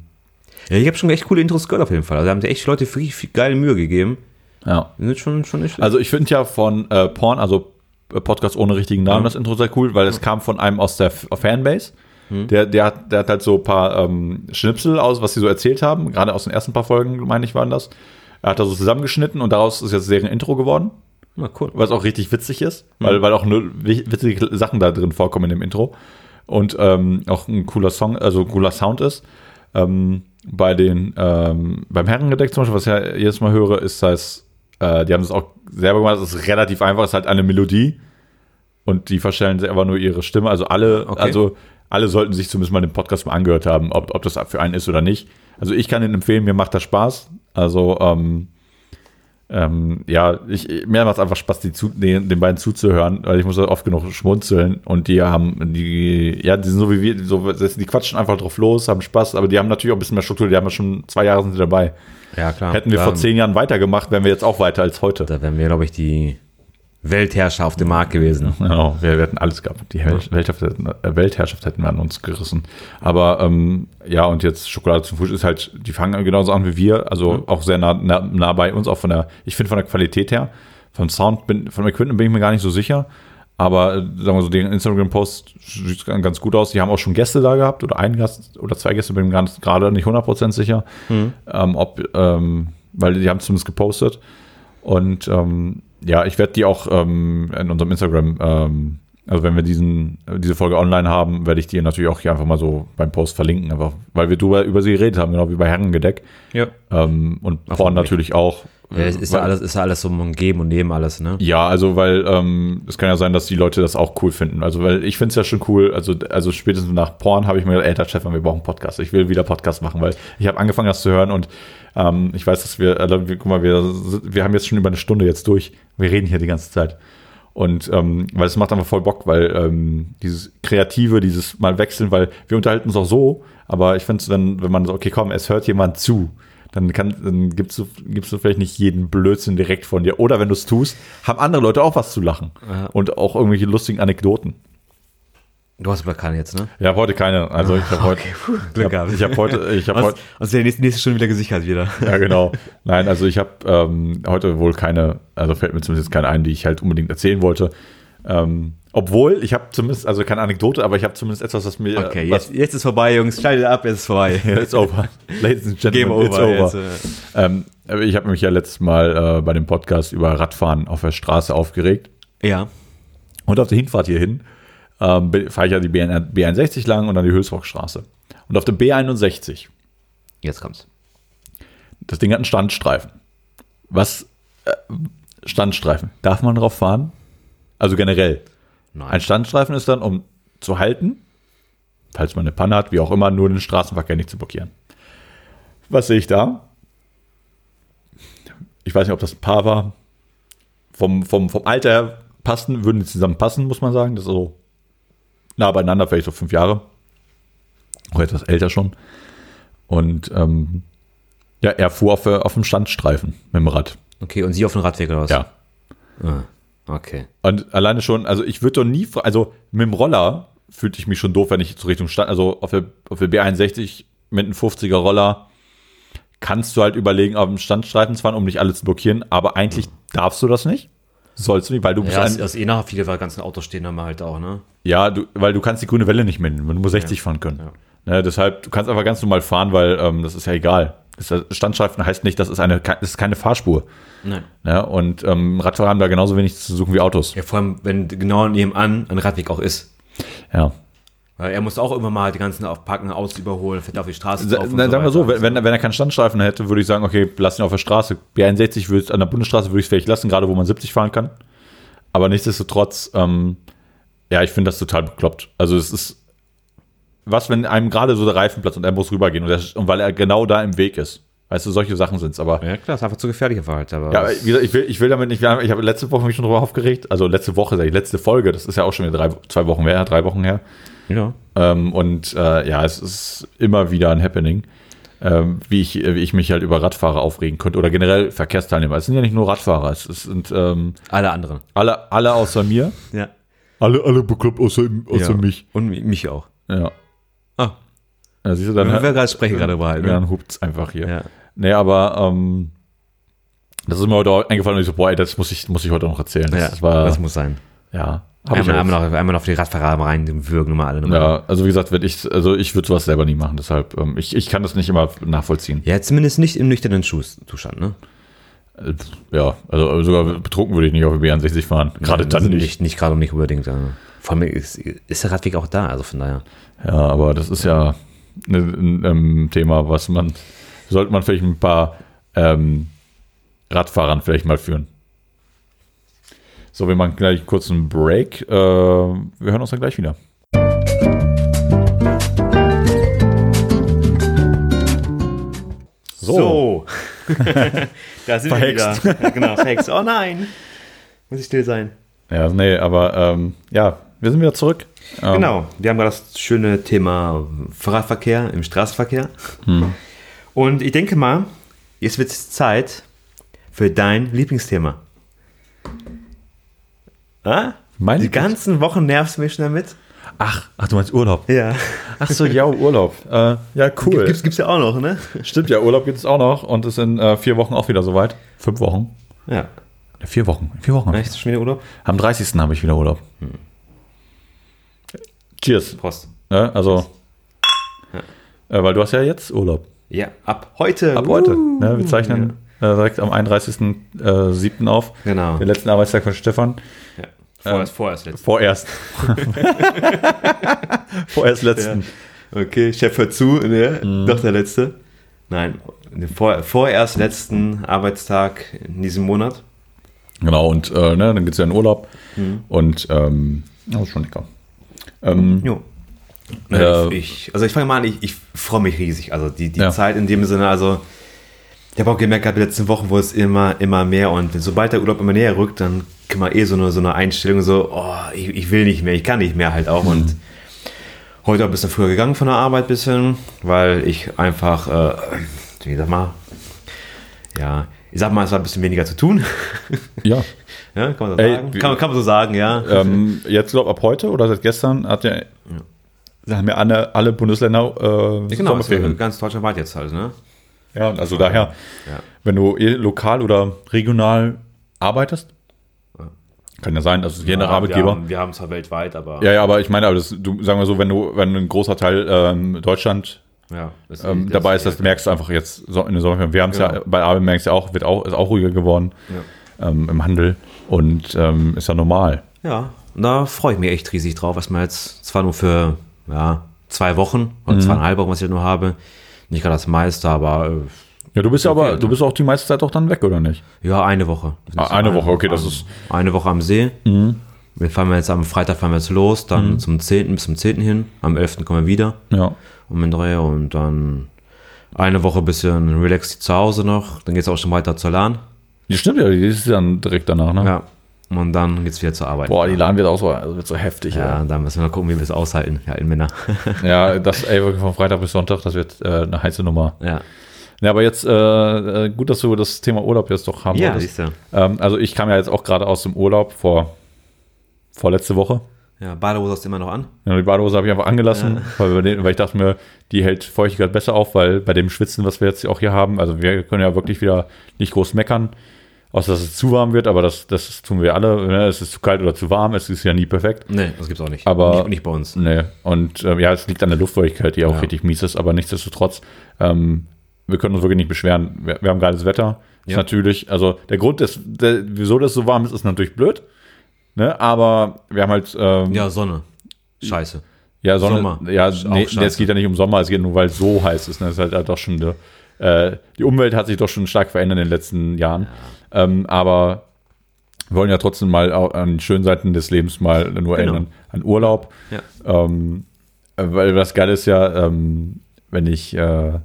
Speaker 1: Ja, ich habe schon echt coole Intros gehört auf jeden Fall. Also da haben sich echt Leute viel, viel geile Mühe gegeben.
Speaker 2: ja.
Speaker 1: Die sind schon, schon nicht schlecht.
Speaker 2: Also ich finde ja von äh, Porn, also äh, Podcast ohne richtigen Namen, das Intro sehr cool, weil es kam von einem aus der F Fanbase.
Speaker 1: Hm.
Speaker 2: Der, der, hat, der hat halt so ein paar ähm, Schnipsel aus, was sie so erzählt haben. Gerade aus den ersten paar Folgen, meine ich, waren das. Er hat da so zusammengeschnitten und daraus ist jetzt deren Intro geworden,
Speaker 1: Na, cool.
Speaker 2: was auch richtig witzig ist, weil, weil auch nur wi- witzige Sachen da drin vorkommen in dem Intro. Und ähm, auch ein cooler Song, also ein cooler Sound ist. Ähm, bei den, ähm, beim Herrengedeck zum Beispiel, was ich ja jedes Mal höre, ist das, äh, die haben es auch selber gemacht, es ist relativ einfach, es ist halt eine Melodie und die verstellen selber nur ihre Stimme. Also alle,
Speaker 1: Okay.
Speaker 2: also alle sollten sich zumindest mal den Podcast mal angehört haben, ob, ob das für einen ist oder nicht. Also ich kann den empfehlen, mir macht das Spaß. Also, ähm, ähm, ja, ich, mir macht es einfach Spaß, die zu, den, den beiden zuzuhören, weil ich muss da oft genug schmunzeln und die haben, die, ja, die sind so wie wir, so, die quatschen einfach drauf los, haben Spaß, aber die haben natürlich auch ein bisschen mehr Struktur, die haben ja schon zwei Jahre sind sie dabei.
Speaker 1: Ja, klar.
Speaker 2: Hätten wir
Speaker 1: da,
Speaker 2: vor zehn Jahren weitergemacht, wären wir jetzt auch weiter als heute.
Speaker 1: Da wären wir, glaube ich, die Weltherrscher auf dem Markt gewesen.
Speaker 2: Genau, wir, wir hätten alles gehabt. Die Hel- Weltherrschaft, hätten- äh, Weltherrschaft hätten wir an uns gerissen. Aber ähm, ja, und jetzt Schokolade zum Frühstück ist halt, die fangen genauso an wie wir, also auch sehr nah, nah, nah bei uns, auch von der, ich finde von der Qualität her, vom Sound, bin, vom Equipment bin ich mir gar nicht so sicher. Aber äh, sagen wir so, den Instagram-Post sieht ganz ganz gut aus. Die haben auch schon Gäste da gehabt oder einen Gast oder zwei Gäste, bin mir ganz- gerade nicht 100% sicher, ähm, ob, ähm, weil die haben zumindest gepostet. Und ähm, ja, ich werde die auch ähm, in unserem Instagram, ähm, also wenn wir diesen, diese Folge online haben, werde ich die natürlich auch hier einfach mal so beim Post verlinken, einfach, weil wir drüber, über sie geredet haben, genau wie bei Herrengedeck.
Speaker 1: Ja.
Speaker 2: Ähm, und Porn
Speaker 1: Blick.
Speaker 2: natürlich auch.
Speaker 1: Ja, es ist ja
Speaker 2: Weil-
Speaker 1: alles, ist ja alles so ein Geben und Nehmen alles, ne?
Speaker 2: ja, also weil ähm, es kann ja sein, dass die Leute das auch cool finden. Also weil ich find's ja schon cool, also, also spätestens nach Porn habe ich mir gedacht, ey, da, Stefan, wir brauchen einen Podcast. Ich will wieder Podcast machen, weil ich habe angefangen, das zu hören und ähm, ich weiß, dass wir, also, wir- guck mal, wir, wir haben jetzt schon über eine Stunde jetzt durch. Wir reden hier die ganze Zeit. Und ähm, weil es macht einfach voll Bock, weil ähm, dieses Kreative, dieses Mal wechseln, weil wir unterhalten uns auch so, aber ich finde es dann, wenn man so, okay, komm, es hört jemand zu, dann, kann, dann gibst, du, gibst du vielleicht nicht jeden Blödsinn direkt von dir. Oder wenn du es tust, haben andere Leute auch was zu lachen. Und auch irgendwelche lustigen Anekdoten.
Speaker 1: Du hast aber keine jetzt, ne?
Speaker 2: Ich habe heute keine, also ich habe heute,
Speaker 1: Ah, Glück
Speaker 2: ich habe
Speaker 1: gehabt.
Speaker 2: ich hab heute, ich habe
Speaker 1: Also,
Speaker 2: heute,
Speaker 1: also der nächste, nächste schon wieder gesichert wieder.
Speaker 2: ja genau, nein, also ich habe ähm, heute wohl keine, also fällt mir zumindest jetzt keine ein, die ich halt unbedingt erzählen wollte. Ähm, obwohl, ich habe zumindest, also keine Anekdote, aber ich habe zumindest etwas, was mir,
Speaker 1: Okay,
Speaker 2: was,
Speaker 1: jetzt, jetzt ist vorbei, Jungs. Schaltet ab, jetzt ist vorbei.
Speaker 2: Ja, it's over. Ladies and Gentlemen,
Speaker 1: Game
Speaker 2: it's
Speaker 1: over.
Speaker 2: over.
Speaker 1: Jetzt, äh,
Speaker 2: ähm, aber ich habe mich ja letztes Mal äh, bei dem Podcast über Radfahren auf der Straße aufgeregt.
Speaker 1: ja.
Speaker 2: Und auf der Hinfahrt hierhin ähm, fahre ich ja die BN, B61 lang und dann die Hülsrockstraße. Und auf der B61,
Speaker 1: Jetzt kommt's.
Speaker 2: das Ding hat einen Standstreifen. Was? Äh, Standstreifen. Darf man drauf fahren? Also generell.
Speaker 1: Nein.
Speaker 2: Ein Standstreifen ist dann, um zu halten, falls man eine Panne hat, wie auch immer, nur den Straßenverkehr nicht zu blockieren. Was sehe ich da? Ich weiß nicht, ob das ein Paar war. Vom, vom, vom Alter her passen, würden die zusammen passen, muss man sagen. Das ist so nah beieinander, vielleicht so fünf Jahre. Auch etwas älter schon. Und ähm, ja, er fuhr auf, äh, auf dem Standstreifen mit dem Rad.
Speaker 1: Okay, und sie auf dem Radweg oder was?
Speaker 2: Ja.
Speaker 1: Ah, okay.
Speaker 2: Und alleine schon, also ich würde doch nie, fra- also mit dem Roller fühlte ich mich schon doof, wenn ich zur Richtung stand. Also auf der, auf der B61 mit einem 50er Roller kannst du halt überlegen, auf dem Standstreifen zu fahren, um nicht alles zu blockieren. Aber eigentlich darfst du das nicht. Sollst du nicht, weil du bist
Speaker 1: Ja,
Speaker 2: ein,
Speaker 1: aus, aus eh nachher viele ganzen Autos stehen da mal halt auch, ne?
Speaker 2: ja, du, weil du kannst die grüne Welle nicht mitnehmen. Du musst 60 fahren können. Ne, deshalb, du kannst einfach ganz normal fahren, weil ähm, das ist ja egal. Das Standschaften heißt nicht, das ist, eine, das ist keine Fahrspur.
Speaker 1: Nein.
Speaker 2: Ne? Und ähm, Radfahrer haben da genauso wenig zu suchen wie Autos.
Speaker 1: Ja, vor allem, wenn genau nebenan ein Radweg auch ist.
Speaker 2: Ja.
Speaker 1: Weil er muss auch immer mal die ganzen aufpacken, aus überholen, fährt auf die Straße
Speaker 2: Sa
Speaker 1: drauf und
Speaker 2: na, sagen
Speaker 1: weiter.
Speaker 2: wir so, wenn, wenn er wenn er keinen Standstreifen hätte, würde ich sagen, okay, lass ihn auf der Straße. B61 würde ich- an der Bundesstraße würde ich es vielleicht lassen, gerade wo man 70 fahren kann. Aber nichtsdestotrotz, ähm, ja, ich finde das total bekloppt. Also es ist, was, wenn einem gerade so der Reifenplatz und er muss rübergehen und, der, und weil er genau da im Weg ist. Weißt du, solche Sachen sind es, aber.
Speaker 1: Ja, klar, ist einfach zu gefährlich war halt. Aber
Speaker 2: Ja, aber wie gesagt, ich will, ich will damit nicht, ich habe letzte Woche mich schon drüber aufgeregt, also letzte Woche, sag ich, letzte Folge, das ist ja auch schon wieder drei, zwei Wochen her, drei Wochen her.
Speaker 1: ja.
Speaker 2: Ähm, und äh, ja, es ist immer wieder ein Happening, ähm, wie, ich, wie ich mich halt über Radfahrer aufregen könnte oder generell Verkehrsteilnehmer. Es sind ja nicht nur Radfahrer, es, es sind ähm,
Speaker 1: alle anderen.
Speaker 2: alle, alle außer mir.
Speaker 1: Ja.
Speaker 2: Alle, alle bekloppt außer,
Speaker 1: ja. Und mi- mich auch.
Speaker 2: Ja.
Speaker 1: Ah,
Speaker 2: ja siehst du, dann,
Speaker 1: wir gerade sprechen gerade über halt.
Speaker 2: ja,
Speaker 1: Ne?
Speaker 2: dann hupt's einfach hier.
Speaker 1: Ja.
Speaker 2: Nee, aber ähm, das ist mir heute auch eingefallen und ich so, boah, ey, das muss ich, muss ich heute noch erzählen. Das,
Speaker 1: Ja,
Speaker 2: das war,
Speaker 1: das muss sein.
Speaker 2: ja, hab ich
Speaker 1: Einmal,
Speaker 2: auch.
Speaker 1: einmal, noch, einmal noch auf die Radfahrer reinwürgen, nochmal alle. nochmal.
Speaker 2: Ja, also wie gesagt, wenn ich, also ich würde sowas selber nie machen, deshalb, ähm, ich, ich kann das nicht immer nachvollziehen.
Speaker 1: Ja, zumindest nicht im nüchternen Schuss- Zustand, ne?
Speaker 2: Äh, Ja, also sogar betrunken würde ich nicht auf die B61 fahren. Gerade Ah, dann
Speaker 1: Also
Speaker 2: nicht.
Speaker 1: Nicht, nicht gerade und nicht unbedingt. Ja. Vor allem ist, ist der Radweg auch da, also von daher.
Speaker 2: Ja, aber das ist ja ein, ein, ähm, Thema, was man, sollte man vielleicht mit ein paar ähm, Radfahrern vielleicht mal führen. So, wir machen gleich kurz einen Break. Äh, wir hören uns dann gleich wieder.
Speaker 1: So. da sind
Speaker 2: Verhext.
Speaker 1: wir wieder. Genau, verhext. Oh nein. Muss ich still sein.
Speaker 2: Ja, nee, aber ähm, ja, wir sind wieder zurück. Ähm,
Speaker 1: Genau, wir haben gerade das schöne Thema Fahrradverkehr im Straßenverkehr. Und ich denke mal, jetzt wird es Zeit für dein Lieblingsthema. Ah?
Speaker 2: Mein
Speaker 1: Die
Speaker 2: Lieblings-
Speaker 1: ganzen Wochen nervst du mich schon damit.
Speaker 2: Ach, ach, du meinst Urlaub.
Speaker 1: Ja.
Speaker 2: Ach so, ja, Urlaub. Äh, ja, cool.
Speaker 1: Gibt's, gibt's ja auch noch, ne?
Speaker 2: Stimmt, ja, Urlaub gibt es auch noch und ist in äh, vier Wochen auch wieder soweit. Fünf Wochen?
Speaker 1: Ja.
Speaker 2: Ja, Vier Wochen. Vier Wochen.
Speaker 1: Echt? Schon wieder Urlaub?
Speaker 2: Am 30. habe ich wieder Urlaub. Hm. Cheers.
Speaker 1: Prost.
Speaker 2: Ne? Also, äh, weil du hast ja jetzt Urlaub.
Speaker 1: Ja, ab heute.
Speaker 2: Ab heute. Ne? Wir zeichnen äh, direkt am 31.07. auf.
Speaker 1: Genau.
Speaker 2: Den letzten Arbeitstag von Stefan.
Speaker 1: Ja. Vorerst, vorerst jetzt.
Speaker 2: Vorerst. Vorerst letzten.
Speaker 1: Okay, Chef hört zu, ne? Doch der letzte. Nein, den vor, vorerst letzten Arbeitstag in diesem Monat.
Speaker 2: Genau, und äh, ne, dann geht es ja in Urlaub. Und ähm, das ist schon lecker. Ähm,
Speaker 1: Jo.
Speaker 2: Ja.
Speaker 1: Ich, ich, also ich fange mal an, ich, ich freue mich riesig. Also die, die
Speaker 2: Ja.
Speaker 1: Zeit in dem Sinne, also ich habe auch gemerkt, gehabt, die letzten Wochen wurde es immer, immer mehr und sobald der Urlaub immer näher rückt, dann kriegt man eh so eine, so eine Einstellung, so, oh, ich, ich will nicht mehr, ich kann nicht mehr halt auch. Und
Speaker 2: Mhm.
Speaker 1: heute auch ein bisschen früher gegangen von der Arbeit, bisschen, weil ich einfach, äh, wie sag mal, ja, ich sag mal, es war ein bisschen weniger zu tun.
Speaker 2: ja.
Speaker 1: ja, kann man so
Speaker 2: Ey,
Speaker 1: sagen.
Speaker 2: wie-
Speaker 1: Kann, man- kann man so sagen, ja.
Speaker 2: Ähm, jetzt, glaube ab heute oder seit gestern hat ja, haben ja alle, alle Bundesländer äh,
Speaker 1: genau, also
Speaker 2: Sommerferien.
Speaker 1: ganz deutschlandweit jetzt halt, ne?
Speaker 2: Ja, also daher,
Speaker 1: Ja.
Speaker 2: wenn du eh lokal oder regional arbeitest, kann ja sein, also je
Speaker 1: Wir
Speaker 2: nach Arbeitgeber.
Speaker 1: haben, wir haben zwar weltweit, aber
Speaker 2: ja, ja, aber ich meine, aber das, du, sagen wir so, wenn du, wenn ein großer Teil ähm, Deutschland
Speaker 1: ja, das-
Speaker 2: ähm,
Speaker 1: das-
Speaker 2: dabei ist, das merkst du einfach jetzt so in den Sommerferien. Wir haben es ja
Speaker 1: Genau.
Speaker 2: bei Arbeit merkst du ja auch, wird auch, ist auch ruhiger geworden
Speaker 1: Ja.
Speaker 2: ähm, im Handel und ähm, ist ja normal.
Speaker 1: Ja, und da freue ich mich echt riesig drauf, was man jetzt zwar nur für ja, zwei Wochen oder
Speaker 2: Mhm.
Speaker 1: zweieinhalb Wochen, was ich jetzt nur habe, nicht gerade das meiste, aber
Speaker 2: Ja, du bist ja aber, du bist auch die meiste Zeit auch dann weg, oder nicht?
Speaker 1: äh, ja, eine Woche.
Speaker 2: Ah, eine Woche, okay, das ist. Mhm.
Speaker 1: Eine Woche am See. Wir fahren wir jetzt am Freitag fahren wir jetzt los, dann zum 10. bis zum 10. hin. Am 11. kommen wir wieder
Speaker 2: Ja.
Speaker 1: um den Dreh und dann eine Woche bisschen relaxed zu Hause noch. Dann geht es auch schon weiter zur LAN.
Speaker 2: Die stimmt ja, die ist dann direkt danach, ne?
Speaker 1: Ja. Und dann geht's wieder zur Arbeit.
Speaker 2: Boah, die Lahn wird auch so, also wird so heftig.
Speaker 1: Ja, da müssen wir mal gucken, wie wir es aushalten, ja, in Männer.
Speaker 2: ey. ja das ey, wirklich von Freitag bis Sonntag, das wird äh, eine heiße Nummer.
Speaker 1: ja.
Speaker 2: Ja, aber jetzt äh, äh, gut, dass du das Thema Urlaub jetzt doch haben
Speaker 1: Ja,
Speaker 2: wolltest.
Speaker 1: siehst du.
Speaker 2: Ähm, also ich kam ja jetzt auch gerade aus dem Urlaub vor vorletzte Woche.
Speaker 1: Ja, Badehose hast du immer noch an.
Speaker 2: Ja, die Badehose habe ich einfach angelassen, weil, wir den, weil ich dachte mir, die hält Feuchtigkeit besser auf, weil bei dem Schwitzen, was wir jetzt auch hier haben, also wir können ja wirklich wieder nicht groß meckern. Außer, dass es zu warm wird, aber das, das tun wir alle. Ne? Es ist zu kalt oder zu warm, es ist ja nie perfekt.
Speaker 1: Nee, das gibt's auch nicht.
Speaker 2: Aber-
Speaker 1: nicht, nicht bei uns.
Speaker 2: Nee, und ähm, ja, es liegt an der Luftfeuchtigkeit, die auch
Speaker 1: Ja.
Speaker 2: richtig mies ist, aber nichtsdestotrotz, ähm, wir können uns wirklich nicht beschweren. Wir, wir haben geiles Wetter. Ist
Speaker 1: Ja.
Speaker 2: natürlich, also der Grund, ist, der, wieso das so warm ist, ist natürlich blöd. Ne? Aber wir haben halt, ähm, ja,
Speaker 1: Ja, Sonne. Scheiße.
Speaker 2: Sonne.
Speaker 1: Sommer.
Speaker 2: Ja,
Speaker 1: Ist auch
Speaker 2: nee, nee,
Speaker 1: scheiße.
Speaker 2: es geht ja nicht um Sommer, es geht nur, weil es so heiß ist. Ne? Es ist halt, halt doch schon, der- äh, die Umwelt hat sich doch schon stark verändert in den letzten Jahren. Ähm, aber wir wollen ja trotzdem mal auch an den schönen Seiten des Lebens mal nur erinnern. An Urlaub.
Speaker 1: Genau. Ja.
Speaker 2: Ähm, äh, weil das Geile ist ja, ähm, wenn ich äh,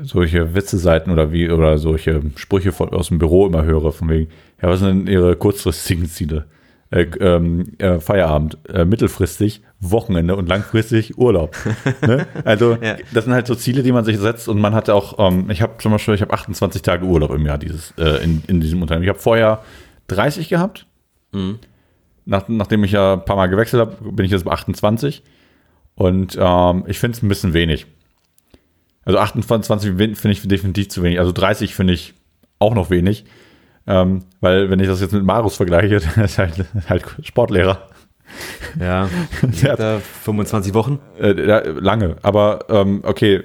Speaker 2: solche Witze-Seiten oder wie oder solche Sprüche von, aus dem Büro immer höre, von wegen, ja, was sind denn ihre kurzfristigen Ziele? Äh, k- ähm, äh, Feierabend, äh, mittelfristig, Wochenende und langfristig Urlaub. ne? Also
Speaker 1: Ja.
Speaker 2: das sind halt so Ziele, die man sich setzt und man hat auch, ähm, ich habe zum Beispiel, ich habe 28 Tage Urlaub im Jahr dieses, äh, in, in diesem Unternehmen. Ich habe vorher 30 gehabt, nach, nachdem ich ja ein paar Mal gewechselt habe, bin ich jetzt bei 28. Und ähm, ich finde es ein bisschen wenig. Also 28 win- finde ich definitiv zu wenig. Also 30 finde ich auch noch wenig. Ähm, weil, wenn ich das jetzt mit Marius vergleiche, der ist halt, halt Sportlehrer.
Speaker 1: Ja.
Speaker 2: Der hat
Speaker 1: Da 25 Wochen.
Speaker 2: äh, der- lange. Aber ähm, okay, äh,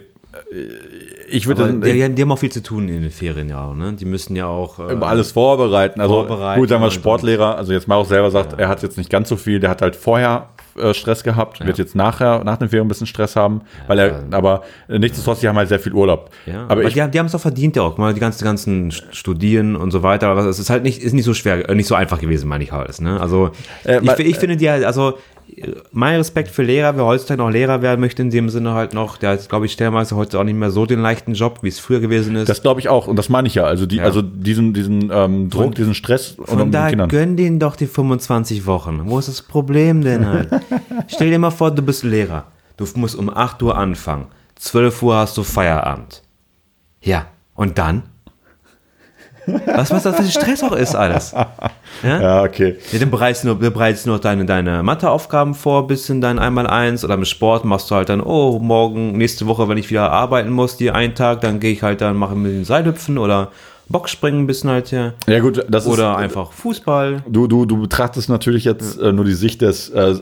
Speaker 2: ich
Speaker 1: Aber
Speaker 2: würde dann-
Speaker 1: die, die haben auch viel zu tun in den Ferien, ja. auch, Ne? Die müssen ja auch. Äh,
Speaker 2: Immer alles vorbereiten. Also
Speaker 1: Vorbereiten
Speaker 2: gut, sagen wir
Speaker 1: und-
Speaker 2: Sportlehrer, also jetzt Marius selber sagt, er hat jetzt nicht ganz so viel, der hat halt vorher äh, Stress gehabt, wird jetzt nachher, nach den Ferien ein bisschen Stress haben, weil er, aber äh, nichtsdestotrotz, die haben halt sehr viel Urlaub.
Speaker 1: Ja,
Speaker 2: aber ich,
Speaker 1: die, haben- die haben es doch verdient, ja auch. Guck Mal die ganzen, ganzen St- Studieren und so weiter. Aber es ist halt nicht, ist nicht so schwer, äh, nicht so einfach gewesen, meine ich halt. Ne? Also,
Speaker 2: Äh,
Speaker 1: ich,
Speaker 2: ma-
Speaker 1: ich finde die halt, also, äh, mein Respekt für Lehrer, wer heutzutage noch Lehrer werden möchte, in dem Sinne halt noch, der hat, glaube ich, stellenweise heute auch nicht mehr so den leichten Job, wie es früher gewesen ist.
Speaker 2: das glaube ich auch und das meine ich ja, also, die,
Speaker 1: Ja.
Speaker 2: also diesen, diesen ähm, Druck, diesen Stress und
Speaker 1: Von
Speaker 2: um
Speaker 1: da
Speaker 2: die Kindern.
Speaker 1: gönn denen doch die 25 Wochen. Wo ist das Problem denn halt? Stell dir mal vor, du bist Lehrer. Du musst um 8 Uhr anfangen. 12 Uhr hast du Feierabend. Ja, und dann? Was, was das für ein Stress auch ist alles. Ja?
Speaker 2: Ja, okay.
Speaker 1: Ja, dann bereitest du, nur- bereitest du noch deine, deine Matheaufgaben vor, bis in dein Einmaleins oder im Sport machst du halt dann, oh, morgen, nächste Woche, wenn ich wieder arbeiten muss, die einen Tag, dann gehe ich halt dann, mache ein bisschen Seilhüpfen oder Boxspringen ein bisschen halt hier.
Speaker 2: Ja gut, das
Speaker 1: Oder
Speaker 2: ist,
Speaker 1: einfach Fußball.
Speaker 2: Du, du, du betrachtest natürlich jetzt äh, nur die Sicht des, äh,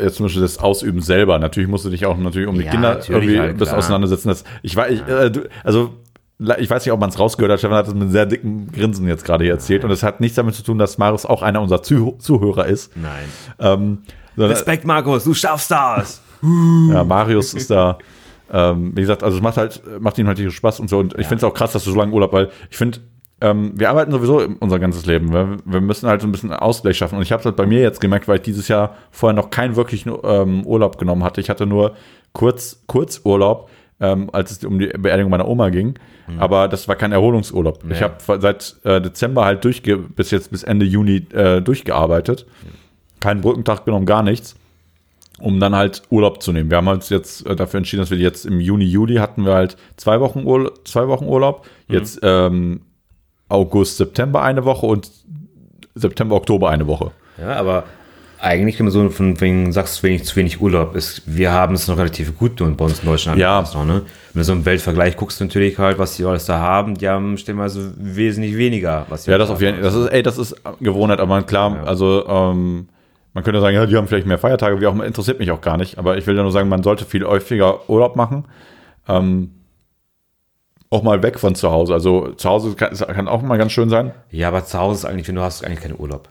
Speaker 2: jetzt zum Beispiel des Ausübens selber. Natürlich musst du dich auch natürlich um die
Speaker 1: Ja,
Speaker 2: Kinder
Speaker 1: natürlich,
Speaker 2: irgendwie
Speaker 1: halt,
Speaker 2: ein bisschen
Speaker 1: klar.
Speaker 2: auseinandersetzen. Das, ich war, ich, äh, du, also le- ich weiß nicht, ob man es rausgehört hat. Stefan hat es mit einem sehr dicken Grinsen jetzt gerade hier erzählt. Und es hat nichts damit zu tun, dass Marius auch einer unserer Zuh Zuhörer ist.
Speaker 1: Nein.
Speaker 2: Ähm, sondern,
Speaker 1: Respekt, Markus, du schaffst das.
Speaker 2: ja, Marius ist da. Ähm, wie gesagt, also es macht halt, macht ihm halt richtig Spaß und so. Und ich finde es auch krass, dass du so lange Urlaub, weil ich finde, ähm, wir arbeiten sowieso unser ganzes Leben. Wir, wir müssen halt so ein bisschen Ausgleich schaffen. Und ich habe es halt bei mir jetzt gemerkt, weil ich dieses Jahr vorher noch keinen wirklichen ähm, Urlaub genommen hatte. Ich hatte nur kurz, kurz Urlaub, ähm, als es um die Beerdigung meiner Oma ging. Aber das war kein Erholungsurlaub. Ich habe seit äh, Dezember halt durchge bis jetzt bis Ende Juni äh, durchgearbeitet. Keinen Brückentag genommen, gar nichts um dann halt Urlaub zu nehmen. Wir haben uns jetzt äh, dafür entschieden, dass wir jetzt im Juni, Juli hatten wir halt zwei Wochen, Urla zwei Wochen Urlaub, jetzt ähm, August, September eine Woche und September, Oktober eine Woche.
Speaker 1: Ja, aber eigentlich, wenn man so von wegen sagst, wenig, zu wenig Urlaub ist, wir haben es noch relativ gut bei uns in Deutschland.
Speaker 2: Ja.
Speaker 1: Noch, ne? Wenn du so im Weltvergleich guckst, natürlich halt, was die alles da haben, die haben stellenweise wesentlich weniger. Was die
Speaker 2: Ja, also das auf jeden Fall. Das ist, ey, das ist Gewohnheit, aber klar, also ähm, man könnte sagen, ja, die haben vielleicht mehr Feiertage, wie auch immer, interessiert mich auch gar nicht. Aber ich will ja nur sagen, man sollte viel häufiger Urlaub machen. Ähm, auch mal weg von zu Hause. Also zu Hause kann, kann auch mal ganz schön sein.
Speaker 1: Ja, aber zu Hause ist eigentlich, wenn du hast eigentlich keinen Urlaub.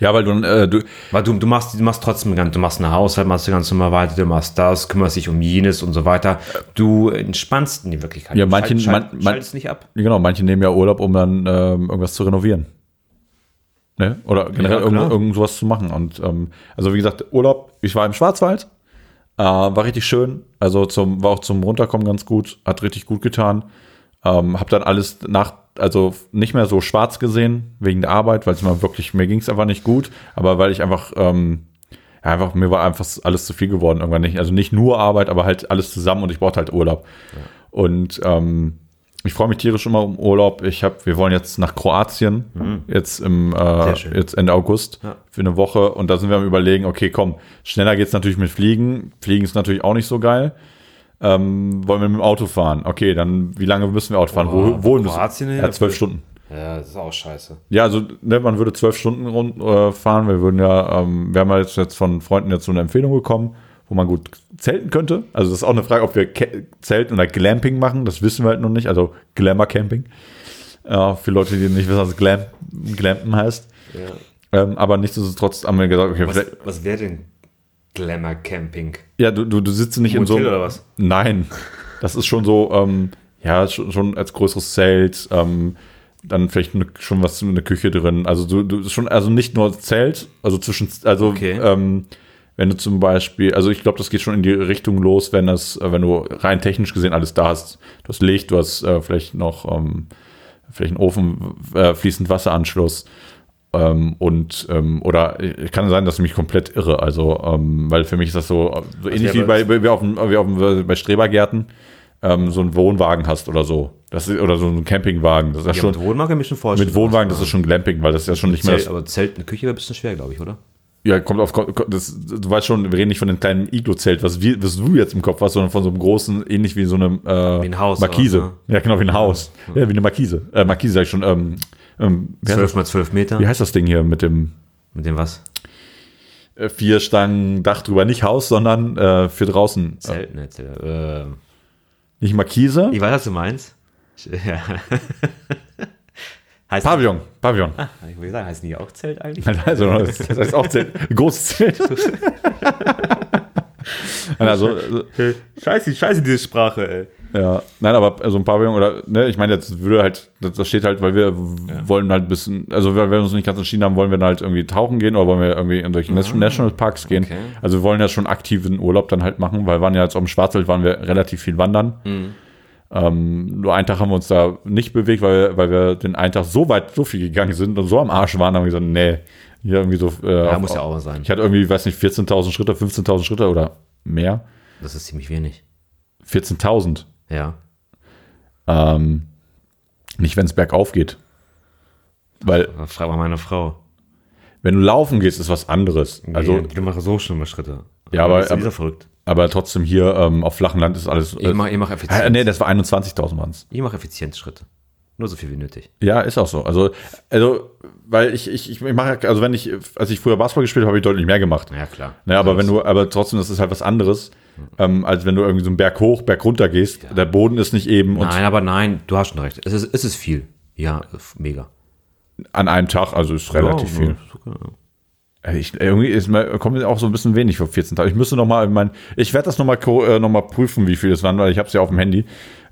Speaker 2: Ja, weil du, äh, du
Speaker 1: Weil du, du machst, du machst trotzdem, ganz- du machst einen Haushalt, machst du ganz normal weiter, du machst das, kümmerst dich um jenes und so weiter. Du entspannst in die Wirklichkeit.
Speaker 2: Ja,
Speaker 1: Du
Speaker 2: manche-
Speaker 1: schalt- schalt-
Speaker 2: man- man-
Speaker 1: schaltest nicht ab.
Speaker 2: Ja, Genau, manche nehmen ja Urlaub, um dann ähm, irgendwas zu renovieren. Ne? Oder generell
Speaker 1: Ja,
Speaker 2: irgend,
Speaker 1: klar.
Speaker 2: irgend sowas zu machen. Und ähm, also wie gesagt, Urlaub, ich war im Schwarzwald, äh, war richtig schön. Also zum, war auch zum Runterkommen ganz gut, hat richtig gut getan. Ähm, hab dann alles nach, also nicht mehr so schwarz gesehen, wegen der Arbeit, weil es mir wirklich, mir ging es einfach nicht gut, aber weil ich einfach, ähm, ja, einfach, mir war einfach alles zu viel geworden irgendwann nicht. Also nicht nur Arbeit, aber halt alles zusammen und ich brauchte halt Urlaub. Und ähm, ich freue mich tierisch immer um Urlaub. Ich habe, wir wollen jetzt nach Kroatien, jetzt im äh,
Speaker 1: Mhm. Sehr schön.
Speaker 2: jetzt Ende August
Speaker 1: Ja.
Speaker 2: für eine Woche. Und da sind wir am überlegen, okay, komm, schneller geht's natürlich mit Fliegen. Fliegen ist natürlich auch nicht so geil. Ähm, wollen wir mit dem Auto fahren? Okay, dann wie lange müssen wir Auto fahren?
Speaker 1: Boah,
Speaker 2: wo, wo müssen
Speaker 1: Oh, Kroatien hin?
Speaker 2: Ja, zwölf Stunden.
Speaker 1: Ja, das ist auch scheiße.
Speaker 2: Ja, also ne, man würde zwölf Stunden rund, äh, fahren. Wir würden ja, ähm, wir haben ja jetzt, jetzt von Freunden jetzt so eine Empfehlung bekommen, wo man gut zelten könnte. Also das ist auch eine Frage, ob wir Ke Zelten oder Glamping machen. Das wissen wir halt noch nicht. Also Glamour Camping. Äh, für Leute, die nicht wissen, was Glam Glampen heißt.
Speaker 1: Ja.
Speaker 2: Ähm, aber nichtsdestotrotz haben wir gesagt, okay,
Speaker 1: Was,
Speaker 2: vielleicht,
Speaker 1: was wäre denn Glamour Camping?
Speaker 2: ja, du, du, du sitzt nicht in so
Speaker 1: Hotel
Speaker 2: einem
Speaker 1: oder was?
Speaker 2: Nein, das ist schon so, ähm, ja, schon, schon als größeres Zelt, ähm, dann vielleicht ne, schon was eine Küche drin. Also du, du ist schon, also nicht nur Zelt, also zwischen, also
Speaker 1: Okay.
Speaker 2: ähm, wenn du zum Beispiel, also ich glaube, das geht schon in die Richtung los, wenn das, äh, wenn du rein technisch gesehen alles da hast. Du hast Licht, du hast äh, vielleicht noch ähm, vielleicht einen Ofen, äh, fließend Wasseranschluss. Ähm, und ähm, oder äh, kann sein, dass ich mich komplett irre. Also, ähm, weil für mich ist das so, so ähnlich wie
Speaker 1: wäre
Speaker 2: bei, bei, wie auf dem, wie auf dem, äh, bei Strebergärten ähm, so einen Wohnwagen hast oder so. Das ist, oder so einen Campingwagen. Das ist ja,
Speaker 1: Ja,
Speaker 2: schon.
Speaker 1: mit Wohnwagen kann ich mir schon vorstellen.
Speaker 2: Mit Wohnwagen, das ist schon Glamping, weil das ist ja schon nicht mehr
Speaker 1: Zelt,
Speaker 2: das.
Speaker 1: aber Zelt und Küche wäre ein bisschen schwer, glaube ich, oder?
Speaker 2: Ja, kommt auf. kommt- Das, du weißt schon, wir reden nicht von dem kleinen Iglo-Zelt, was, wir- was du jetzt im Kopf hast, sondern von so einem großen, ähnlich wie so einem äh,
Speaker 1: ein Haus,
Speaker 2: Markise.
Speaker 1: aber,
Speaker 2: Ja, genau, wie ein Haus. Ja, wie eine Markise. Äh, Markise sag ich schon. Ähm, ähm, wie, heißt,
Speaker 1: 12 mal 12 Meter.
Speaker 2: wie heißt das Ding hier mit dem
Speaker 1: Mit dem was?
Speaker 2: äh, vier Stangen Dach drüber, nicht Haus, sondern äh, für draußen. Äh,
Speaker 1: Zelt, ne, Zelt. Äh,
Speaker 2: nicht Markise,
Speaker 1: ich weiß, was du meinst. Ja. heißt,
Speaker 2: Pavillon, Pavillon.
Speaker 1: Ah, ich wollte sagen, heißen die auch Zelt eigentlich?
Speaker 2: Also, das das heißt auch Zelt, großes Zelt. Nein, also,
Speaker 1: Scheiße, scheiße, diese Sprache, ey.
Speaker 2: ja, nein, aber so ein Pavillon oder, ne, ich meine, jetzt würde halt, das, das steht halt, weil wir wollen halt ein bisschen, also weil wir uns nicht ganz entschieden haben, wollen wir dann halt irgendwie tauchen gehen oder wollen wir irgendwie in solche Nas- Nationalparks gehen.
Speaker 1: Ah, Okay.
Speaker 2: Also wir wollen ja schon aktiven Urlaub dann halt machen, weil wir waren ja jetzt auf dem Schwarzwald, waren wir relativ viel wandern.
Speaker 1: Mhm.
Speaker 2: Ähm, Nur einen Tag haben wir uns da nicht bewegt, weil, wir- weil wir den einen Tag so weit, so viel gegangen sind und so am Arsch waren, haben wir gesagt, nee, hier irgendwie so. Äh,
Speaker 1: Ja, muss ja auch sein.
Speaker 2: Ich hatte irgendwie, weiß nicht, 14.000 Schritte, 15.000 Schritte oder mehr.
Speaker 1: Das ist ziemlich wenig.
Speaker 2: 14.000.
Speaker 1: Ja.
Speaker 2: Ähm, nicht, wenn es bergauf geht. Weil,
Speaker 1: Aber Frag mal meine Frau.
Speaker 2: wenn du laufen gehst, ist was anderes. Also,
Speaker 1: ich mache so schlimme Schritte.
Speaker 2: Ja, aber-
Speaker 1: Ist wieder verrückt.
Speaker 2: aber trotzdem hier ähm, auf flachem Land ist alles.
Speaker 1: Ich
Speaker 2: Äh,
Speaker 1: mache ich mach
Speaker 2: äh,
Speaker 1: effizient.
Speaker 2: nee, das war 21.000 waren es.
Speaker 1: Ich mache Effizienzschritte. Nur so viel wie nötig.
Speaker 2: Ja, ist auch so. Also, also weil ich, ich, ich mache, also wenn ich, als ich früher Basketball gespielt habe, habe ich deutlich mehr gemacht.
Speaker 1: Ja, klar.
Speaker 2: Naja, aber wenn du, aber trotzdem, das ist halt was anderes, ähm, als wenn du irgendwie so einen Berg hoch, Berg runter gehst. Der Boden ist nicht eben und
Speaker 1: Nein, aber nein, du hast schon recht. Es ist, es ist viel. Ja, f- mega.
Speaker 2: an einem Tag, also ist relativ
Speaker 1: Ja,
Speaker 2: viel.
Speaker 1: sogar.
Speaker 2: Äh, Ich, irgendwie ist mir, kommt mir auch so ein bisschen wenig für 14 Tage. Ich müsste noch mal, in mein, ich werde das noch mal, ko- äh, noch mal prüfen, wie viel es waren, weil ich habe es ja auf dem Handy.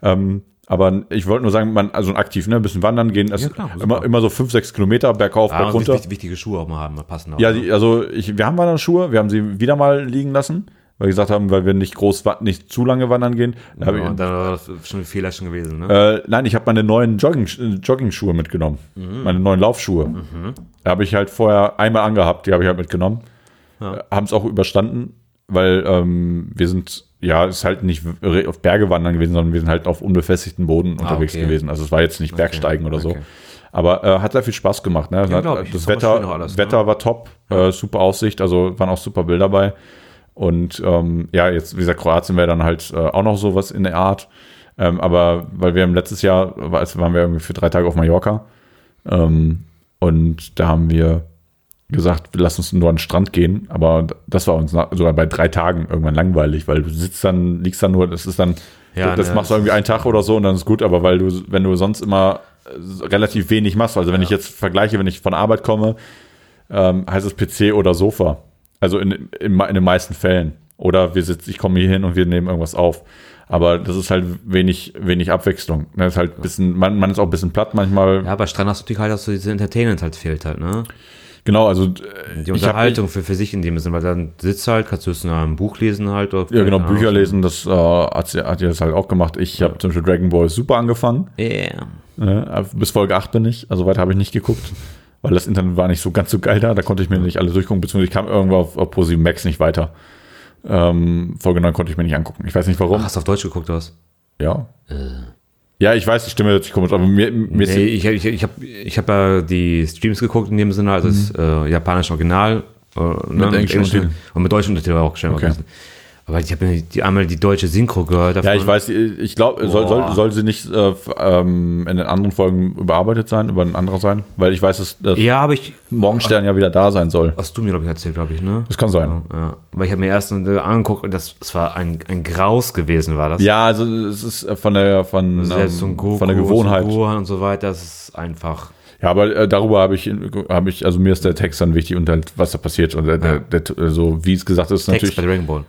Speaker 2: Ähm, aber ich wollte nur sagen, man, also aktiv, ne, ein bisschen wandern gehen, das
Speaker 1: Ja, klar, super.
Speaker 2: immer, immer so 5, 6 Kilometer bergauf,
Speaker 1: Ah,
Speaker 2: berg
Speaker 1: und
Speaker 2: runter.
Speaker 1: wichtig- wichtige Schuhe auch mal haben, mal passen. Auch,
Speaker 2: Ja,
Speaker 1: ne?
Speaker 2: die, also ich, wir haben Wanderschuhe, wir haben sie wieder mal liegen lassen, weil wir gesagt haben, weil wir nicht groß, wa- nicht zu lange wandern gehen. Da hab
Speaker 1: ja,
Speaker 2: ich,
Speaker 1: dann war das schon ein Fehler schon gewesen, ne?
Speaker 2: äh, nein, ich habe meine neuen Jogging, äh, Jogging-Schuhe mitgenommen,
Speaker 1: Mhm.
Speaker 2: meine neuen Laufschuhe. Da habe ich halt vorher einmal angehabt, die habe ich halt mitgenommen. Äh, haben es auch überstanden, weil ähm, wir sind, ja, es ist halt nicht re- auf Berge wandern gewesen, sondern wir sind halt auf unbefestigten Boden unterwegs
Speaker 1: Ah, okay.
Speaker 2: gewesen. Also es war jetzt nicht Bergsteigen oder so.
Speaker 1: okay.
Speaker 2: Aber äh, hat sehr viel Spaß gemacht. Ne?
Speaker 1: Ja,
Speaker 2: Hat-
Speaker 1: glaub ich.
Speaker 2: Das
Speaker 1: Ist aber schön
Speaker 2: Wetter,
Speaker 1: auch alles, ne?
Speaker 2: Wetter war top, äh, super Aussicht, also waren auch super Bilder bei. Und ähm, ja, jetzt, wie gesagt, Kroatien wäre dann halt äh, auch noch sowas in der Art. Ähm, aber weil wir im letztes Jahr, als waren wir irgendwie für drei Tage auf Mallorca ähm, und da haben wir gesagt, lass uns nur an den Strand gehen, aber das war uns nach, sogar bei drei Tagen irgendwann langweilig, weil du sitzt dann, liegst dann nur, das ist dann,
Speaker 1: Ja,
Speaker 2: das
Speaker 1: ne,
Speaker 2: machst du irgendwie einen Tag oder so und dann ist gut, aber weil du, wenn du sonst immer äh, relativ wenig machst, also wenn ich jetzt vergleiche, wenn ich von Arbeit komme, ähm, heißt es PC oder Sofa, also in, in, in den meisten Fällen oder wir sitzen, ich komme hier hin und wir nehmen irgendwas auf, aber das ist halt wenig, wenig Abwechslung, das ist halt ein bisschen, man, man ist auch ein bisschen platt manchmal,
Speaker 1: ja, bei Strand hast du natürlich halt, dass du diese Entertainment halt fehlt halt, ne?
Speaker 2: genau, also äh,
Speaker 1: Die
Speaker 2: ich hab-
Speaker 1: Unterhaltung für, für sich in dem Sinne, weil dann sitzt du halt, kannst du es in einem Buch lesen halt. Oder
Speaker 2: Ja, genau,
Speaker 1: keine Ahnung.
Speaker 2: Bücher lesen, das äh, hat, sie, hat ihr das halt auch gemacht. Ich habe zum Beispiel Dragon Ball Super angefangen.
Speaker 1: Yeah.
Speaker 2: Ne? Bis Folge 8 bin ich, also weiter habe ich nicht geguckt, weil das Internet war nicht so ganz so geil da. Da konnte ich mir nicht alle durchgucken, beziehungsweise ich kam irgendwo auf, auf ProSieben Max nicht weiter. Ähm, Folge 9 konnte ich mir nicht angucken. Ich weiß nicht warum.
Speaker 1: Ach, hast du auf Deutsch geguckt, oder was?
Speaker 2: Ja. Äh. Ja, ich weiß, die Stimme hört sich komisch, aber mir, mir
Speaker 1: Nee, ich ich, ich habe ich hab ja die Streams geguckt in dem Sinne, also das äh, japanische Original. Äh, ne,
Speaker 2: englischen Untertiteln.
Speaker 1: Und mit deutschen Untertiteln war auch schnell mal gewesen. Aber ich habe die einmal die deutsche Synchro gehört.
Speaker 2: Ja, ich weiß, ich glaube, soll, soll, soll sie nicht äh, f- ähm, in den anderen Folgen überarbeitet sein, über ein anderer sein? Weil ich weiß, dass, dass
Speaker 1: Ja, aber ich.
Speaker 2: Morgenstern ja wieder da sein soll.
Speaker 1: Hast du mir, glaube ich, erzählt, glaube ich, ne?
Speaker 2: Das kann sein.
Speaker 1: Ja. Weil ich habe mir erst angeguckt und das, das war ein, ein Graus gewesen, war das.
Speaker 2: Ja, also es ist äh, von der von,
Speaker 1: Selbst so
Speaker 2: ähm,
Speaker 1: ein Goku,
Speaker 2: von der Gewohnheit.
Speaker 1: so ein Gohan und so weiter, das ist einfach.
Speaker 2: Ja, aber äh, darüber habe ich, habe ich, also mir ist der Text dann wichtig und halt, was da passiert und der, der, der, äh, so wie es gesagt ist
Speaker 1: Text
Speaker 2: natürlich.
Speaker 1: bei Dragon Ball.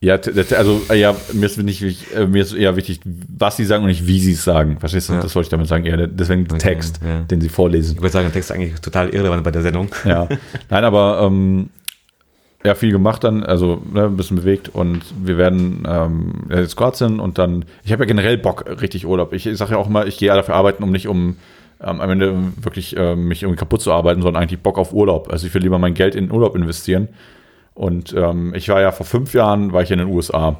Speaker 2: Ja, t- t- also äh, ja, mir ist nicht wichtig, äh, mir ist eher wichtig, was sie sagen und nicht wie sie es sagen. Verstehst du? Das wollte ich damit sagen. Ja, der- deswegen der Text,
Speaker 1: ja.
Speaker 2: den sie vorlesen.
Speaker 1: Ich würde sagen, der Text ist eigentlich total irrelevant bei der Sendung.
Speaker 2: Ja. Nein, aber ähm, ja, viel gemacht dann, also ne, ein bisschen bewegt und wir werden ähm, ja, jetzt Kroatien und dann. Ich habe ja generell Bock äh, richtig Urlaub. Ich, ich sage ja auch immer, ich gehe ja dafür arbeiten, um nicht um ähm, am Ende wirklich äh, mich irgendwie kaputt zu arbeiten, sondern eigentlich Bock auf Urlaub. Also ich will lieber mein Geld in Urlaub investieren. Und ähm, ich war ja vor fünf Jahren war ich in den USA.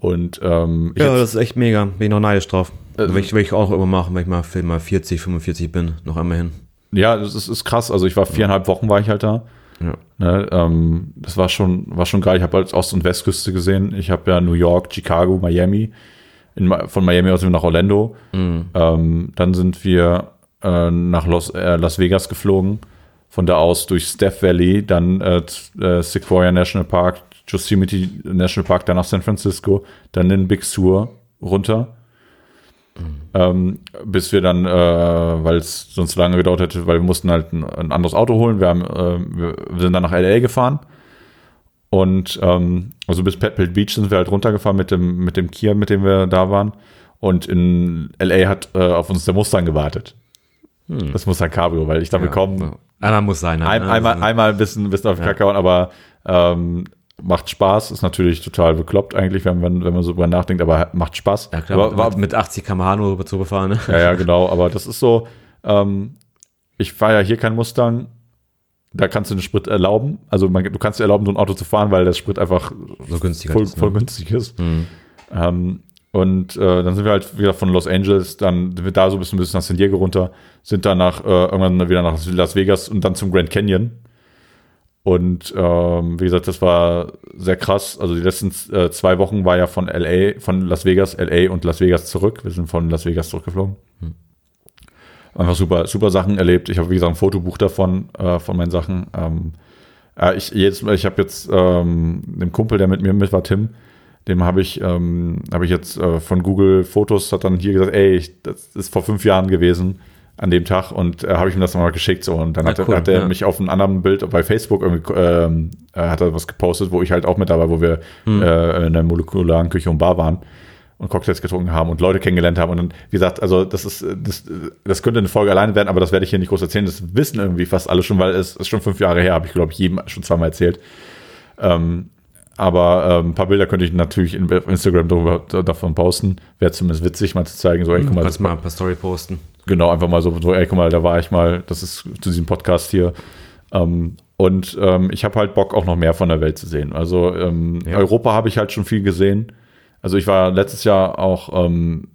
Speaker 2: Und ähm, ich jetzt-
Speaker 1: das ist echt mega. Bin ich noch neidisch drauf.
Speaker 2: Also-
Speaker 1: will, ich, will ich auch immer machen, wenn ich mal, wenn ich mal 40, 45 bin, noch einmal hin.
Speaker 2: Ja, das ist, ist krass. Also ich war viereinhalb Wochen war ich halt da.
Speaker 1: Ja.
Speaker 2: Ne, ähm, das war schon, war schon geil. Ich habe halt Ost- und Westküste gesehen. Ich habe ja New York, Chicago, Miami. In, Ma- von Miami aus sind wir nach Orlando. Ähm, dann sind wir äh, nach Los, äh, Las Vegas geflogen. Von da aus durch Steph Valley, dann äh, z- äh, Sequoia National Park, Yosemite National Park, dann nach San Francisco, dann in Big Sur runter ähm, bis wir dann, äh, weil es sonst lange gedauert hätte, weil wir mussten halt ein, ein anderes Auto holen. Wir, haben, äh, wir wir sind dann nach LA gefahren und ähm, also bis Pebble Beach sind wir halt runtergefahren mit dem mit dem Kia, mit dem wir da waren. Und in LA hat äh, auf uns der Mustang gewartet. Das Mustang Cabrio, weil ich damit kaum
Speaker 1: Ja. Einmal muss sein. halt,
Speaker 2: ein,
Speaker 1: ne?
Speaker 2: einmal, einmal ein bisschen, ein bisschen auf den Kack hauen, aber ähm, macht Spaß, ist natürlich total bekloppt eigentlich, wenn man, wenn man so drüber nachdenkt, aber macht Spaß.
Speaker 1: Ja, klar,
Speaker 2: War- war,
Speaker 1: mit, mit 80 km/h nur rüber zu befahren. Ne?
Speaker 2: ja, ja, genau. Aber das ist so, ähm, ich fahre ja hier kein Mustang. Da kannst du den Sprit erlauben. Also man, du kannst dir erlauben, so ein Auto zu fahren, weil der Sprit einfach
Speaker 1: So günstiger.
Speaker 2: voll,
Speaker 1: ist, ne?
Speaker 2: voll günstig ist. Ähm, und äh, dann sind wir halt wieder von Los Angeles, dann sind wir da so ein bisschen, bisschen nach San Diego runter, sind dann nach, äh, irgendwann wieder nach Las Vegas und dann zum Grand Canyon. Und ähm, wie gesagt, das war sehr krass. Also die letzten äh, zwei Wochen war ja von LA, von Las Vegas, LA und Las Vegas zurück. Wir sind von Las Vegas zurückgeflogen. Einfach super, super Sachen erlebt. Ich habe, wie gesagt, ein Fotobuch davon, äh, von meinen Sachen. Ähm, äh, ich jetzt, ich habe jetzt ähm, dem Kumpel, der mit mir mit war, Tim, dem habe ich, ähm, habe ich jetzt äh, von Google Fotos, hat dann hier gesagt, ey, ich, das ist vor fünf Jahren gewesen an dem Tag und äh, habe ich ihm das nochmal geschickt so und dann
Speaker 1: Ah,
Speaker 2: hat, er-
Speaker 1: cool,
Speaker 2: hat er
Speaker 1: ja.
Speaker 2: mich auf einem anderen Bild bei Facebook irgendwie ähm, äh, hat er was gepostet, wo ich halt auch mit dabei, wo wir
Speaker 1: Hm.
Speaker 2: äh, in der molekularen Küche und Bar waren und Cocktails getrunken haben und Leute kennengelernt haben und dann, wie gesagt, also das ist äh, das, äh, das könnte eine Folge alleine werden, aber das werde ich hier nicht groß erzählen. Das wissen irgendwie fast alle schon, weil es ist schon fünf Jahre her, habe ich glaube ich jedem schon zweimal erzählt. Aber ähm, ein paar Bilder könnte ich natürlich in- auf Instagram darüber, da- davon posten. Wäre zumindest witzig, mal zu zeigen, so, ey, guck mal,
Speaker 1: Hm, Kannst mal ein paar Story posten.
Speaker 2: genau, einfach mal so, so, ey, guck mal, da war ich mal, das ist zu diesem Podcast hier. Ähm, und ähm, ich habe halt Bock, auch noch mehr von der Welt zu sehen. Also ähm, Europa habe ich halt schon viel gesehen. Also ich war letztes Jahr auch ähm,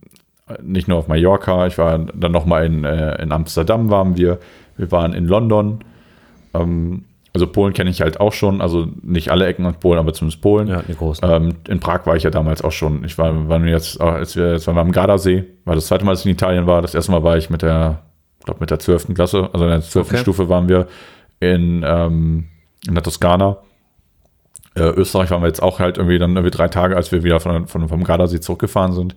Speaker 2: nicht nur auf Mallorca, ich war dann nochmal in, äh, in Amsterdam waren wir, wir waren in London. Ähm, also Polen kenne ich halt auch schon, also nicht alle Ecken aus Polen, aber zumindest Polen.
Speaker 1: Ja, die großen.
Speaker 2: Ähm, in Prag war ich ja damals auch schon. Ich war, waren wir jetzt, äh, als wir, jetzt waren wir am Gardasee, war das zweite Mal, dass ich in Italien war. Das erste Mal war ich mit der, ich glaube mit der 12. Klasse, also in der 12.
Speaker 1: Okay.
Speaker 2: Stufe waren wir in, ähm, in der Toskana. Äh, Österreich waren wir jetzt auch halt irgendwie dann irgendwie drei Tage, als wir wieder von, von, vom Gardasee zurückgefahren sind.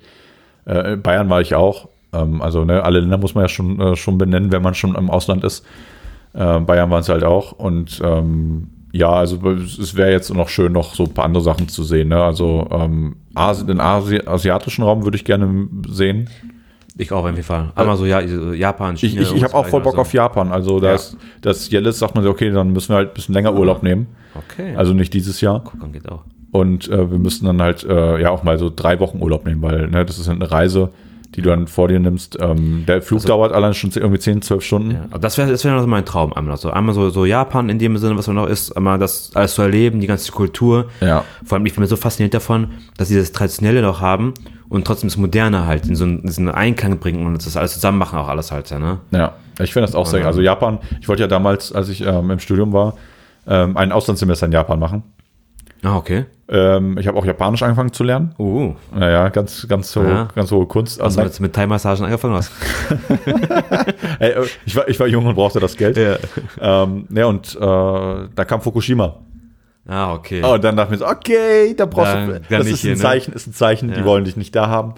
Speaker 2: Äh, in Bayern war ich auch. Ähm, also ne, alle Länder muss man ja schon, äh, schon benennen, wenn man schon im Ausland ist. Äh, Bayern waren es halt auch. Und ähm, ja, also es es wäre jetzt noch schön, noch so ein paar andere Sachen zu sehen. Ne? Also ähm, Asi den Asi asiatischen Raum würde ich gerne sehen.
Speaker 1: Ich auch, wenn wir fahren. Einmal so ja, Japan,
Speaker 2: Ich,
Speaker 1: China.
Speaker 2: ich, ich habe auch voll Bock auf Japan. Also da
Speaker 1: Ja.
Speaker 2: ist das Jellis sagt man so, okay, dann müssen wir halt ein bisschen länger Urlaub nehmen.
Speaker 1: Okay. Also,
Speaker 2: Also nicht dieses Jahr.
Speaker 1: dann geht auch.
Speaker 2: Und äh, wir müssen dann halt äh, ja auch mal so drei Wochen Urlaub nehmen, weil ne, das ist halt eine Reise, die du dann vor dir nimmst. Ähm, der Flug
Speaker 1: Also
Speaker 2: dauert allein schon zehn- irgendwie 10, 12 Stunden.
Speaker 1: Ja. Aber das wäre das wär noch so mein Traum. Einmal, so, einmal so, so Japan in dem Sinne, was man noch ist, einmal das alles zu erleben, die ganze Kultur.
Speaker 2: Ja.
Speaker 1: Vor allem, ich bin mir so fasziniert davon, dass sie das Traditionelle noch haben und trotzdem das Moderne halt in so einen, in so einen Einklang bringen und das alles zusammen machen, auch alles halt, ja, ne?
Speaker 2: Ja, ich finde das auch sehr. Also Japan, ich wollte ja damals, als ich ähm, im Studium war, ähm, ein Auslandssemester in Japan machen.
Speaker 1: Ah, okay.
Speaker 2: Ähm, ich habe auch Japanisch angefangen zu lernen.
Speaker 1: Uh,
Speaker 2: Naja, ganz, ganz so,
Speaker 1: Ja.
Speaker 2: ganz hohe Kunst. Also,
Speaker 1: was du jetzt mit Thai-Massagen angefangen hast.
Speaker 2: Ey, äh, ich, war, ich war jung und brauchte das Geld.
Speaker 1: Ja.
Speaker 2: Ähm, ja, und äh, da kam Fukushima.
Speaker 1: Ah, okay.
Speaker 2: Oh, und dann dachte ich mir so, okay, da brauchst
Speaker 1: Ja,
Speaker 2: du.
Speaker 1: dann
Speaker 2: Das
Speaker 1: nicht
Speaker 2: ist
Speaker 1: hier,
Speaker 2: ein
Speaker 1: ne? Mhm.
Speaker 2: Zeichen, ist ein Zeichen, die wollen dich nicht da haben.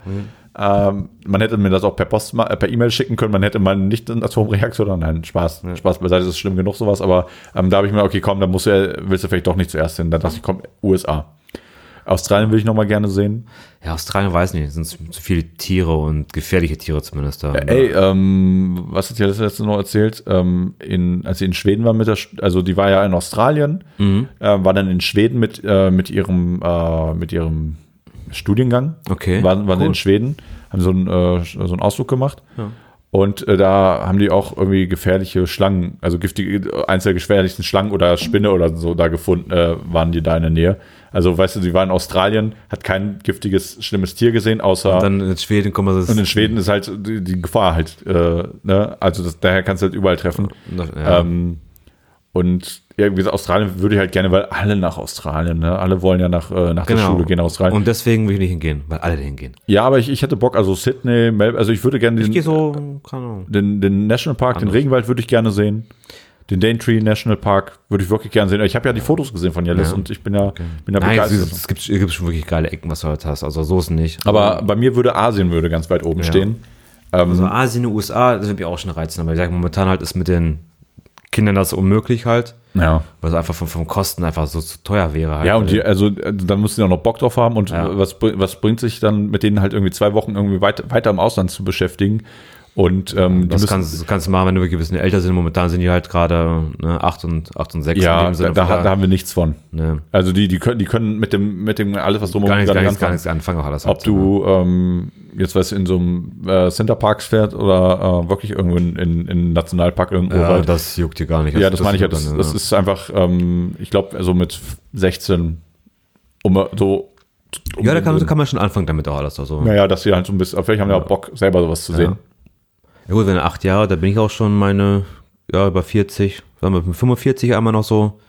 Speaker 2: Ähm, man hätte mir das auch per Post, ma- äh, per E-Mail schicken können, man hätte mal nicht einen Atomreaktor, oder nein, Spaß, Spaß beiseite, das ist schlimm genug sowas, aber ähm, da habe ich mir, okay, komm, dann musst du, ja- willst du vielleicht doch nicht zuerst hin, dann dachte ich, komm, USA. Australien will ich nochmal gerne sehen.
Speaker 1: Ja, Australien weiß nicht, sind zu viele Tiere und gefährliche Tiere zumindest da. ne?
Speaker 2: Ey, ähm, was hat ihr das letzte noch erzählt? Ähm, in, als sie in Schweden war mit der, Sch- also die war ja in Australien,
Speaker 1: Mhm.
Speaker 2: äh, war dann in Schweden mit, äh, mit ihrem, äh, mit ihrem Studiengang.
Speaker 1: Okay,
Speaker 2: Waren, waren sie
Speaker 1: cool.
Speaker 2: in Schweden, haben so einen, äh, so einen Ausflug gemacht. Und äh, da haben die auch irgendwie gefährliche Schlangen, also giftige, eins der gefährlichsten Schlangen oder Spinne oder so da gefunden, äh, waren die da in der Nähe. Also, weißt du, sie war in Australien, hat kein giftiges, schlimmes Tier gesehen, außer.
Speaker 1: Und dann in Schweden kommt man das.
Speaker 2: Und in Schweden ist halt die, die Gefahr halt, äh, ne? Also das, daher kannst du halt überall treffen.
Speaker 1: ja.
Speaker 2: Ähm, und irgendwie so Australien würde ich halt gerne, weil alle nach Australien, ne? Alle wollen ja nach, äh, nach der
Speaker 1: genau.
Speaker 2: Schule gehen nach Australien.
Speaker 1: Und deswegen will ich nicht hingehen, weil alle hingehen.
Speaker 2: ja, aber ich, ich hätte Bock, also Sydney, Melbourne, also ich würde gerne
Speaker 1: Ich gehe
Speaker 2: den,
Speaker 1: so, keine Ahnung.
Speaker 2: den, den Nationalpark, den Regenwald würde ich gerne sehen. Den Daintree National Park würde ich wirklich gerne sehen. Ich habe ja die Fotos gesehen von Jellis und ich bin ja, bin ja
Speaker 1: Nein, es,
Speaker 2: begeistert.
Speaker 1: es gibt, es gibt schon wirklich geile Ecken, was du halt hast. Also so ist es nicht.
Speaker 2: aber bei mir würde Asien würde ganz weit oben stehen.
Speaker 1: also
Speaker 2: ähm,
Speaker 1: Asien, USA, das würde mich auch schon reizen. Aber ich sage, momentan halt ist mit den Kindern das unmöglich halt,
Speaker 2: Ja.
Speaker 1: weil es einfach vom, vom Kosten einfach so zu teuer wäre halt.
Speaker 2: Ja, und die, also äh, dann müssen die auch noch Bock drauf haben und
Speaker 1: Ja.
Speaker 2: was, br- was bringt sich dann mit denen halt irgendwie zwei Wochen irgendwie weiter, weiter im Ausland zu beschäftigen und ähm, die
Speaker 1: das
Speaker 2: müssen,
Speaker 1: kannst, das kannst du machen, wenn du wirklich ein bisschen älter sind. Momentan sind die halt gerade ne, 8 und 8 und 6 in
Speaker 2: ja,
Speaker 1: dem Sinne.
Speaker 2: da, da,
Speaker 1: von
Speaker 2: da haben wir nichts von.
Speaker 1: ne,
Speaker 2: Also die, die können, die können mit dem, mit dem alles, was drum
Speaker 1: gar
Speaker 2: herum
Speaker 1: nichts, Oh, gar nichts, gar
Speaker 2: anfangen.
Speaker 1: nichts anfangen. Auch alles
Speaker 2: Ob du ähm, jetzt weißt du, in so einem äh, Centerparks fährrt oder äh, wirklich irgendwo in, in, in einen Nationalpark irgendwo
Speaker 1: ja,
Speaker 2: weit.
Speaker 1: das juckt dir gar nicht.
Speaker 2: Ja, das, meine ich ja.
Speaker 1: juckt
Speaker 2: Das,
Speaker 1: dann,
Speaker 2: das ist einfach, ähm, ich glaube, also mit 16 um so um
Speaker 1: ja, da Also kann, da kann man schon anfangen damit auch alles. Also. Ja.
Speaker 2: Naja, dass sie halt so ein bisschen, vielleicht haben wir auch Bock, selber sowas zu sehen.
Speaker 1: gut, wenn acht Jahre, da bin ich auch schon meine, ja, über 40, sagen wir mit 45 einmal noch so,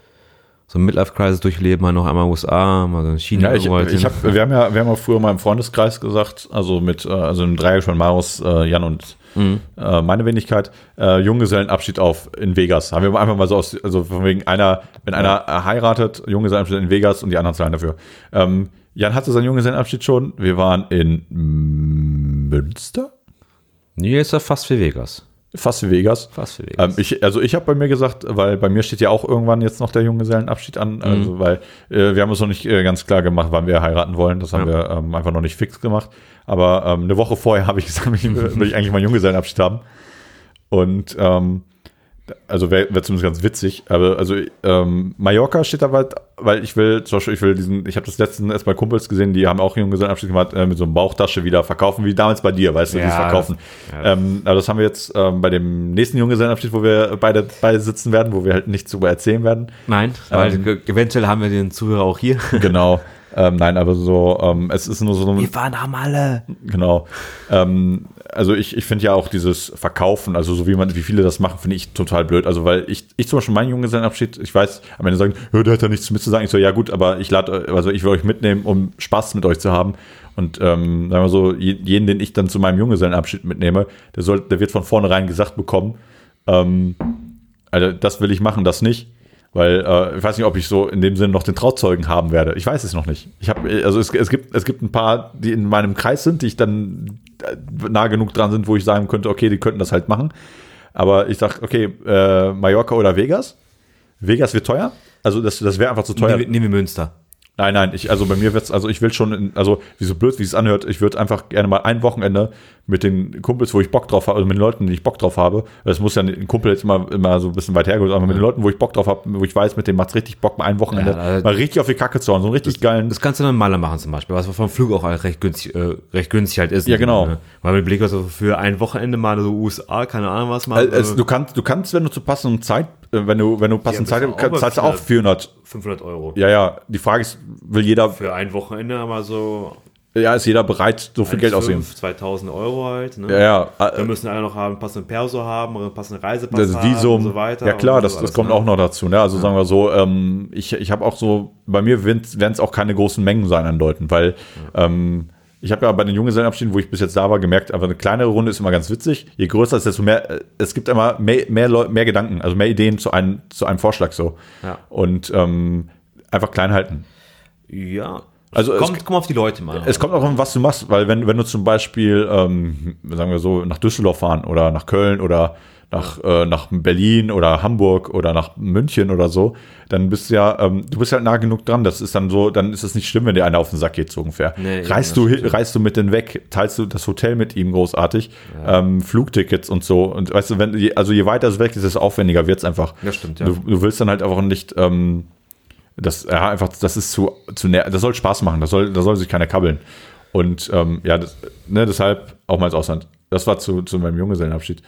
Speaker 1: so ein Midlife-Crisis durchleben, mal noch einmal USA, mal so in China.
Speaker 2: Ja, ich,
Speaker 1: irgendwo halt
Speaker 2: ich
Speaker 1: hin.
Speaker 2: hab, wir haben ja, wir haben ja früher mal im Freundeskreis gesagt, also mit, äh, also im Dreieck von Marius, äh, Jan und äh, meine Wenigkeit, äh, Junggesellenabschied auf in Vegas. Haben wir einfach mal so aus, also von wegen einer, wenn einer äh, heiratet, Junggesellenabschied in Vegas und die anderen zahlen dafür. Ähm, Jan hatte seinen Junggesellenabschied schon. Wir waren in Münster?
Speaker 1: Nee, ist ja fast für Vegas.
Speaker 2: Fast wie Vegas.
Speaker 1: Fast für Vegas.
Speaker 2: Ähm, ich, also ich habe bei mir gesagt, weil bei mir steht ja auch irgendwann jetzt noch der Junggesellenabschied an,
Speaker 1: Mhm.
Speaker 2: also weil äh, wir haben uns noch nicht äh, ganz klar gemacht, wann wir heiraten wollen. Das haben wir ähm, einfach noch nicht fix gemacht. Aber ähm, eine Woche vorher habe ich gesagt, ich, will ich eigentlich mal einen Junggesellenabschied haben. Und ähm, also wäre wär zumindest ganz witzig. Aber also ähm, Mallorca steht da weit, weil ich will, zum Beispiel, ich will diesen, ich habe das letzten erst bei Kumpels gesehen, die haben auch Junggesellenabschied gemacht, äh, mit so einer Bauchtasche wieder verkaufen, wie damals bei dir, weißt du,
Speaker 1: Ja,
Speaker 2: dieses Verkaufen.
Speaker 1: das- ja.
Speaker 2: ähm, aber das haben wir jetzt ähm, bei dem nächsten Junggesellenabschied, wo wir beide, beide sitzen werden, wo wir halt nichts drüber erzählen werden.
Speaker 1: Nein, weil
Speaker 2: Ähm,
Speaker 1: ge- eventuell haben wir den Zuhörer auch hier.
Speaker 2: genau. Ähm, nein, aber so, ähm, es ist nur so ein
Speaker 1: Wir waren haben alle.
Speaker 2: Genau. Ähm, also ich, ich finde ja auch dieses Verkaufen, also so wie man, wie viele das machen, finde ich total blöd. Also weil ich, ich zum Beispiel meinen Junggesellenabschied, ich weiß, am Ende sagen, "Ja, der hat da nichts mit zu sagen. Ich so, ja gut, aber ich lade, also ich will euch mitnehmen, um Spaß mit euch zu haben. Und ähm, sagen wir so, je- jeden, den ich dann zu meinem Junggesellenabschied mitnehme, der soll, der wird von vornherein gesagt bekommen, ähm, also das will ich machen, das nicht. Weil äh, ich weiß nicht, ob ich so in dem Sinne noch den Trauzeugen haben werde. Ich weiß es noch nicht. Ich habe also es, es gibt es gibt ein paar, die in meinem Kreis sind, die ich dann äh, nah genug dran sind, wo ich sagen könnte, okay, die könnten das halt machen. Aber ich sag, okay, äh, Mallorca oder Vegas? Vegas wird teuer. Also das, das wäre einfach zu teuer.
Speaker 1: Nehmen wir- nehmen wir Münster.
Speaker 2: Nein, nein, ich, also bei mir wird's, also ich will schon, in, also wie so blöd, wie es anhört, ich würde einfach gerne mal ein Wochenende mit den Kumpels, wo ich Bock drauf habe, also mit den Leuten, die ich Bock drauf habe, das muss ja ein Kumpel jetzt immer, immer so ein bisschen weit hergeholt, aber mit den Leuten, wo ich Bock drauf habe, wo ich weiß, mit denen macht's richtig Bock, mal ein Wochenende
Speaker 1: Ja, also-
Speaker 2: mal richtig auf die Kacke zu hauen, so einen richtig geilen,
Speaker 1: Das kannst du dann in Malle machen zum Beispiel, was vom Flug auch halt recht günstig, äh, recht günstig halt ist.
Speaker 2: Ja, genau.
Speaker 1: Ne? Weil mit Blick was du für ein Wochenende mal so USA, keine Ahnung was mal.
Speaker 2: Also, es- du kannst, du kannst, wenn du zu passendem Zeit, äh, wenn du, wenn du passend
Speaker 1: äh, Ja,
Speaker 2: Zeit
Speaker 1: bist du auch
Speaker 2: hast, zahlst du
Speaker 1: bei
Speaker 2: auch 400.
Speaker 1: 500 Euro.
Speaker 2: Ja, ja, die Frage ist, will jeder,
Speaker 1: Für ein Wochenende mal so.
Speaker 2: ja, ist jeder bereit, so viel Geld auszugeben.
Speaker 1: 2000 Euro halt. Ne?
Speaker 2: Ja, äh, ja.
Speaker 1: Da müssen alle noch haben, passenden Perso haben, passenden Reisepass
Speaker 2: Das
Speaker 1: haben
Speaker 2: Visum,
Speaker 1: und so weiter.
Speaker 2: ja klar,
Speaker 1: und
Speaker 2: das,
Speaker 1: so
Speaker 2: das
Speaker 1: alles,
Speaker 2: kommt
Speaker 1: ne?
Speaker 2: auch noch dazu. Ne? Also sagen wir so, ähm, ich, ich habe auch so, bei mir werden es auch keine großen Mengen sein an Leuten, weil ähm, ich habe ja bei den Junggesellenabschieden, wo ich bis jetzt da war, gemerkt, aber eine kleinere Runde ist immer ganz witzig. Je größer es ist, desto mehr, äh, es gibt immer mehr, mehr, Leu mehr Gedanken, also mehr Ideen zu einem, zu einem Vorschlag so.
Speaker 1: Ja.
Speaker 2: Und ähm, einfach klein halten.
Speaker 1: Ja.
Speaker 2: Also es-
Speaker 1: kommt, kommt auf die Leute mal.
Speaker 2: Es kommt auch an, was du machst, weil wenn, wenn du zum Beispiel, ähm, sagen wir so, nach Düsseldorf fahren oder nach Köln oder nach, äh, nach Berlin oder Hamburg oder nach München oder so, dann bist du ja, ähm, du bist halt nah genug dran. Das ist dann so, dann ist es nicht schlimm, wenn dir einer auf den Sack geht, so ungefähr.
Speaker 1: Nee, eben,
Speaker 2: reist,
Speaker 1: das
Speaker 2: du, hi- reist du mit den weg, teilst du das Hotel mit ihm großartig, ähm, Flugtickets und so. Und weißt du, wenn, je- also je weiter es weg ist, desto aufwendiger wird es einfach.
Speaker 1: Das stimmt, ja.
Speaker 2: Du, du willst dann halt einfach nicht, ähm, das, ja, einfach, das ist zu, zu ner das soll Spaß machen, das soll, da soll sich keiner kabbeln. Und ähm, ja, das, ne, deshalb auch mal ins Ausland. Das war zu, zu meinem Junggesellenabschied.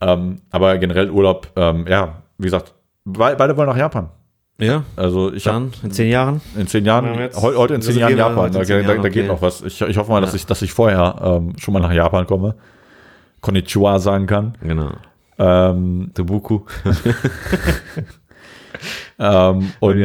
Speaker 2: Ähm, aber generell Urlaub, ähm, ja, wie gesagt, be beide wollen nach Japan.
Speaker 1: ja,
Speaker 2: Also ich habe
Speaker 1: dann in zehn Jahren.
Speaker 2: in zehn Jahren,
Speaker 1: Ja, jetzt-
Speaker 2: heu- heute in zehn
Speaker 1: also
Speaker 2: Jahren
Speaker 1: gehen wir
Speaker 2: Japan,
Speaker 1: heute
Speaker 2: da,
Speaker 1: in zehn
Speaker 2: da,
Speaker 1: Jahren,
Speaker 2: da geht
Speaker 1: okay.
Speaker 2: noch was. Ich, ich hoffe mal, dass,
Speaker 1: Ja.
Speaker 2: ich, dass ich vorher ähm, schon mal nach Japan komme, Konnichiwa sagen kann.
Speaker 1: Genau.
Speaker 2: Ähm,
Speaker 1: Tobuku.
Speaker 2: ähm, und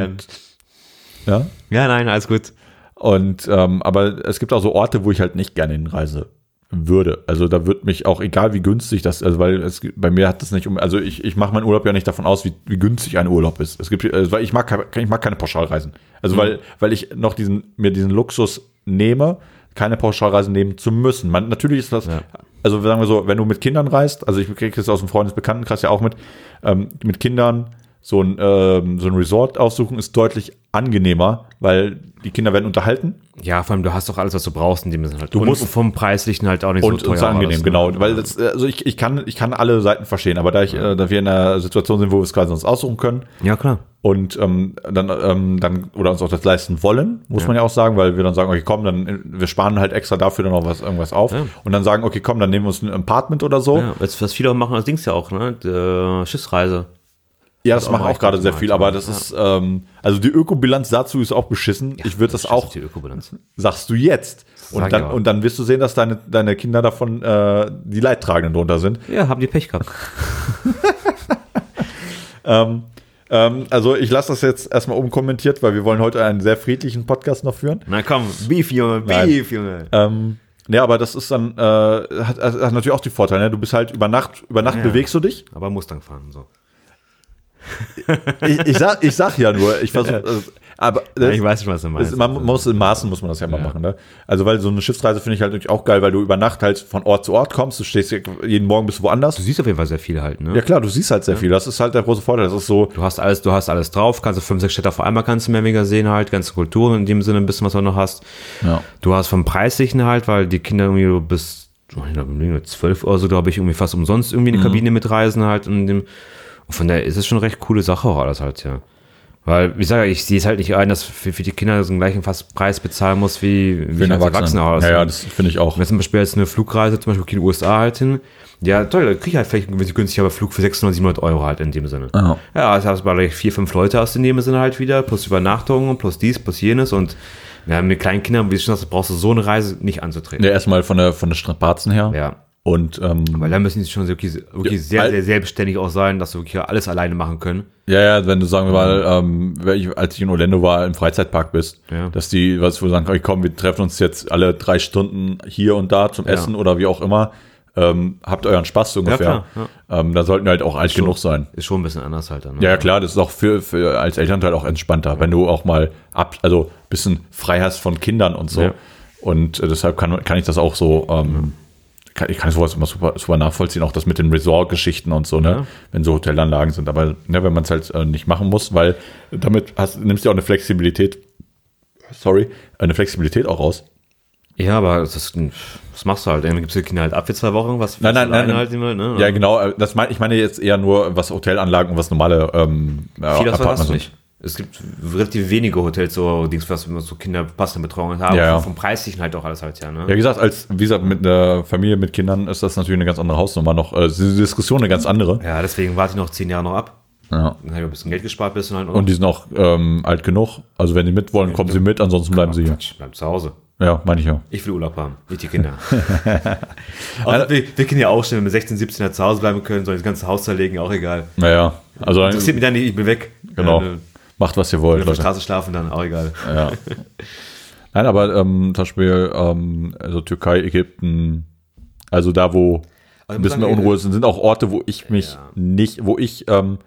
Speaker 2: ja,
Speaker 1: Ja, nein, alles gut.
Speaker 2: Und ähm, aber es gibt auch so Orte, wo ich halt nicht gerne hinreise würde. Also da wird mich auch egal wie günstig das, also weil es bei mir hat das nicht um, also ich, ich mache meinen Urlaub ja nicht davon aus, wie, wie günstig ein Urlaub ist. Es gibt, also weil ich mag keine- ich mag keine Pauschalreisen. Also weil weil ich noch diesen mir diesen Luxus nehme, keine Pauschalreisen nehmen zu müssen. Man, natürlich ist das, also sagen wir so, wenn du mit Kindern reist, also ich kriege das aus dem Freundesbekanntenkreis ja auch mit, ähm, mit Kindern so ein, ähm, so ein Resort aussuchen ist deutlich angenehmer, weil die Kinder werden unterhalten
Speaker 1: Ja, vor allem, du hast doch alles, was du brauchst in dem Sinne halt. Du
Speaker 2: musst-
Speaker 1: vom Preislichen halt auch nicht
Speaker 2: und,
Speaker 1: so teuer.
Speaker 2: und so
Speaker 1: war
Speaker 2: angenehm,
Speaker 1: das, ne?
Speaker 2: genau. Weil das, also ich, ich, kann, ich kann alle Seiten verstehen, aber da, ich, äh, da wir in einer Situation sind, wo wir es quasi uns aussuchen können
Speaker 1: Ja, klar.
Speaker 2: und ähm, dann, ähm, dann oder uns auch das leisten wollen, muss man ja auch sagen, weil wir dann sagen, okay, komm, dann äh, wir sparen halt extra dafür dann noch was irgendwas auf und dann sagen, okay, komm, dann nehmen wir uns ein Apartment oder so. Ja,
Speaker 1: Ja, was, was viele auch machen, das Dings ja auch, ne? D- Äh, Schiffsreise.
Speaker 2: das,
Speaker 1: auch
Speaker 2: machen
Speaker 1: mal
Speaker 2: auch gerade sehr
Speaker 1: gemacht,
Speaker 2: viel,
Speaker 1: ja.
Speaker 2: aber das ist ähm, also die Ökobilanz dazu ist auch beschissen. ich würde das
Speaker 1: Scheiß auf
Speaker 2: auch
Speaker 1: Die Ökobilanz.
Speaker 2: sagst du jetzt.
Speaker 1: Sag
Speaker 2: Und
Speaker 1: ich
Speaker 2: dann,
Speaker 1: aber.
Speaker 2: und dann wirst du sehen, dass deine, deine Kinder davon äh, die Leidtragenden drunter sind.
Speaker 1: Ja, haben die Pech gehabt.
Speaker 2: Ähm, also ich lasse das jetzt erstmal unkommentiert, weil wir wollen heute einen sehr friedlichen Podcast noch führen.
Speaker 1: Na komm, Beef, Junge,
Speaker 2: Nein.
Speaker 1: Beef, Junge.
Speaker 2: Ähm, ja, aber das ist dann, äh, hat, hat natürlich auch die Vorteile. Ne? Du bist halt über Nacht, über Nacht
Speaker 1: Ja.
Speaker 2: bewegst du dich.
Speaker 1: Aber Mustang fahren, so.
Speaker 2: Ich, ich, sag, ich sag ja nur, ich versuche, aber das,
Speaker 1: ich weiß schon, was du meinst.
Speaker 2: ist, man muss in Maßen muss man das ja mal machen. Ne? Also weil so eine Schiffsreise finde ich halt natürlich auch geil, weil du über Nacht halt von Ort zu Ort kommst. Du stehst ja- jeden Morgen bist du woanders.
Speaker 1: du siehst auf jeden Fall sehr viel halt, ne?
Speaker 2: Ja klar, du siehst halt sehr viel. Das ist halt der große Vorteil. Das ist so,
Speaker 1: Du hast alles, du hast alles drauf, kannst du fünf, sechs Städte auf einmal kannst du mehr oder weniger sehen halt, ganze Kulturen in dem Sinne ein bisschen, was du noch hast.
Speaker 2: ja.
Speaker 1: Du hast vom Preislichen halt, weil die Kinder irgendwie so bis oh, ich glaub, irgendwie 12 Uhr so, glaube ich, irgendwie fast umsonst irgendwie
Speaker 2: Mhm.
Speaker 1: in die Kabine mitreisen halt und dem und von daher ist es schon eine recht coole Sache auch alles halt, ja. Weil, wie gesagt, ich sehe es halt nicht ein, dass für, für die Kinder so einen gleichen fast Preis bezahlen muss wie, wie als Erwachsener.
Speaker 2: Ja,
Speaker 1: oder so.
Speaker 2: ja, das finde ich auch.
Speaker 1: Wenn zum Beispiel jetzt eine Flugreise, zum Beispiel in die USA halt hin, ja toll, da kriege ich halt vielleicht einen günstig, aber Flug für 600, 700 Euro halt in dem Sinne.
Speaker 2: Ja.
Speaker 1: Ja, also hast du bei vier, fünf Leute hast du in dem Sinne halt wieder, plus Übernachtungen, plus dies, plus jenes und ja, mit kleinen Kindern, wie du schon sagst, brauchst du so eine Reise nicht anzutreten.
Speaker 2: Ja, erstmal von der, von der Strapazen her.
Speaker 1: Ja.
Speaker 2: Und ähm,
Speaker 1: Weil da müssen sie schon wirklich, wirklich
Speaker 2: Ja,
Speaker 1: sehr,
Speaker 2: weil-
Speaker 1: sehr selbstständig auch sein, dass sie wirklich alles alleine machen können.
Speaker 2: ja, ja, wenn du sagen wir mal, ähm, wenn ich- als ich in Orlando war, im Freizeitpark bist,
Speaker 1: Mhm. Ja.
Speaker 2: dass die, was wo sagen, okay, komm, wir treffen uns jetzt alle drei Stunden hier und da zum Essen oder wie auch immer, ähm, habt euren Spaß so ungefähr.
Speaker 1: klar, ja.
Speaker 2: Ähm, da sollten wir halt auch alt genug sein.
Speaker 1: Ist schon ein bisschen anders halt dann. Ne?
Speaker 2: Ja, ja, klar, das ist auch für, für als Elternteil auch entspannter, wenn du auch mal ab, also ein bisschen frei hast von Kindern und so.
Speaker 1: Ja.
Speaker 2: Und äh, deshalb kann, kann ich das auch so, ähm, kann, ich kann sowas immer super, super nachvollziehen, auch das mit den Resort-Geschichten und so, ne?
Speaker 1: Ja.
Speaker 2: Wenn so Hotelanlagen sind. Aber ne, wenn man es halt äh, nicht machen muss, weil damit hast, nimmst du auch eine Flexibilität, sorry, eine Flexibilität auch raus.
Speaker 1: ja aber das, ist, das machst du halt. Irgendwie gibst du die Kinder halt ab für zwei Wochen, was
Speaker 2: Nein, nein, nein,
Speaker 1: alleine
Speaker 2: nein.
Speaker 1: halt immer, ne?
Speaker 2: Ja, genau, äh, das mein, ich meine jetzt eher nur, was Hotelanlagen und was normale ähm, äh,
Speaker 1: Viele davon hast
Speaker 2: Apartments
Speaker 1: du
Speaker 2: sind.
Speaker 1: nicht. Es gibt relativ wenige Hotels, so Dings, was immer so Kinder passende Betreuung haben.
Speaker 2: Ja, ja.
Speaker 1: Vom preislichen halt auch alles halt, ja. Ne?
Speaker 2: Ja, wie gesagt, als, wie gesagt, mit einer Familie, mit Kindern ist das natürlich eine ganz andere Hausnummer noch. Äh, die Diskussion eine ganz andere.
Speaker 1: Ja, deswegen warte ich noch zehn Jahre noch ab.
Speaker 2: Ja.
Speaker 1: Dann habe ich ein bisschen Geld gespart bis und halt.
Speaker 2: Und die sind auch ähm, alt genug. Also wenn sie mit wollen, kommen sie mit, ansonsten bleiben sie hier.
Speaker 1: Quatsch, bleib zu Hause.
Speaker 2: Ja, meine ich auch.
Speaker 1: Ich will Urlaub haben, nicht die Kinder. also, wir, wir können ja auch schon, wenn wir 16, 17 zu Hause bleiben können, sollen das ganze Haus zerlegen, auch egal.
Speaker 2: Naja, also
Speaker 1: Interessiert mich dann nicht, ich bin weg.
Speaker 2: genau.
Speaker 1: Äh,
Speaker 2: Macht, was ihr wollt.
Speaker 1: auf der
Speaker 2: Leute.
Speaker 1: Straße schlafen dann, auch egal.
Speaker 2: Ja. Nein, aber ähm, zum Beispiel ähm, also Türkei, Ägypten, also da, wo
Speaker 1: Aber ich
Speaker 2: ein
Speaker 1: muss
Speaker 2: bisschen mehr
Speaker 1: sagen,
Speaker 2: Unruhe ist, sind auch Orte, wo ich mich
Speaker 1: Ja.
Speaker 2: nicht, wo ich, ähm,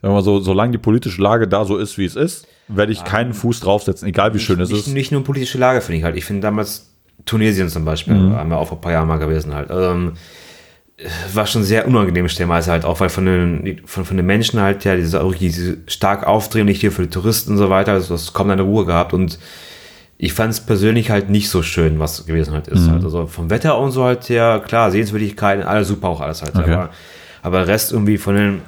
Speaker 2: sagen wir mal so, solange die politische Lage da so ist, wie es ist, werde ich keinen Fuß draufsetzen, egal wie schön es
Speaker 1: nicht,
Speaker 2: ist.
Speaker 1: nicht nur politische Lage, finde ich halt. Ich finde damals Tunesien zum Beispiel,
Speaker 2: Mhm.
Speaker 1: haben wir auch vor ein paar Jahren mal gewesen halt. Ähm, war schon sehr unangenehm stellenweise halt auch, weil von den, von, von den Menschen halt ja diese, auch diese stark aufdringlich hier für die Touristen und so weiter, also das kaum eine Ruhe gehabt und ich fand es persönlich halt nicht so schön, was gewesen halt
Speaker 2: Mhm.
Speaker 1: ist. Halt. Also vom Wetter und so halt her, klar, Sehenswürdigkeiten, alles super auch alles halt.
Speaker 2: Okay.
Speaker 1: Aber, aber der Rest irgendwie von den,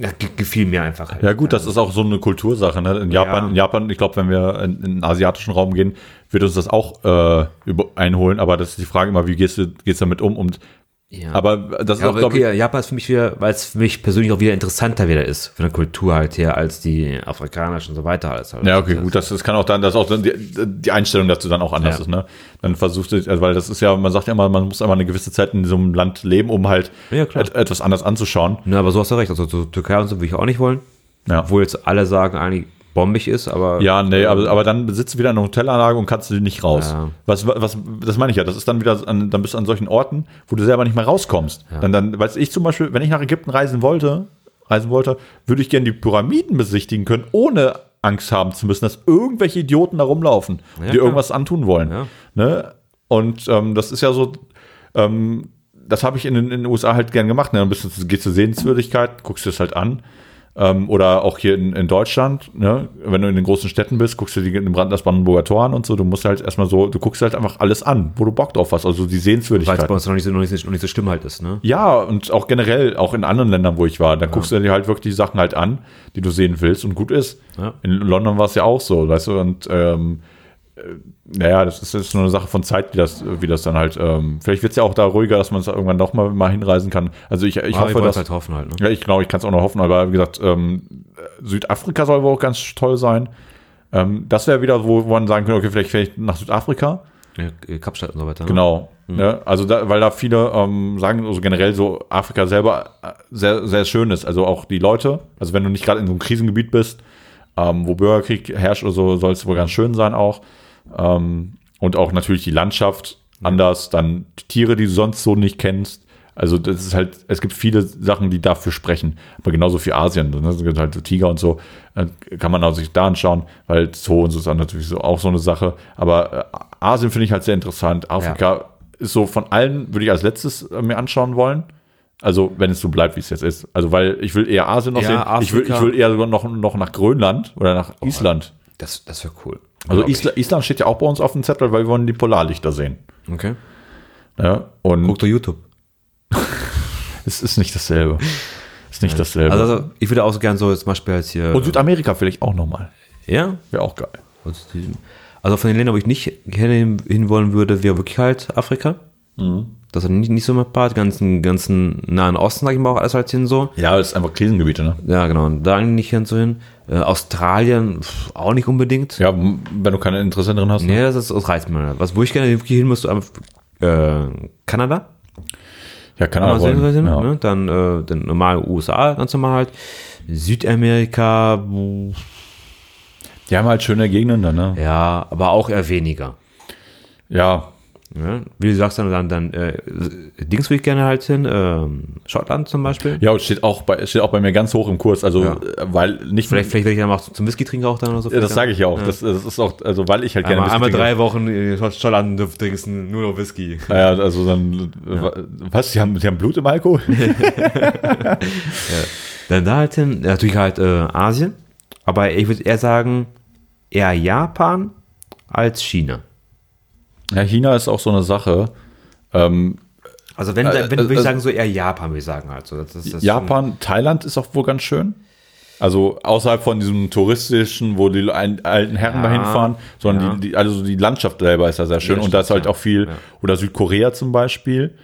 Speaker 1: ja, ge- gefiel mir einfach halt.
Speaker 2: Ja gut, das ist auch so eine Kultursache. Ne? In Japan,
Speaker 1: Ja.
Speaker 2: in Japan, ich glaube, wenn wir in, in den asiatischen Raum gehen, wird uns das auch äh, über, einholen. Aber das ist die Frage immer, wie gehst du gehst damit um? Und
Speaker 1: Ja.
Speaker 2: aber das
Speaker 1: Ja,
Speaker 2: ist auch,
Speaker 1: aber
Speaker 2: glaube
Speaker 1: okay, ja, Japan ist für mich wieder, weil es für mich persönlich auch wieder interessanter wieder ist, von der Kultur halt her, als die afrikanische und so weiter alles. Halt.
Speaker 2: Ja, okay, gut, das, das kann auch dann, das auch dann die, die Einstellung dazu dann auch anders
Speaker 1: Ja.
Speaker 2: ist, ne? Dann versuchst du, also weil das ist ja, man sagt ja immer, man muss einmal eine gewisse Zeit in so einem Land leben, um halt
Speaker 1: Ja, klar.
Speaker 2: et- etwas anders anzuschauen.
Speaker 1: Na, aber so hast du recht. Also so Türkei und so will ich auch nicht wollen.
Speaker 2: Ja.
Speaker 1: Obwohl jetzt alle sagen, eigentlich bombig ist, aber äh,
Speaker 2: Ja, ne. nee, aber, aber dann sitzt du wieder in einer Hotelanlage und kannst du nicht raus.
Speaker 1: Ja.
Speaker 2: Was, was, das meine ich ja. Das ist dann wieder, an, dann bist du an solchen Orten, wo du selber nicht mehr rauskommst. Dann, dann, weiß ich zum Beispiel, wenn ich nach Ägypten reisen wollte, reisen wollte, würde ich gerne die Pyramiden besichtigen können, ohne Angst haben zu müssen, dass irgendwelche Idioten da rumlaufen und dir
Speaker 1: klar.
Speaker 2: irgendwas antun wollen.
Speaker 1: Ja.
Speaker 2: Ne? Und ähm, das ist ja so, ähm, das habe ich in, den- in den USA halt gern gemacht. Ne? Dann bist du, gehst du Sehenswürdigkeit, guckst dir das halt an. Ähm, oder auch hier in, in Deutschland, ne? wenn du in den großen Städten bist, guckst du die, in Brand, das Brandenburger Tor an und so. Du musst halt erstmal so, du guckst halt einfach alles an, wo du Bock drauf hast. Also die
Speaker 1: weil es
Speaker 2: Sehenswürdigkeit.
Speaker 1: bei uns noch nicht, so, noch, nicht, so- noch nicht so schlimm halt ist. Ne?
Speaker 2: Ja, und auch generell, auch in anderen Ländern, wo ich war, da guckst du dir halt wirklich die Sachen halt an, die du sehen willst und gut ist.
Speaker 1: Ja.
Speaker 2: In London war es ja auch so, weißt du, und ähm, äh, naja, das ist jetzt nur eine Sache von Zeit, wie das, wie das dann halt, ähm, vielleicht wird es ja auch da ruhiger, dass man es irgendwann noch mal, mal hinreisen kann. Also ich, ich
Speaker 1: Aber
Speaker 2: hoffe,
Speaker 1: wollen es
Speaker 2: dass,
Speaker 1: halt hoffen halt. Ne?
Speaker 2: ja, ich glaube, ich kann es auch noch hoffen, aber wie gesagt, ähm, Südafrika soll wohl auch ganz toll sein. Ähm, das wäre wieder, wo, wo man sagen könnte, okay, vielleicht, vielleicht nach Südafrika.
Speaker 1: Ja, Kapstadt und so weiter. ne?
Speaker 2: Genau. Ne? Also da, weil da viele ähm, sagen, also generell so Afrika selber äh, sehr, sehr schön ist. Also auch die Leute, also wenn du nicht gerade in so einem Krisengebiet bist, ähm, wo Bürgerkrieg herrscht oder so, soll es wohl ganz schön sein auch. Ähm, und auch natürlich die Landschaft anders, dann die Tiere, die du sonst so nicht kennst. Also das ist halt, es gibt viele Sachen, die dafür sprechen. Aber genauso für Asien, ne? es gibt halt so Tiger und so, äh, kann man auch sich da anschauen, weil Zoo und so ist dann natürlich so auch so eine Sache. Aber äh, Asien finde ich halt sehr interessant. Afrika ist so von allen, würde ich als letztes äh, mir anschauen wollen. Also wenn es so bleibt, wie es jetzt ist. Also weil ich will eher Asien noch
Speaker 1: Ja,
Speaker 2: sehen. Ich will, ich
Speaker 1: Afrika. Oh,
Speaker 2: will eher sogar noch, noch nach Grönland oder nach Island.
Speaker 1: Das, das wäre cool.
Speaker 2: Also
Speaker 1: Glaub ich.
Speaker 2: Isla Island steht ja auch bei uns auf dem Zettel, weil wir wollen die Polarlichter sehen.
Speaker 1: Okay.
Speaker 2: Ja, und
Speaker 1: Guck doch YouTube.
Speaker 2: es ist nicht dasselbe. Es ist nicht dasselbe.
Speaker 1: Also, also ich würde auch so gern so jetzt zum Beispiel als hier.
Speaker 2: und Südamerika vielleicht auch nochmal.
Speaker 1: ja,
Speaker 2: Wäre auch geil.
Speaker 1: Aus diesem- Also von den Ländern, wo ich nicht gerne hin hinwollen würde, wäre wirklich halt Afrika.
Speaker 2: Mhm.
Speaker 1: Das ist nicht, nicht so mein Part. Ganzen, ganzen Nahen Osten, sag ich mal, auch alles halt hin so.
Speaker 2: Ja, es ist einfach Krisengebiete, ne?
Speaker 1: Ja, genau. und Da eigentlich nicht hin so hin. Äh, Australien pff, auch nicht unbedingt.
Speaker 2: Ja, m- wenn du keine Interesse drin hast.
Speaker 1: Nee, das, ist, das reizt mir. nicht. Was, wo ich gerne wirklich hin müsste, einfach, äh, Kanada.
Speaker 2: Ja, kann auch
Speaker 1: Mal sehen,
Speaker 2: Ah, wollen. Ja.
Speaker 1: ne? Dann, äh, dann normal USA, ganz normal halt. Südamerika,
Speaker 2: Die haben halt schöne Gegenden da, ne?
Speaker 1: ja, aber auch eher weniger.
Speaker 2: Ja.
Speaker 1: Ja, Ne? wie du sagst, dann, dann, dann äh, Dings würde ich gerne halt hin, ähm, Schottland zum Beispiel.
Speaker 2: Ja, und steht auch bei, steht auch bei mir ganz hoch im Kurs. Also,
Speaker 1: Ja.
Speaker 2: äh, weil nicht.
Speaker 1: Vielleicht, vielleicht werde ich dann auch zum Whisky-Trinker auch dann oder so.
Speaker 2: Ja, das sage ich ja auch. Das, das ist auch, also weil ich halt gerne
Speaker 1: Einmal,
Speaker 2: ein
Speaker 1: einmal
Speaker 2: bisschen
Speaker 1: drei Wochen äh, Schott- Schottland trinksten, nur noch Whisky.
Speaker 2: trinke. Ja, also dann, äh, wa- was, die haben, die haben Blut im Alkohol?
Speaker 1: Dann da halt hin, ja, natürlich halt äh, Asien, aber ich würde eher sagen, eher Japan als China.
Speaker 2: Ja, China ist auch so eine Sache. Ähm,
Speaker 1: Also wenn,
Speaker 2: Äh,
Speaker 1: wenn würde ich
Speaker 2: äh,
Speaker 1: sagen, so eher Japan, würde ich sagen halt. So, das, das, das
Speaker 2: Japan, Thailand ist auch wohl ganz schön. Also außerhalb von diesem touristischen, wo die ein, alten
Speaker 1: Ja,
Speaker 2: Herren dahin fahren, sondern
Speaker 1: ja.
Speaker 2: die, die, also die Landschaft selber ist ja sehr schön.
Speaker 1: das
Speaker 2: und da ist
Speaker 1: stimmt,
Speaker 2: halt
Speaker 1: ja.
Speaker 2: auch viel, oder Südkorea zum Beispiel,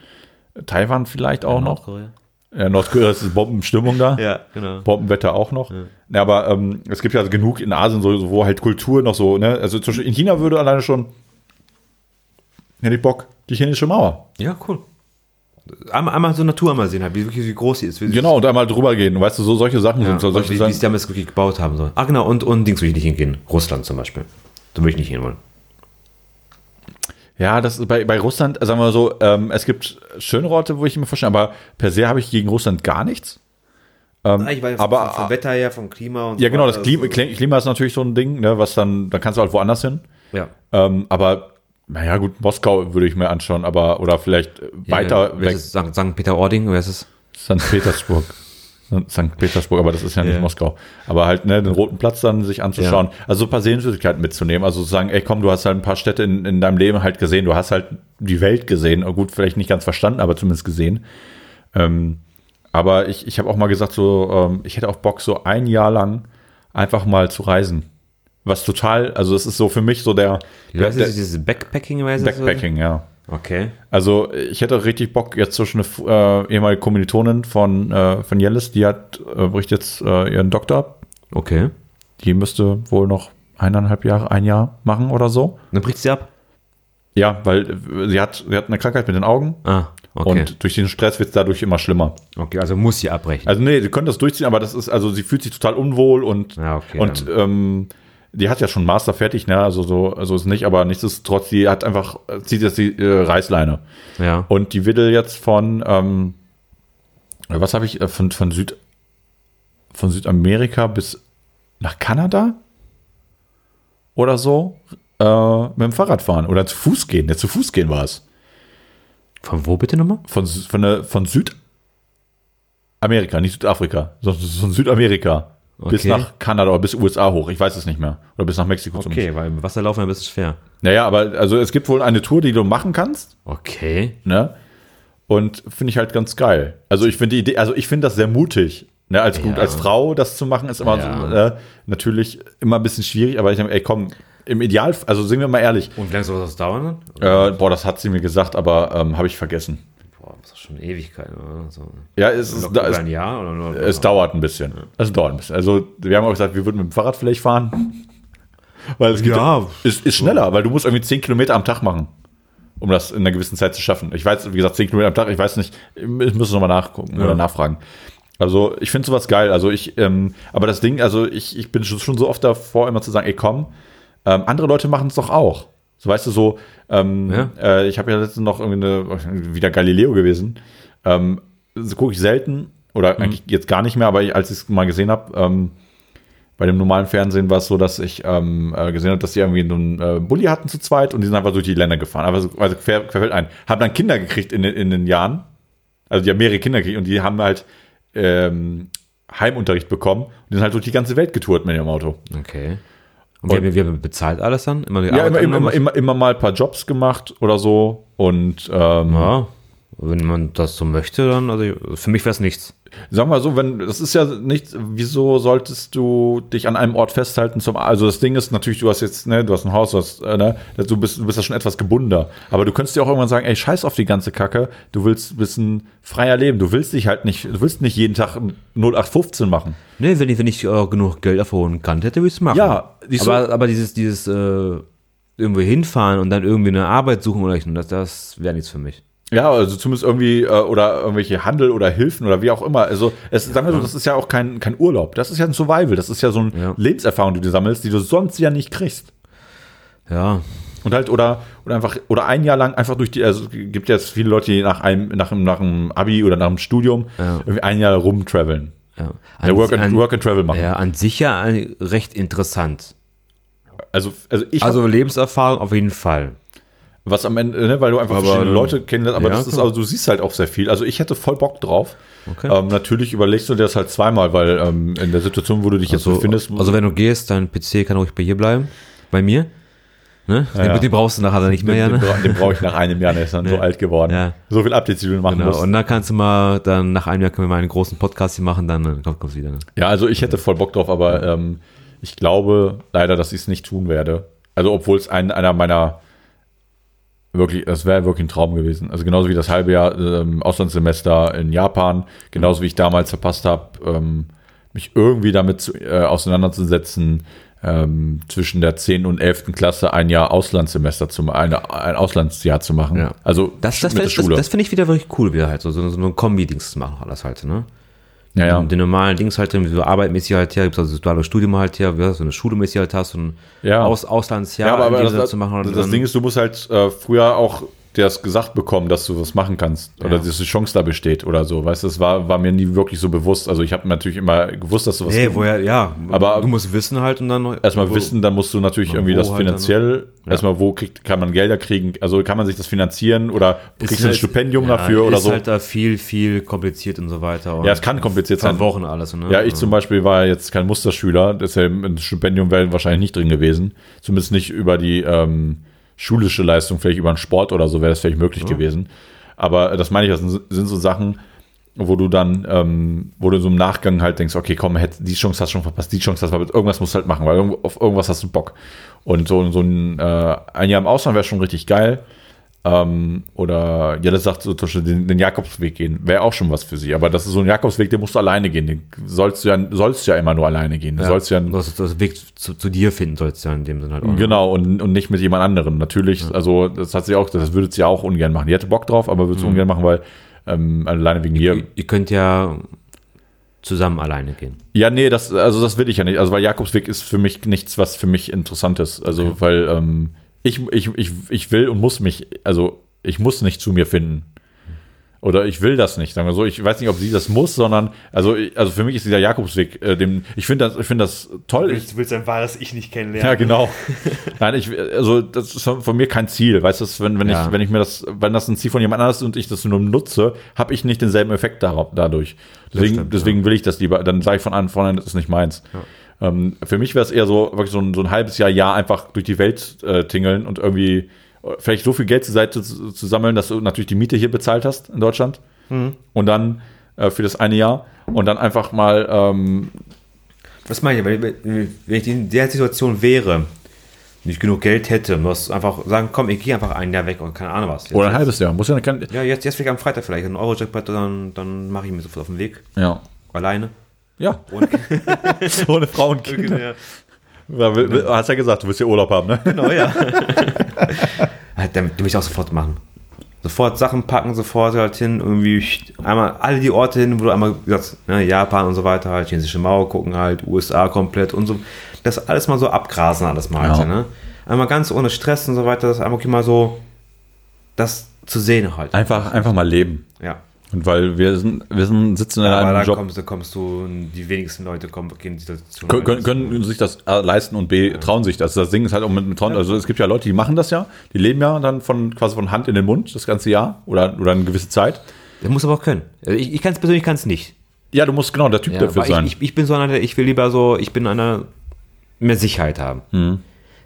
Speaker 2: Taiwan vielleicht auch noch.
Speaker 1: Korea.
Speaker 2: Ja, Nordkorea ist Bombenstimmung da.
Speaker 1: Ja, genau.
Speaker 2: Bombenwetter auch noch. Ja. aber ähm, es gibt ja genug in Asien, so, so, wo halt Kultur noch so, ne? Also zum Beispiel in China würde alleine schon Hätte ich Bock. Die chinesische Mauer.
Speaker 1: Ja, cool. Einmal, einmal so Natur einmal sehen, halt, wie, wirklich, wie groß sie ist. Wie,
Speaker 2: Genau, da mal drüber gehen. Weißt du, so solche Sachen
Speaker 1: ja,
Speaker 2: sind. So
Speaker 1: und
Speaker 2: solche
Speaker 1: wie, wie
Speaker 2: Sachen.
Speaker 1: sie damals wirklich gebaut haben sollen. Ah, genau, und, und Dings will ich nicht hingehen. Russland zum Beispiel. Da will ich nicht hinwollen.
Speaker 2: Ja, das ist bei, bei Russland, sagen wir mal so, ähm, es gibt schöne Orte, wo ich mir vorstelle, aber per se habe ich gegen Russland gar nichts.
Speaker 1: Ah, ich weiß,
Speaker 2: aber-
Speaker 1: vom Wetter her, vom Klima und
Speaker 2: Ja,
Speaker 1: so
Speaker 2: genau,
Speaker 1: weiter.
Speaker 2: das Klima, Kli- Klima ist natürlich so ein Ding, ne, was dann, da kannst du halt woanders hin.
Speaker 1: Ja.
Speaker 2: Ähm, aber, naja, gut, Moskau würde ich mir anschauen, aber, oder vielleicht äh, weiter
Speaker 1: ja,
Speaker 2: weg,
Speaker 1: Welches, St. St. Peter-Ording, wer ist es?
Speaker 2: St. Petersburg. St. Petersburg, aber das ist ja nicht
Speaker 1: Ja.
Speaker 2: Moskau. Aber halt, ne, den Roten Platz dann sich anzuschauen. Also so ein paar Sehenswürdigkeiten mitzunehmen. Also zu sagen, ey, komm, du hast halt ein paar Städte in, in deinem Leben halt gesehen. Du hast halt die Welt gesehen. Oh, Gut, vielleicht nicht ganz verstanden, aber zumindest gesehen. Ähm, aber ich, ich habe auch mal gesagt, so, ähm, ich hätte auch Bock, so ein Jahr lang einfach mal zu reisen. Was total, also es ist so für mich so der,
Speaker 1: Wie heißt
Speaker 2: der,
Speaker 1: es, dieses Backpacking, weißt du?
Speaker 2: Backpacking, ja.
Speaker 1: Okay.
Speaker 2: Also ich hätte richtig Bock, jetzt zwischen eine äh, ehemalige Kommilitonin von, äh, von Jellis, die hat, äh, bricht jetzt äh, ihren Doktor ab.
Speaker 1: Okay.
Speaker 2: Die müsste wohl noch eineinhalb Jahre, ein Jahr machen oder so.
Speaker 1: Dann bricht sie ab.
Speaker 2: Ja, weil äh, sie hat, sie hat eine Krankheit mit den Augen
Speaker 1: Ah, okay.
Speaker 2: und durch den Stress wird es dadurch immer schlimmer.
Speaker 1: okay, also muss sie abbrechen.
Speaker 2: Also nee, sie können das durchziehen, aber das ist, also sie fühlt sich total unwohl und,
Speaker 1: Ja, okay,
Speaker 2: und ähm, die hat ja schon Master fertig, ne? Also so, also ist nicht, aber nichtsdestotrotz, die hat einfach, äh, zieht jetzt die äh, Reißleine.
Speaker 1: ja.
Speaker 2: Und die Widdel jetzt von, ähm, was habe ich, äh, von, von, Süd, von Südamerika bis nach Kanada oder so äh, mit dem Fahrrad fahren oder zu Fuß gehen. Ja, zu Fuß gehen war es.
Speaker 1: Von wo bitte nochmal?
Speaker 2: Von, Sü- von, der- von Südamerika, nicht Südafrika, sondern von Südamerika bis
Speaker 1: Okay.
Speaker 2: nach Kanada oder bis USA hoch. Ich weiß es nicht mehr. Oder bis nach Mexiko
Speaker 1: Okay, weil im Wasser laufen ein bisschen schwer.
Speaker 2: Naja, aber also es gibt wohl eine Tour, die du machen kannst.
Speaker 1: Okay.
Speaker 2: ne? Und finde ich halt ganz geil. Also ich finde die Idee, also ich finde das sehr mutig. Ne, als gut,
Speaker 1: Ja.
Speaker 2: als Frau das zu machen, ist immer
Speaker 1: Ja.
Speaker 2: so, ne, natürlich immer ein bisschen schwierig, aber ich denke, ey komm, im Ideal, also sind wir mal ehrlich,
Speaker 1: Und wie lange soll das dauern?
Speaker 2: äh, boah, das hat sie mir gesagt, aber ähm, habe ich vergessen.
Speaker 1: Boah, das ist schon Ewigkeiten, oder? So.
Speaker 2: Ja, es, ist, da,
Speaker 1: über
Speaker 2: es,
Speaker 1: ein Jahr oder nur?
Speaker 2: es dauert ein bisschen. Es dauert ein bisschen. Also wir haben auch gesagt, wir würden mit dem Fahrrad vielleicht fahren. Weil es geht,
Speaker 1: Ja.
Speaker 2: ist, ist schneller, weil du musst irgendwie 10 Kilometer am Tag machen, um das in einer gewissen Zeit zu schaffen. Ich weiß, wie gesagt, 10 Kilometer am Tag, ich weiß nicht, ich muss nochmal nachgucken oder nachfragen. Also ich finde sowas geil. Also ich, ähm, aber das Ding, also ich, ich bin schon, schon so oft davor, immer zu sagen, ey komm, ähm, andere Leute machen es doch auch. So weißt du so, ähm,
Speaker 1: Ja.
Speaker 2: äh, ich habe ja letztens noch irgendwie eine, wieder Galileo gewesen. Ähm, so gucke ich selten oder
Speaker 1: Mhm.
Speaker 2: eigentlich jetzt gar nicht mehr, aber ich, als ich es mal gesehen habe, ähm, bei dem normalen Fernsehen war es so, dass ich ähm, äh, gesehen habe, dass die irgendwie so einen äh, Bulli hatten zu zweit und die sind einfach durch die Länder gefahren, einfach so, also quer, querfeld ein. Haben dann Kinder gekriegt in, den- in den Jahren. Also die haben mehrere Kinder gekriegt und die haben halt ähm, Heimunterricht bekommen und die sind halt durch die ganze Welt getourt mit ihrem Auto.
Speaker 1: Okay. Und wir, haben- wir haben bezahlt alles dann? Immer
Speaker 2: Ja, halt immer, immer, immer, immer, immer mal ein paar Jobs gemacht oder so. Und ähm,
Speaker 1: Ja. Wenn man das so möchte, dann, also ich- für mich wäre es nichts.
Speaker 2: Sag mal so, wenn das ist ja nicht, wieso solltest du dich an einem Ort festhalten zum also das Ding ist natürlich, du hast jetzt, ne, du hast ein Haus, du hast, äh, ne, du bist du bist ja schon etwas gebundener, aber du könntest dir auch irgendwann sagen, ey, scheiß auf die ganze Kacke, du willst ein bisschen freier leben, du willst dich halt nicht, du willst nicht jeden Tag 0815 machen.
Speaker 1: Nee, wenn ich, wenn ich äh, genug Geld erholen kann, hätte ich es machen.
Speaker 2: Ja, die so-
Speaker 1: aber, aber dieses, dieses äh, irgendwo hinfahren und dann irgendwie eine Arbeit suchen oder ich, das, das wäre nichts für mich.
Speaker 2: Ja, also zumindest irgendwie äh, oder irgendwelche Handel oder Hilfen oder wie auch immer. Also es sagen wir so, das ist ja auch kein kein Urlaub, das ist ja ein Survival, das ist ja so eine
Speaker 1: Ja.
Speaker 2: Lebenserfahrung, die du sammelst, die du sonst ja nicht kriegst.
Speaker 1: Ja.
Speaker 2: Und halt, oder, oder einfach, oder ein Jahr lang einfach durch die, also es gibt jetzt viele Leute, die nach einem, nach einem, nach einem Abi oder nach einem Studium
Speaker 1: Ja.
Speaker 2: irgendwie ein Jahr rumtraveln.
Speaker 1: ja. An,
Speaker 2: Ja, work, and,
Speaker 1: an,
Speaker 2: work and Travel machen.
Speaker 1: ja, an sich ja ein- recht interessant.
Speaker 2: Also, also ich,
Speaker 1: Also Lebenserfahrung auf jeden Fall.
Speaker 2: hab, was am Ende, ne, weil du einfach
Speaker 1: Aber,
Speaker 2: verschiedene
Speaker 1: ähm,
Speaker 2: Leute kennenlernst, aber
Speaker 1: ja,
Speaker 2: das ist,
Speaker 1: klar.
Speaker 2: also du siehst halt auch sehr viel. Also ich hätte voll Bock drauf.
Speaker 1: Okay.
Speaker 2: Ähm, natürlich überlegst du dir das halt zweimal, weil ähm, in der Situation, wo du dich jetzt
Speaker 1: So,
Speaker 2: befindest,
Speaker 1: also wenn du gehst, dein PC kann ruhig bei hier bleiben. Bei mir. Ne? Den,
Speaker 2: ja.
Speaker 1: den brauchst du nachher dann nicht
Speaker 2: den,
Speaker 1: mehr, ja,
Speaker 2: den,
Speaker 1: ne?
Speaker 2: bra- den brauche ich nach einem Jahr, der ist dann so alt geworden.
Speaker 1: Ja.
Speaker 2: So viel Updates, die du machen
Speaker 1: Genau.
Speaker 2: musst.
Speaker 1: Und dann kannst du mal, dann nach einem Jahr können wir mal einen großen Podcast hier machen, dann äh, kommt kommt's wieder. Ne?
Speaker 2: Ja, also ich hätte voll Bock drauf, aber ähm, ich glaube leider, dass ich es nicht tun werde. Also obwohl es ein, einer meiner wirklich, das wäre wirklich ein Traum gewesen. Also genauso wie das halbe Jahr ähm, Auslandssemester in Japan, genauso wie ich damals verpasst habe, ähm, mich irgendwie damit zu, äh, auseinanderzusetzen, ähm, zwischen der 10. und 11. Klasse ein Jahr Auslandssemester zu ma- eine, ein Auslandsjahr zu machen.
Speaker 1: Ja.
Speaker 2: Also
Speaker 1: Das, das,
Speaker 2: mit der
Speaker 1: das, das,
Speaker 2: Schule.
Speaker 1: das finde ich wieder wirklich cool, wieder halt so, so, so ein Kombi-Dings zu machen, alles halt, ne?
Speaker 2: ja, ja.
Speaker 1: Und Den normalen Dings halt, irgendwie so arbeitmäßig halt her, gibt es also das duale Studium halt her, wie hast du eine Schule mäßig halt hast, so ein
Speaker 2: Ja.
Speaker 1: Aus, Auslandsjahr
Speaker 2: ja, aber,
Speaker 1: in
Speaker 2: aber
Speaker 1: dem
Speaker 2: das,
Speaker 1: Sinne
Speaker 2: das,
Speaker 1: zu machen.
Speaker 2: das Ding ist, du musst halt äh, früher auch dir das gesagt bekommen, dass du was machen kannst oder
Speaker 1: Ja.
Speaker 2: dass die Chance da besteht oder so. Weißt du, das war, war mir nie wirklich so bewusst. Also ich habe natürlich immer gewusst, dass du was
Speaker 1: Hey, woher, ja,
Speaker 2: Aber-
Speaker 1: du musst wissen halt und dann
Speaker 2: erstmal
Speaker 1: wo-
Speaker 2: wissen, dann musst du natürlich irgendwie
Speaker 1: wo
Speaker 2: das
Speaker 1: halt
Speaker 2: finanziell, erstmal wo kriegt, kann man Gelder kriegen, also kann man sich das finanzieren oder
Speaker 1: Ist
Speaker 2: kriegst du ein
Speaker 1: halt-
Speaker 2: Stipendium
Speaker 1: ja,
Speaker 2: dafür oder
Speaker 1: ist
Speaker 2: so.
Speaker 1: halt da viel, viel kompliziert und so weiter. Und
Speaker 2: ja, es kann kompliziert sein.
Speaker 1: verworren alles. Ne?
Speaker 2: Ja, ich zum Beispiel war jetzt kein Musterschüler, deshalb ein Stipendium wäre wahrscheinlich nicht drin gewesen. Zumindest nicht über die ähm, schulische Leistung, vielleicht über einen Sport oder so wäre das vielleicht möglich gewesen. Aber äh, das meine ich, das sind sind so Sachen, wo du dann, ähm, wo du so im Nachgang halt denkst, okay, komm, hätt, die Chance hast du schon verpasst, die Chance hast du verpasst, irgendwas musst du halt machen, weil irgend- auf irgendwas hast du Bock. Und so, so ein, äh, ein Jahr im Ausland wäre schon richtig geil. Ähm, oder ja, das sagt so zum Beispiel den, den Jakobsweg gehen, wäre auch schon was für sie. Aber das ist so ein Jakobsweg, den musst du alleine gehen. Den sollst du ja, sollst du ja immer nur alleine gehen. Du sollst ja,
Speaker 1: du hast das Weg zu, zu dir finden sollst du ja in dem Sinne halt auch.
Speaker 2: genau und, und nicht mit jemand anderem. Natürlich, also das hat sie auch, das würde sie auch ungern machen. Die hätte Bock drauf, aber würde es ungern machen, weil ähm, alleine wegen mir.
Speaker 1: Ihr, ihr könnt ja zusammen alleine gehen.
Speaker 2: Ja, nee, das, also das will ich ja nicht. Also, weil Jakobsweg ist für mich nichts, was für mich interessant ist. Also, weil ähm, ich, ich, ich, ich will und muss mich, also ich muss nicht zu mir finden. Oder ich will das nicht, sagen wir so. Ich weiß nicht, ob sie das muss, sondern, also, ich- also für mich ist dieser Jakobsweg, äh, dem, ich finde das, ich finde das toll. Ich,
Speaker 3: willst dein wahres Ich nicht kennenlernen.
Speaker 2: ja, genau. Nein, ich, also das ist von von mir kein Ziel. Weißt du, wenn, wenn,
Speaker 1: Ja.
Speaker 2: ich, wenn ich mir das, wenn das ein Ziel von jemand anders ist und ich das nur nutze, habe ich nicht denselben Effekt darauf, dadurch. Deswegen,
Speaker 1: stimmt,
Speaker 2: deswegen will ich das lieber. Dann sage ich von Anfang an, das ist nicht meins. Ähm, für mich wäre es eher so, wirklich so ein, so ein halbes Jahr, Jahr einfach durch die Welt äh, tingeln und irgendwie äh, vielleicht so viel Geld zur Seite zu, zu sammeln, dass du natürlich die Miete hier bezahlt hast in Deutschland. Und dann äh, für das eine Jahr und dann einfach mal ähm,
Speaker 1: Was meine ich, wenn, wenn wenn ich in der Situation wäre, nicht genug Geld hätte, muss einfach sagen, komm, ich gehe einfach ein Jahr weg und keine Ahnung was. Jetzt,
Speaker 2: oder ein halbes Jahr. Muss ja, kein,
Speaker 1: ja, jetzt, jetzt vielleicht am Freitag vielleicht ein Euro-Jackpot, dann, dann mache ich mir sofort auf den Weg.
Speaker 2: ja.
Speaker 1: Alleine.
Speaker 2: Ja.
Speaker 1: Ohne-
Speaker 2: Ohne Frau und Kinder. Ja, will- will- hast ja gesagt, du willst ja Urlaub haben, ne?
Speaker 1: Genau, ja. halt, damit will ich auch sofort machen. Sofort Sachen packen, sofort halt hin, irgendwie einmal alle die Orte hin, wo du einmal wie gesagt ne, Japan und so weiter, halt, chinesische Mauer gucken halt, USA komplett und so. Das alles mal so abgrasen, alles mal.
Speaker 2: Ja.
Speaker 1: Halt, ne? Einmal ganz ohne Stress und so weiter, das einmal okay, mal so, das zu sehen halt.
Speaker 2: Einfach, einfach mal leben.
Speaker 1: Ja.
Speaker 2: Und weil wir sind, wir sind, sitzen in
Speaker 1: Aber
Speaker 2: einem
Speaker 1: da
Speaker 2: Job,
Speaker 1: kommst, da kommst du, die wenigsten Leute kommen, gehen in die Situation.
Speaker 2: können, können, können sich das A, leisten und B, trauen sich das. Das Ding ist halt auch mit, mit trauen, also es gibt ja Leute, die machen das ja, die leben ja dann von, quasi von Hand in den Mund das ganze Jahr oder, oder eine gewisse Zeit.
Speaker 1: Der muss aber auch können. Also Ich, ich kann es persönlich, kann es nicht.
Speaker 2: Ja, du musst genau der Typ
Speaker 1: Ja,
Speaker 2: dafür
Speaker 1: aber ich,
Speaker 2: sein.
Speaker 1: Ich, ich bin so einer, der, ich will lieber so, ich bin einer, mehr Sicherheit haben.
Speaker 2: Mhm.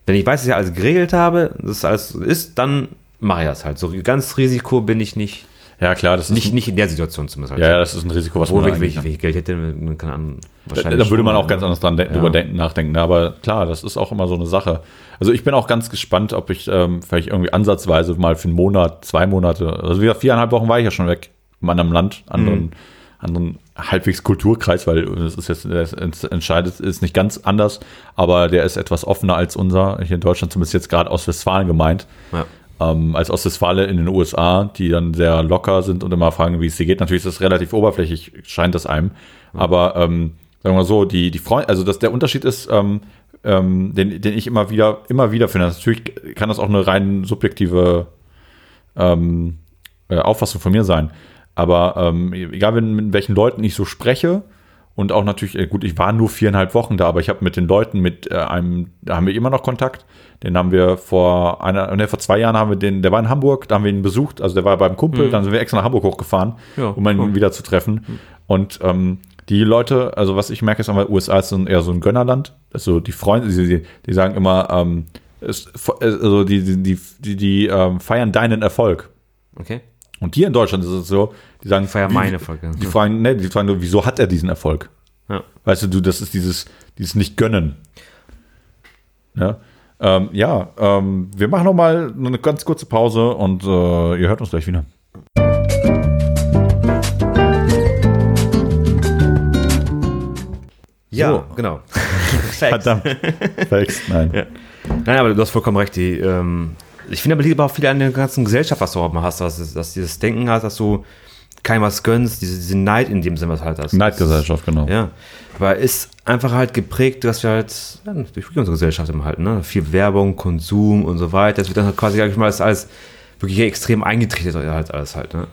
Speaker 1: Wenn ich weiß, dass ich alles geregelt habe, dass alles so ist, dann mache ich das halt. So ganz Risiko bin ich nicht,
Speaker 2: ja, klar, das ist,
Speaker 1: nicht, nicht in der Situation zumindest. Halt.
Speaker 2: ja, ja, das ist ein Risiko, was
Speaker 1: Obwohl,
Speaker 2: man
Speaker 1: wenn ich,
Speaker 2: eingeht,
Speaker 1: wenn
Speaker 2: ne?
Speaker 1: ich Geld hätte, dann kann man wahrscheinlich.
Speaker 2: Da würde man
Speaker 1: schon,
Speaker 2: auch ganz anders dran denken, drüber denken, nachdenken. ne? Aber klar, das ist auch immer so eine Sache. Also ich bin auch ganz gespannt, ob ich ähm, vielleicht irgendwie ansatzweise mal für einen Monat, zwei Monate, also wieder viereinhalb Wochen war ich ja schon weg, in einem anderen Land, anderen,
Speaker 1: Mhm.
Speaker 2: anderen halbwegs Kulturkreis, weil es ist jetzt das ents- entscheidet, ist nicht ganz anders, aber der ist etwas offener als unser, hier in Deutschland zumindest jetzt gerade aus Westfalen gemeint.
Speaker 1: Ja.
Speaker 2: Ähm, als Ostwestfale in den USA, die dann sehr locker sind und immer fragen, wie es dir geht. Natürlich ist das relativ oberflächlich, scheint das einem. Aber ähm, sagen wir mal so, die, die Freunde, also dass der Unterschied ist, ähm, ähm, den, den ich immer wieder, immer wieder finde. Natürlich kann das auch eine rein subjektive ähm, äh, Auffassung von mir sein. Aber ähm, egal, wenn, mit welchen Leuten ich so spreche und auch natürlich, äh, gut, ich war nur viereinhalb Wochen da, aber ich habe mit den Leuten, mit äh, einem, da haben wir immer noch Kontakt. Den haben wir vor einer, ne, vor zwei Jahren haben wir den, der war in Hamburg, da haben wir ihn besucht, also der war beim Kumpel, dann sind wir extra nach Hamburg hochgefahren,
Speaker 1: Mhm. Ja,
Speaker 2: um ihn
Speaker 1: cool. Mhm.
Speaker 2: wieder zu treffen. Und ähm, die Leute, also was ich merke, ist einmal, USA ist so ein, eher so ein Gönnerland. Also die Freunde, die, die, die sagen immer, ähm, es, also die, die, die, die, die ähm, feiern deinen Erfolg.
Speaker 1: Okay.
Speaker 2: Und hier in Deutschland ist es so, die sagen,
Speaker 1: Feier
Speaker 2: wie-
Speaker 1: meine Folge.
Speaker 2: Die fragen, ne, die fragen nur, wieso hat er diesen Erfolg?
Speaker 1: Ja.
Speaker 2: Weißt du, du, das ist dieses, dieses Nicht-Gönnen. Ja, ähm, ja ähm, wir machen noch mal eine ganz kurze Pause und äh, ihr hört uns gleich wieder.
Speaker 1: Ja, genau.
Speaker 2: Verdammt. Facts, nein.
Speaker 1: Ja. Nein, aber du hast vollkommen recht. Die, ähm, ich finde aber liegt aber auch viel an der ganzen Gesellschaft, was du auch immer hast, dass, dass du dieses Denken hast, dass du keinem was gönnst, diese, diese Neid in dem Sinne, was halt hast.
Speaker 2: Neidgesellschaft, genau.
Speaker 1: Ja, aber ist einfach halt geprägt, dass wir halt, ja, durch unsere Gesellschaft immer halt, ne? viel Werbung, Konsum und so weiter, das wird dann halt quasi, sag ich mal, das alles wirklich extrem eingetreten halt alles halt, ne.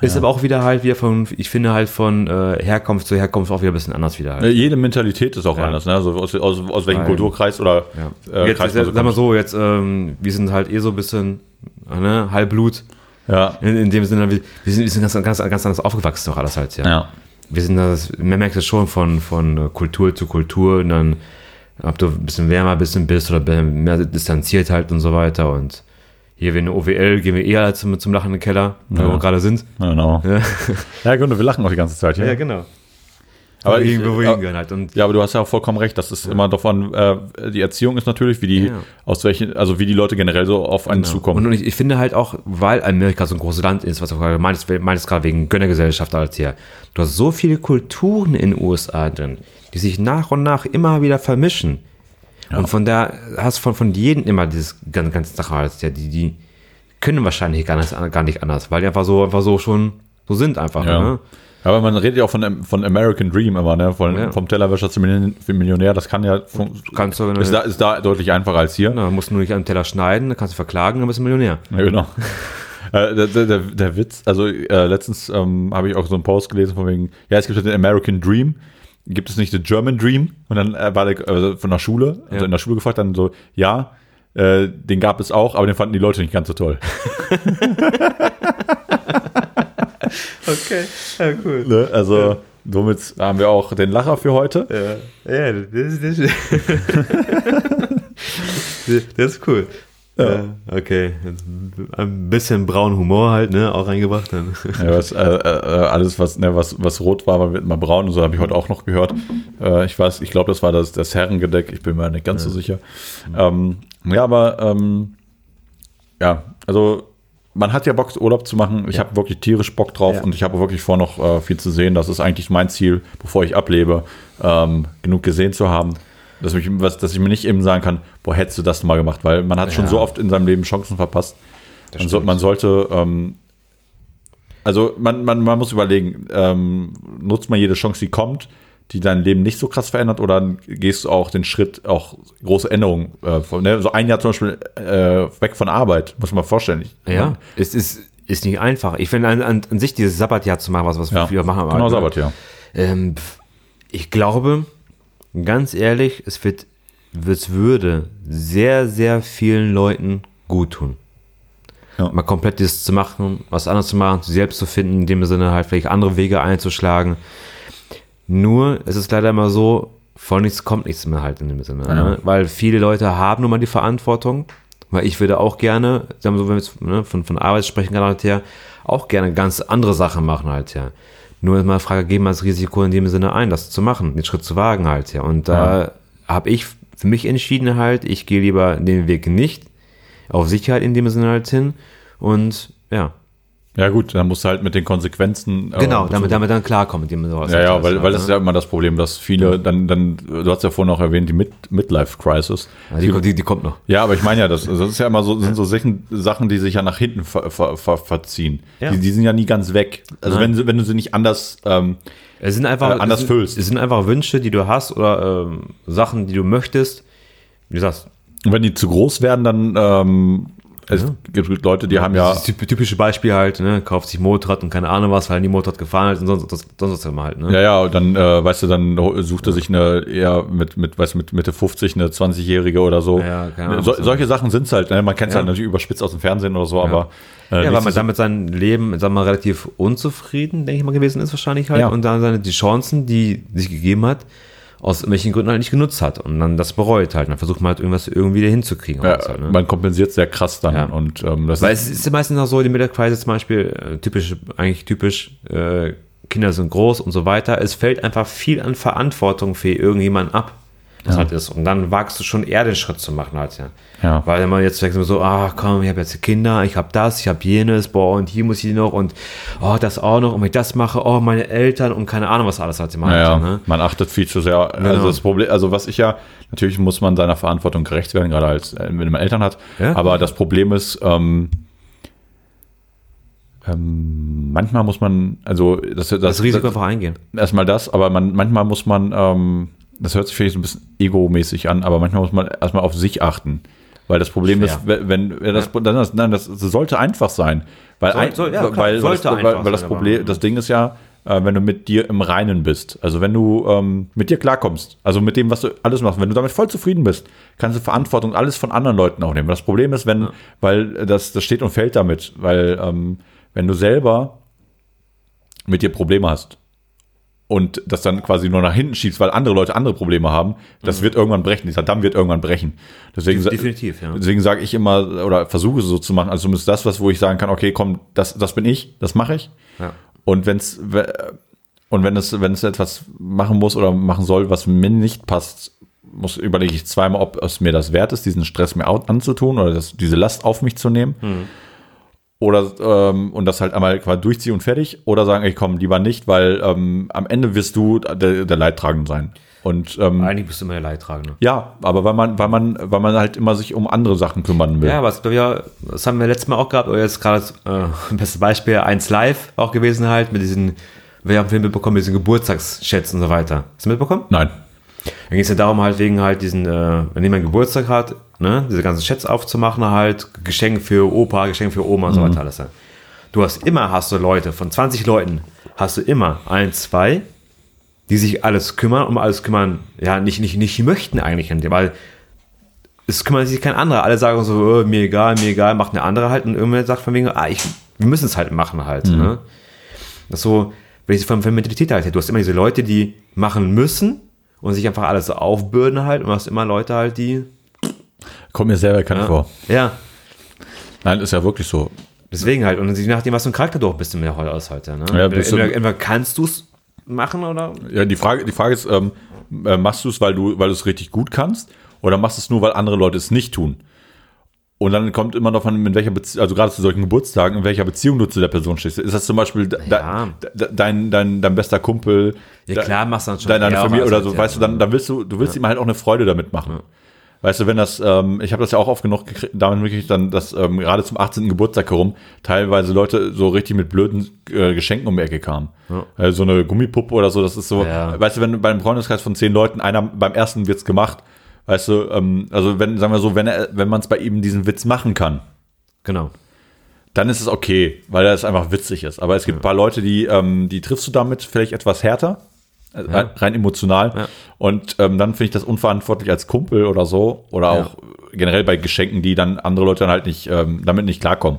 Speaker 1: Ist aber auch wieder halt wieder von, ich finde halt von äh, Herkunft zu Herkunft auch wieder ein bisschen anders wieder
Speaker 2: Äh,
Speaker 1: halt.
Speaker 2: Jede Mentalität ist auch
Speaker 1: Ja.
Speaker 2: anders, ne? Also aus, aus, aus welchem
Speaker 1: Nein.
Speaker 2: Kulturkreis oder
Speaker 1: Ja.
Speaker 2: äh,
Speaker 1: jetzt,
Speaker 2: Kreis
Speaker 1: jetzt,
Speaker 2: man so
Speaker 1: sag mal
Speaker 2: kommt.
Speaker 1: so, jetzt, ähm, wir sind halt eh so ein bisschen, äh, ne, Halbblut.
Speaker 2: Ja.
Speaker 1: In, in dem Sinne, wir, wir sind, wir sind ganz, ganz, ganz anders aufgewachsen, doch alles halt, ja.
Speaker 2: ja.
Speaker 1: Wir sind das, man merkt das schon von, von äh, Kultur zu Kultur und dann, ob du ein bisschen wärmer ein bisschen bist oder be- mehr distanziert halt und so weiter und hier, wenn eine OWL, gehen wir eher zum, zum lachenden Keller, wo
Speaker 2: Ja.
Speaker 1: wir gerade sind. ne?
Speaker 2: Genau.
Speaker 1: Ja,
Speaker 2: Ja, Gründe, wir lachen auch die ganze Zeit. Ja,
Speaker 1: genau.
Speaker 2: Aber
Speaker 1: Aber
Speaker 2: ich-
Speaker 1: irgendwo
Speaker 2: äh,
Speaker 1: hingehen halt und
Speaker 2: Ja, aber du hast ja auch vollkommen recht. Das ist immer davon, äh, die Erziehung ist natürlich, wie die,
Speaker 1: Ja. Genau.
Speaker 2: aus welchen, also wie die Leute generell so auf einen zukommen.
Speaker 1: Und ich, ich finde halt auch, weil Amerika so ein großes Land ist, was du gerade meinst, meinst gerade wegen Gönnergesellschaft als hier, du hast so viele Kulturen in den USA drin, die sich nach und nach immer wieder vermischen. Und von da hast du von, von jedem immer dieses ganz, ganz Sache als hier, die, die können wahrscheinlich gar nicht, gar nicht anders, weil die einfach so, einfach so schon so sind einfach.
Speaker 2: Ja.
Speaker 1: Ne?
Speaker 2: Aber man redet ja auch von, von American Dream immer, ne? Von,
Speaker 1: Ja.
Speaker 2: Vom Tellerwäscher zum Million- Millionär. Das kann ja, fun-
Speaker 1: Kannst du,
Speaker 2: ist, da, ist da deutlich einfacher als hier.
Speaker 1: na, musst du nur nicht am Teller schneiden, dann kannst du verklagen, dann bist du Millionär.
Speaker 2: Ja, genau. Äh, der, der, der- der Witz, also äh, letztens ähm, habe ich auch so einen Post gelesen von wegen, ja, es gibt halt den American Dream, gibt es nicht den German Dream? Und dann äh, war der äh, von der Schule, also
Speaker 1: Ja.
Speaker 2: in der Schule gefragt, dann so, ja, äh, den gab es auch, aber den fanden die Leute nicht ganz so toll.
Speaker 1: Okay, ja, cool.
Speaker 2: Ne? Also somit haben wir auch den Lacher für heute.
Speaker 1: Ja, ja das, das, das ist cool. Ja, okay. Ein bisschen braunen Humor halt, ne? Auch reingebracht dann.
Speaker 2: Ja, was, äh, äh, alles, was, ne, was, was rot war, wird mal braun und so habe ich heute auch noch gehört. Äh, ich weiß, ich glaube, das war das, das Herrengedeck, ich bin mir nicht ganz so sicher. Ähm, ja, aber ähm, ja, also man hat ja Bock, Urlaub zu machen. Ich habe wirklich tierisch Bock drauf
Speaker 1: Ja.
Speaker 2: und ich habe wirklich vor, noch äh, viel zu sehen. Das ist eigentlich mein Ziel, bevor ich ablebe, ähm, genug gesehen zu haben. Dass, mich, was, dass ich mir nicht eben sagen kann, boah, hättest du das mal gemacht, weil man hat schon
Speaker 1: Ja.
Speaker 2: so oft in seinem Leben Chancen verpasst. Man, so, man sollte ähm, also man, man, man muss überlegen, ähm, nutzt man jede Chance, die kommt, die dein Leben nicht so krass verändert, oder gehst du auch den Schritt, auch große Änderungen, äh, von, ne? so ein Jahr zum Beispiel äh, weg von Arbeit, muss man mal vorstellen. Ich-
Speaker 1: Ja, es ne? ist, ist nicht einfach. Ich finde an, an, an sich dieses Sabbatjahr zu machen, was, was
Speaker 2: ja.
Speaker 1: wir machen. aber-
Speaker 2: Genau, Sabbat, ja.
Speaker 1: Ähm, pf, ich glaube, ganz ehrlich, es wird, es würde sehr, sehr vielen Leuten gut tun.
Speaker 2: Ja.
Speaker 1: Mal komplett dieses zu machen, was anderes zu machen, sich selbst zu finden, in dem Sinne halt vielleicht andere Wege einzuschlagen. Nur, es ist leider immer so, von nichts kommt nichts mehr halt in dem Sinne. Ne? Weil viele Leute haben nun mal die Verantwortung, weil ich würde auch gerne, sagen wir so, wenn wir jetzt ne, von, von Arbeit sprechen gerade halt her, auch gerne ganz andere Sachen machen halt her. Nur ist mal die Frage, geben wir das Risiko in dem Sinne ein, das zu machen, den Schritt zu wagen halt her. Und da habe ich für mich entschieden halt, ich gehe lieber den Weg nicht, auf Sicherheit in dem Sinne halt hin und ja,
Speaker 2: Ja, gut, dann musst du halt mit den Konsequenzen. äh,
Speaker 1: genau, damit, damit dann klarkommen, mit dem sowas
Speaker 2: Ja,
Speaker 1: halt
Speaker 2: ja,
Speaker 1: alles,
Speaker 2: weil,
Speaker 1: ne?
Speaker 2: weil das ist ja immer das Problem, dass viele dann, dann, du hast ja vorhin auch erwähnt, die Mid Midlife-Crisis.
Speaker 1: Ja, die, Also die, die kommt noch.
Speaker 2: Ja, aber ich meine ja, das, das ist ja immer so, sind so Sachen, Sachen, die sich ja nach hinten ver, ver, ver, verziehen.
Speaker 1: Ja.
Speaker 2: Die, die sind ja nie ganz weg. Also wenn, sie- wenn du sie nicht anders, ähm,
Speaker 1: Es sind einfach,
Speaker 2: Äh, anders
Speaker 1: es sind,
Speaker 2: füllst.
Speaker 1: Es sind einfach Wünsche, die du hast oder ähm, Sachen, die du möchtest. Wie gesagt,
Speaker 2: wenn die zu groß werden, dann ähm, es gibt Leute, die haben ja
Speaker 1: das typ- typische Beispiel halt, ne? kauft sich Motorrad und keine Ahnung was, weil nie Motorrad gefahren ist und sonst, sonst, sonst was immer halt. Ne?
Speaker 2: ja, ja, und dann, äh, weißt du, dann ho- sucht er sich eine, eher mit, mit, weißt du, mit Mitte 50, eine 20-Jährige oder so.
Speaker 1: Ja, ja, keine Ahnung,
Speaker 2: so
Speaker 1: was-
Speaker 2: solche Sachen sind's halt, ne? man kennt's
Speaker 1: Ja.
Speaker 2: halt natürlich überspitzt aus dem Fernsehen oder so, aber äh,
Speaker 1: Ja, weil man
Speaker 2: nichtsdestotrotz-
Speaker 1: damit sein Leben, sagen wir mal, relativ unzufrieden, denke ich mal, gewesen ist wahrscheinlich halt.
Speaker 2: Ja.
Speaker 1: Und dann seine, die Chancen, die sich gegeben hat, aus welchen Gründen halt nicht genutzt hat. Und dann das bereut halt. Dann versucht man halt irgendwas irgendwie wieder hinzukriegen.
Speaker 2: ja,
Speaker 1: halt, ne?
Speaker 2: man kompensiert sehr krass dann
Speaker 1: Ja.
Speaker 2: und ähm, das
Speaker 1: Weil es ist ja meistens auch so, die Mittagspreise zum Beispiel, äh, typisch, eigentlich typisch, äh, Kinder sind groß und so weiter. Es fällt einfach viel an Verantwortung für irgendjemanden ab. das halt ist. Und dann wagst du schon eher den Schritt zu machen als ja.
Speaker 2: Ja.
Speaker 1: Weil man jetzt denkt so, ah komm, ich habe jetzt Kinder, ich habe das, ich habe jenes, boah, und hier muss ich noch und oh, das auch noch, und wenn ich das mache, oh, meine Eltern und keine Ahnung, was alles halt immer
Speaker 2: Naja,
Speaker 1: hat, ne? Genau.
Speaker 2: man achtet viel zu sehr. Also das Problem, also was ich ja, natürlich muss man seiner Verantwortung gerecht werden, gerade als äh, wenn man Eltern hat.
Speaker 1: Ja.
Speaker 2: Aber das Problem ist, ähm, ähm, manchmal muss man, also das, das,
Speaker 1: Das Risiko einfach eingehen.
Speaker 2: erstmal das, aber man, manchmal muss man, ähm, das hört sich vielleicht so ein bisschen egomäßig an, aber manchmal muss man erstmal auf sich achten. Weil das Problem
Speaker 1: Schwer.
Speaker 2: ist, wenn, wenn wenn das, dann das, nein, das sollte einfach sein. Weil,
Speaker 1: Soll-
Speaker 2: ein,
Speaker 1: soll- ja, klar,
Speaker 2: weil, weil, das,
Speaker 1: sollte
Speaker 2: weil,
Speaker 1: einfach
Speaker 2: weil das
Speaker 1: sein,
Speaker 2: Problem,
Speaker 1: aber-
Speaker 2: das Ding ist ja, äh, wenn du mit dir im Reinen bist, also wenn du ähm, mit dir klarkommst, also mit dem, was du alles machst, wenn du damit voll zufrieden bist, kannst du Verantwortung und alles von anderen Leuten auch nehmen. Das Problem ist, wenn, weil das, das steht und fällt damit, weil ähm, wenn du selber mit dir Probleme hast und das dann quasi nur nach hinten schiebst, weil andere Leute andere Probleme haben, das wird irgendwann brechen. Dieser Damm wird irgendwann brechen. Deswegen, sa-
Speaker 1: Definitiv, ja.
Speaker 2: deswegen sage ich immer oder versuche es so zu machen. Also zumindest das, was wo ich sagen kann, okay, komm, das, das bin ich, das mache ich.
Speaker 1: Ja.
Speaker 2: Und wenn's we- und wenn es wenn es etwas machen muss oder machen soll, was mir nicht passt, muss überlege ich zweimal, ob es mir das wert ist, diesen Stress mir au- anzutun oder das, diese Last auf mich zu nehmen
Speaker 1: Hm.
Speaker 2: oder ähm, und das halt einmal quasi durchziehen und fertig oder sagen, ich komm lieber nicht, weil ähm, am Ende wirst du der, der Leidtragende sein. Und ähm,
Speaker 1: Eigentlich bist du immer der Leidtragende.
Speaker 2: ja, aber weil man, weil man, weil man halt immer sich um andere Sachen kümmern will.
Speaker 1: Ja, aber es, glaub ich, ja, das haben wir letztes Mal auch gehabt, oder jetzt gerade das äh, beste Beispiel, 1 Live auch gewesen halt, mit diesen, wir haben viel mitbekommen, mit diesen Geburtstagsschätzen und so weiter. Hast du mitbekommen?
Speaker 2: Nein.
Speaker 1: Dann ging es ja darum, halt wegen halt diesen, äh, wenn jemand Geburtstag hat, ne, diese ganzen Chats aufzumachen, halt, Geschenke für Opa, Geschenke für Oma und so
Speaker 2: Mhm.
Speaker 1: weiter alles. ja. Du hast immer, hast du Leute, von 20 Leuten hast du immer ein, zwei, die sich alles kümmern, um alles kümmern, ja, nicht, nicht, nicht möchten eigentlich an dir, weil es kümmert sich kein anderer. Alle sagen so, äh, mir egal, mir egal, macht eine andere halt und irgendwer sagt von wegen, ah, ich, wir müssen es halt machen halt,
Speaker 2: Mhm.
Speaker 1: ne. Das ist so, wenn ich von von Mentalität halt hätte. Du hast immer diese Leute, die machen müssen und sich einfach alles so aufbürden halt und du hast immer Leute halt, die.
Speaker 2: Kommt mir sehr bekannt
Speaker 1: Ja.
Speaker 2: vor.
Speaker 1: ja.
Speaker 2: Nein, ist ja wirklich so.
Speaker 1: Deswegen halt. Und je nachdem, was für ein Charakter du auch bist, mehr heute aus halt, ja, ne?
Speaker 2: Ja, bist du-
Speaker 1: entweder, entweder kannst du es machen oder.
Speaker 2: Ja, die Frage, die Frage ist, ähm, äh, machst du es, weil du, weil du es richtig gut kannst, oder machst du es nur, weil andere Leute es nicht tun? Und dann kommt immer noch an, mit welcher Beziehung, also gerade zu solchen Geburtstagen, in welcher Beziehung du zu der Person stehst. Ist das zum Beispiel de
Speaker 1: Ja.
Speaker 2: de de dein, dein, dein bester Kumpel?
Speaker 1: Ja,
Speaker 2: de-
Speaker 1: klar, machst du halt, dann schon
Speaker 2: Deine, deine
Speaker 1: eher
Speaker 2: Familie
Speaker 1: was
Speaker 2: oder
Speaker 1: als
Speaker 2: so,
Speaker 1: jetzt,
Speaker 2: weißt du, dann, dann willst du, du willst ihm halt auch eine Freude damit machen. Weißt du, wenn das, ähm, ich habe das ja auch oft genug gekriegt, damit wirklich dann, dass ähm, gerade zum 18. Geburtstag herum teilweise Leute so richtig mit blöden äh, Geschenken um die Ecke kamen. Äh, so eine Gummipuppe oder so, das ist so,
Speaker 1: Ja.
Speaker 2: weißt du, wenn bei einem Freundeskreis von zehn Leuten einer beim ersten wird's gemacht, weißt du, ähm, also wenn, sagen wir so, wenn er, wenn man es bei ihm diesen Witz machen kann,
Speaker 1: Genau.
Speaker 2: dann ist es okay, weil das einfach witzig ist. Aber es gibt ein paar Leute, die, ähm, die triffst du damit vielleicht etwas härter, äh, rein- rein emotional. Und ähm, dann finde ich das unverantwortlich als Kumpel oder so. Oder auch generell bei Geschenken, die dann andere Leute dann halt nicht ähm, damit nicht klarkommen.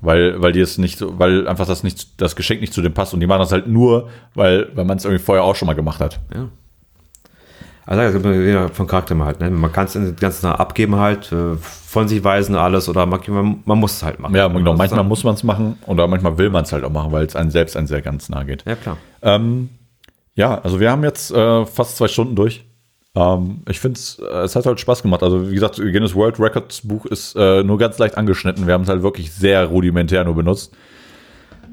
Speaker 2: Weil, weil die es nicht so, weil einfach das nicht, das Geschenk nicht zu dem passt. Und die machen das halt nur, weil, weil man es irgendwie vorher auch schon mal gemacht hat.
Speaker 1: Also das kommt wieder von Charakter mal halt, ne? Man kann es ganz nah abgeben halt, äh, von sich weisen alles oder man, man, man muss es halt machen.
Speaker 2: Ja, genau.
Speaker 1: Das ist
Speaker 2: Manchmal
Speaker 1: dann-
Speaker 2: muss man es machen oder manchmal will man es halt auch machen, weil es einem selbst einen sehr ganz nah geht. Ähm,
Speaker 1: Ja, klar.
Speaker 2: Ja, also wir haben jetzt äh, fast zwei Stunden durch. Ähm, ich finde es, es hat halt Spaß gemacht. Also wie gesagt, Guinness World Records Buch ist äh, nur ganz leicht angeschnitten. Wir haben es halt wirklich sehr rudimentär nur benutzt.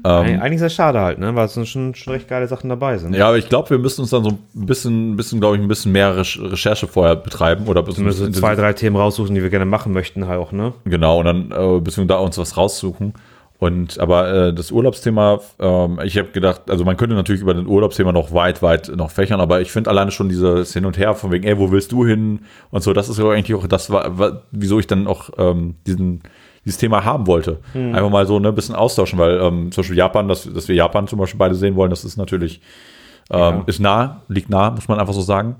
Speaker 1: Eig- Eigentlich sehr schade halt, ne? Weil es sind schon, schon recht geile Sachen dabei sind.
Speaker 2: Ja, aber ich glaube, wir müssen uns dann so ein bisschen, bisschen glaube ich, ein bisschen mehr Reche- Recherche vorher betreiben oder bis,
Speaker 1: Wir müssen Also zwei, drei Themen raussuchen, die wir gerne machen möchten halt auch, ne?
Speaker 2: genau und dann äh, bisschen da uns was raussuchen. Und aber äh, das Urlaubsthema, ähm, ich habe gedacht, also man könnte natürlich über den Urlaubsthema noch weit, weit noch fächern, aber ich finde alleine schon dieses Hin und Her von wegen, ey, wo willst du hin und so, das ist ja eigentlich auch das, wa- wa- wieso ich dann auch ähm, diesen dieses Thema haben wollte. Einfach mal so ne, ein bisschen austauschen, weil ähm, zum Beispiel Japan, dass, dass wir Japan zum Beispiel beide sehen wollen, das ist natürlich ähm, ist nah, liegt nah, muss man einfach so sagen.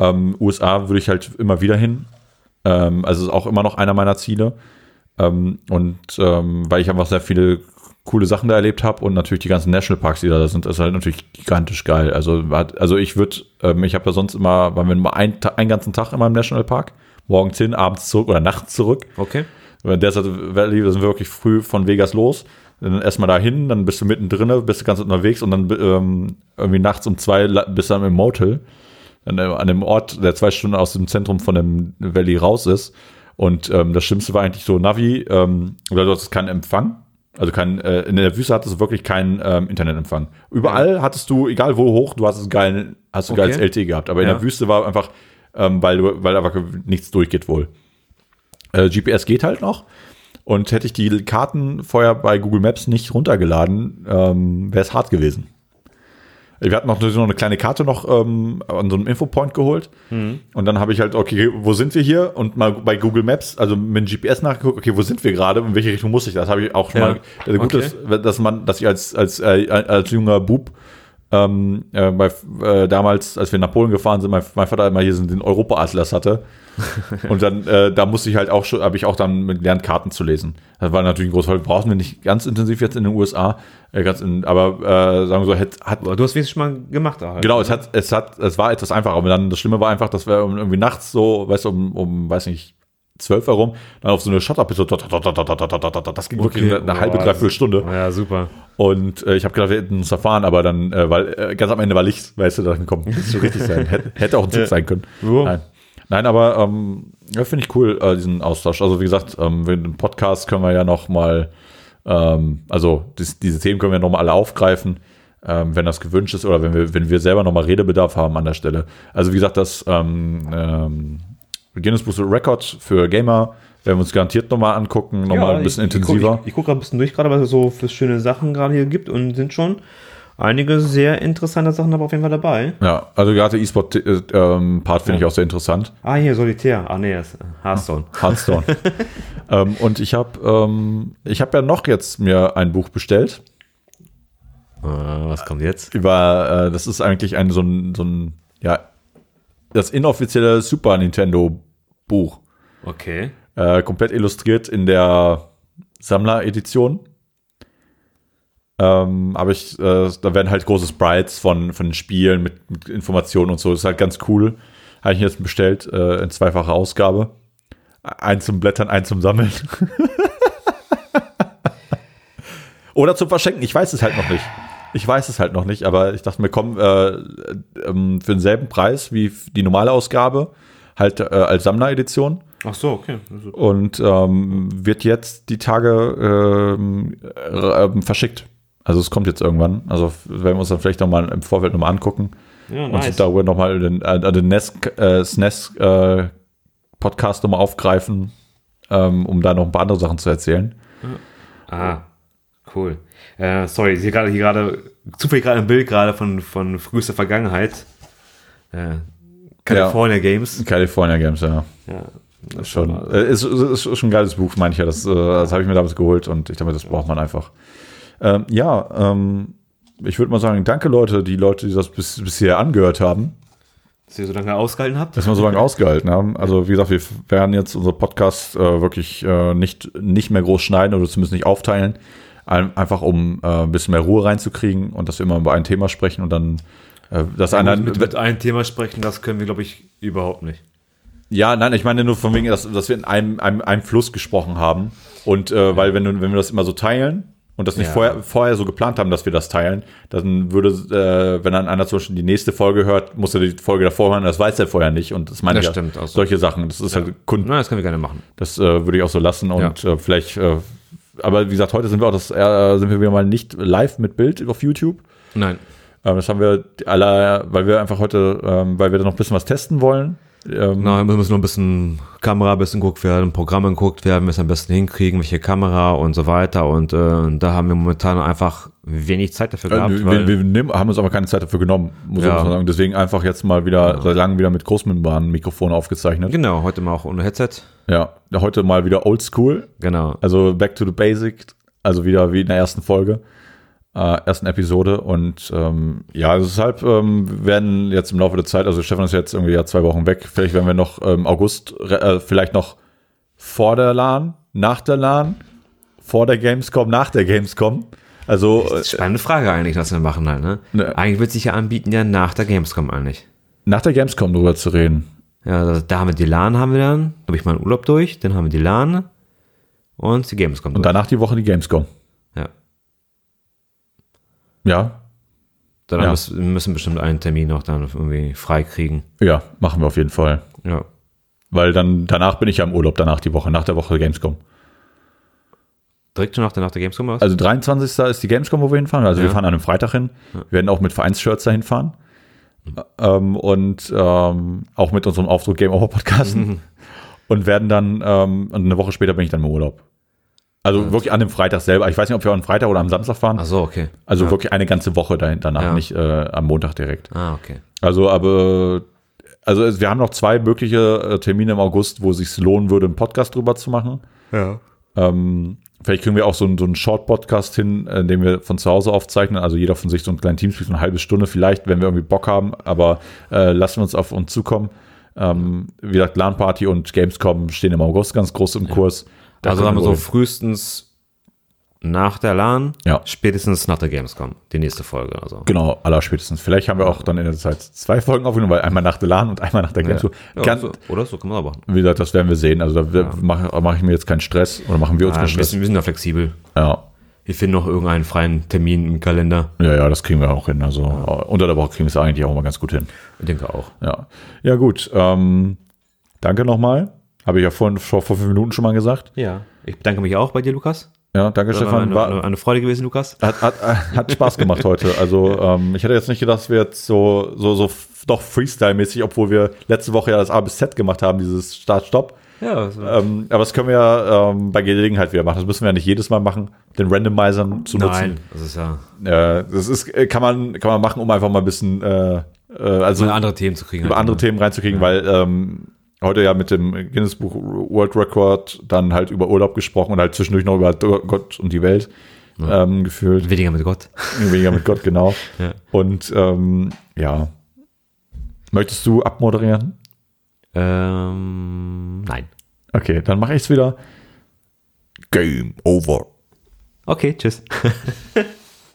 Speaker 2: Ähm, USA würde ich halt immer wieder hin. Ähm, also ist auch immer noch einer meiner Ziele. Ähm, und ähm, weil ich einfach sehr viele coole Sachen da erlebt habe und natürlich die ganzen Nationalparks, die da sind, ist halt natürlich gigantisch geil. Also, hat, also ich würde, ähm, ich habe ja sonst immer, waren wir immer ein, Ta- einen ganzen Tag immer im Nationalpark, morgens hin, abends zurück oder nachts zurück.
Speaker 1: Okay.
Speaker 2: Weil Desert Valley, wir sind wirklich früh von Vegas los. Dann erstmal dahin, dann bist du mittendrin, bist du ganz unterwegs und dann ähm, irgendwie nachts um zwei la- bist du dann im Motel. Äh, an einem, an einem Ort, der zwei Stunden aus dem Zentrum von dem Valley raus ist. Und ähm, das Schlimmste war eigentlich so Navi, ähm, oder du hattest keinen Empfang. Also kein, äh, in der Wüste hattest du wirklich keinen ähm, Internetempfang. Überall hattest du, egal wo hoch, du hattest geilen, hast du
Speaker 1: Okay.
Speaker 2: geiles LTE gehabt. Aber in
Speaker 1: Ja.
Speaker 2: der Wüste war einfach, ähm, weil, du, weil einfach nichts durchgeht wohl. Äh, GPS geht halt noch. Und hätte ich die Karten vorher bei Google Maps nicht runtergeladen, ähm, wäre es hart gewesen. Wir hatten noch, so eine kleine Karte noch ähm, an so einem Infopoint geholt.
Speaker 1: Mhm.
Speaker 2: Und dann habe ich halt, okay, wo sind wir hier? Und mal bei Google Maps, also mit dem GPS nachgeguckt, okay, wo sind wir gerade? In welche Richtung muss ich? Das habe ich auch schon
Speaker 1: Ja.
Speaker 2: mal. Das Gute
Speaker 1: Okay.
Speaker 2: ist, dass man, dass ich als, als, äh, als junger Bub ähm, äh, bei, äh, damals, als wir nach Polen gefahren sind, mein, mein Vater immer hier so den Europa-Atlas hatte. und dann, äh, da musste ich halt auch schon, habe ich auch dann gelernt, Karten zu lesen. Das war natürlich ein großer Teil. Brauchen wir nicht ganz intensiv jetzt in den USA, äh, ganz in, aber äh, sagen wir so, hat, hat
Speaker 1: Aber du hast wenigstens schon mal gemacht. Halt.
Speaker 2: Genau, es hat, es hat, es war etwas einfacher. Aber dann das Schlimme war einfach, dass wir um- irgendwie nachts so, weißt du, um, um weiß nicht, zwölf herum, dann auf so eine Schotterpiste, tot, tot, tot, tot, tot, tot, tot, tot, tot. das ging wirklich eine, eine halbe,
Speaker 1: boah,
Speaker 2: dreiviertel Stunde.
Speaker 1: Ah, Ja, super.
Speaker 2: Und äh, ich habe gedacht, wir hätten uns erfahren, aber dann, äh, weil äh, ganz am Ende war Licht, weißt du, dann komm, das so richtig sein. Hätte, hätte auch ein Zug sein können.
Speaker 1: Ja.
Speaker 2: Nein. Nein, aber ähm, ja, finde ich cool, äh, diesen Austausch. Also wie gesagt, ähm, wir- den Podcast können wir ja noch mal, ähm, also dies, diese Themen können wir noch mal alle aufgreifen, ähm, wenn das gewünscht ist oder wenn wir, wenn wir selber noch mal Redebedarf haben an der Stelle. Also wie gesagt, das ähm, ähm, Guinness Buch Record für Gamer werden wir uns garantiert noch mal angucken, noch mal ein bisschen
Speaker 1: ich,
Speaker 2: intensiver.
Speaker 1: Ich, guck- ich, ich gucke gerade ein bisschen durch, gerade was es so für schöne Sachen gerade hier gibt und sind schon einige sehr interessante Sachen aber auf jeden Fall dabei.
Speaker 2: Ja, also gerade der E-Sport-Part finde ich auch sehr interessant.
Speaker 1: Ah, hier, Solitär. Ah, nee, das ist Hearthstone.
Speaker 2: Hearthstone. ähm, und ich habe ähm, ich hab ja noch jetzt mir ein Buch bestellt.
Speaker 1: was kommt jetzt?
Speaker 2: Über, äh, das ist eigentlich ein so ein, so ein ja, das inoffizielle Super Nintendo-Buch.
Speaker 1: Okay.
Speaker 2: Äh, komplett illustriert in der Sammler-Edition. Ähm, aber ich, äh, da werden halt große Sprites von, von den Spielen mit, mit Informationen und so. Ist halt ganz cool. Habe ich jetzt bestellt äh, in zweifacher Ausgabe. Eins zum Blättern, eins zum Sammeln. Oder zum Verschenken. Ich weiß es halt noch nicht. Ich weiß es halt noch nicht, aber ich dachte mir, komm, äh, ähm, für denselben Preis wie die normale Ausgabe, halt äh, als Sammleredition.
Speaker 1: Ach so, okay. Also-
Speaker 2: Und ähm, wird jetzt die Tage ähm, äh, ähm, verschickt. Also es kommt jetzt irgendwann. Also f- werden wir uns dann vielleicht nochmal im Vorfeld nochmal angucken
Speaker 1: Ja,
Speaker 2: und
Speaker 1: nice.
Speaker 2: sind darüber nochmal den, äh, den NES, äh, SNES äh, Podcast nochmal aufgreifen, ähm, um da noch ein paar andere Sachen zu erzählen.
Speaker 1: Ah, cool. Äh, sorry, hier gerade, hier gerade, zufällig gerade ein Bild gerade von, von frühester Vergangenheit. Äh, California Games.
Speaker 2: California Games, ja.
Speaker 1: Ja, das
Speaker 2: Schon.
Speaker 1: war-
Speaker 2: Äh, Ist, ist, ist schon ein geiles Buch, meine ich ja. Das, äh, das habe ich mir damals geholt und ich glaube, das braucht man einfach. Ähm, ja, ähm, ich würde mal sagen, danke Leute, die Leute, die das bis, bisher angehört haben,
Speaker 1: Dass ihr so lange ausgehalten habt.
Speaker 2: dass wir so lange ausgehalten haben. Also wie gesagt, wir werden jetzt unsere Podcast äh, wirklich äh, nicht, nicht mehr groß schneiden oder zumindest nicht aufteilen. Ein, einfach um äh, ein bisschen mehr Ruhe reinzukriegen und dass wir immer über ein Thema sprechen und dann äh, dass einer
Speaker 1: mit, mit einem Thema sprechen, das können wir, glaube ich, überhaupt nicht.
Speaker 2: Ja, nein, ich meine nur von wegen, dass, dass wir in einem, einem, einem Fluss gesprochen haben. Und äh, weil, wenn, du- wenn wir das immer so teilen und das nicht
Speaker 1: Ja.
Speaker 2: vorher, vorher so geplant haben, dass wir das teilen, dann würde, äh, wenn dann einer zum Beispiel die nächste Folge hört, muss er die Folge davor hören, das weiß er vorher nicht. Und das meine
Speaker 1: Das
Speaker 2: ich ja,
Speaker 1: stimmt, also-
Speaker 2: solche Sachen. Das ist halt Kunden,
Speaker 1: Nein, das können wir gerne machen.
Speaker 2: das äh, würde ich auch so lassen. Und äh, vielleicht, äh, aber wie gesagt, heute sind wir auch das, äh, sind wir wieder mal nicht live mit Bild auf YouTube.
Speaker 1: Nein.
Speaker 2: Ähm, das haben wir aller, weil wir einfach heute, ähm, weil wir da noch ein bisschen was testen wollen. Ähm,
Speaker 1: Na, wir müssen noch ein bisschen Kamera ein bisschen geguckt werden, Programme geguckt werden, wir es am besten hinkriegen, welche Kamera und so weiter. Und äh, da haben wir momentan einfach wenig Zeit dafür gehabt.
Speaker 2: Äh,
Speaker 1: weil-
Speaker 2: wir, wir nehmen, haben uns aber keine Zeit dafür genommen, muss
Speaker 1: Ja.
Speaker 2: ich sagen. Deswegen einfach jetzt mal wieder seit langem wieder mit großmembran Mikrofon aufgezeichnet.
Speaker 1: genau, heute mal auch ohne Headset.
Speaker 2: Ja, heute mal wieder oldschool,
Speaker 1: Genau.
Speaker 2: also back to the basic, also wieder wie in der ersten Folge, äh, ersten Episode. Und ähm, ja, also deshalb ähm, werden jetzt im Laufe der Zeit, also Stefan ist jetzt irgendwie ja zwei Wochen weg, vielleicht werden wir noch im August, re- äh, vielleicht noch vor der LAN, nach der LAN, vor der Gamescom, nach der Gamescom. Also äh,
Speaker 1: Spannende Frage eigentlich, was wir machen halt, ne?
Speaker 2: Ne.
Speaker 1: Eigentlich wird sich ja anbieten, ja nach der Gamescom eigentlich.
Speaker 2: nach der Gamescom drüber zu reden.
Speaker 1: Ja, da, da haben wir die LAN, haben wir dann, da habe ich meinen Urlaub durch, dann haben wir die LAN und die Gamescom durch.
Speaker 2: Und danach die Woche die Gamescom.
Speaker 1: Ja.
Speaker 2: Ja.
Speaker 1: Dann
Speaker 2: Ja.
Speaker 1: müssen, wir müssen bestimmt einen Termin noch dann irgendwie freikriegen.
Speaker 2: Ja, machen wir auf jeden Fall.
Speaker 1: Ja.
Speaker 2: Weil dann danach bin ich ja im Urlaub, danach die Woche, nach der Woche Gamescom.
Speaker 1: Direkt schon nach der, nach der Gamescom aus?
Speaker 2: Also 23. ist die Gamescom, wo wir hinfahren. Also wir
Speaker 1: Ja.
Speaker 2: fahren an einem Freitag hin. Wir werden auch mit Vereinsshirts dahin fahren.
Speaker 1: Mhm.
Speaker 2: Ähm, und ähm, auch mit unserem Aufdruck Game Over Podcast.
Speaker 1: Mhm.
Speaker 2: Und werden dann, ähm, und eine Woche später bin ich dann im Urlaub. Also wirklich an dem Freitag selber. Ich weiß nicht, ob wir am Freitag oder am Samstag fahren.
Speaker 1: Ach so, okay.
Speaker 2: Also wirklich eine ganze Woche dahin, danach,
Speaker 1: Ja.
Speaker 2: nicht äh, am Montag direkt.
Speaker 1: Ah, okay.
Speaker 2: Also, aber also es- wir haben noch zwei mögliche äh, Termine im August, wo sich lohnen würde, einen Podcast drüber zu machen.
Speaker 1: Ja.
Speaker 2: Ähm, vielleicht kriegen wir auch so einen, so einen Short-Podcast hin, äh, den wir von zu Hause aufzeichnen. Also jeder von sich so einen kleinen Teamspeak, so eine halbe Stunde vielleicht, wenn wir irgendwie Bock haben. Aber äh, lassen wir uns auf uns zukommen. Ähm, wie gesagt, LAN-Party und Gamescom stehen im August ganz groß im Kurs. Da
Speaker 1: also
Speaker 2: können
Speaker 1: sagen wir so
Speaker 2: wohl-
Speaker 1: frühestens nach der LAN,
Speaker 2: Ja.
Speaker 1: spätestens nach der Gamescom, die nächste Folge. Also.
Speaker 2: Genau, allerspätestens. Vielleicht haben wir auch dann in der Zeit zwei Folgen aufgenommen, weil einmal nach der LAN und einmal nach der Gamescom.
Speaker 1: Ja,
Speaker 2: Ganz,
Speaker 1: so, oder so kann man aber.
Speaker 2: Wie gesagt, das werden wir sehen. Also da mache mach ich mir jetzt keinen Stress oder machen wir uns
Speaker 1: Ah,
Speaker 2: keinen
Speaker 1: wir,
Speaker 2: Stress.
Speaker 1: sind, wir sind da flexibel.
Speaker 2: Ja.
Speaker 1: Wir finden noch irgendeinen freien Termin im Kalender.
Speaker 2: ja, ja, das kriegen wir auch hin. Also äh, unter der Woche kriegen wir es eigentlich auch mal ganz gut hin.
Speaker 1: Ich denke auch.
Speaker 2: Ja, ja gut. Ähm, danke nochmal. Habe ich ja vorhin vor, vor fünf Minuten schon mal gesagt.
Speaker 1: Ja. Ich bedanke mich auch bei dir, Lukas.
Speaker 2: Ja, danke Stefan.
Speaker 1: eine,
Speaker 2: War,
Speaker 1: eine, eine Freude gewesen, Lukas.
Speaker 2: hat, hat, hat Spaß gemacht heute. Also ähm, ich hätte jetzt nicht gedacht, dass wir jetzt so, so, so f- doch Freestyle-mäßig, obwohl wir letzte Woche ja das A bis Z gemacht haben, dieses Start-Stopp.
Speaker 1: Ja, das war-
Speaker 2: Ähm, aber das können wir ja ähm, bei Gelegenheit wieder machen. Das müssen wir ja nicht jedes Mal machen, den Randomizer zu nutzen.
Speaker 1: nein, das ist ja,
Speaker 2: Äh, das ist, äh, kann, man, kann man machen, um einfach mal ein bisschen äh, äh, also
Speaker 1: um andere Themen zu kriegen.
Speaker 2: über
Speaker 1: halt.
Speaker 2: andere Themen reinzukriegen, weil ähm, heute ja mit dem Guinness Buch World Record dann halt über Urlaub gesprochen und halt zwischendurch noch über Do- Gott und die Welt ähm, gefühlt.
Speaker 1: Weniger mit Gott.
Speaker 2: Weniger mit Gott, genau.
Speaker 1: Ja.
Speaker 2: Und ähm, ja. Möchtest du abmoderieren?
Speaker 1: Ähm, nein.
Speaker 2: Okay, dann mache ich es wieder. Game over.
Speaker 1: Okay, tschüss.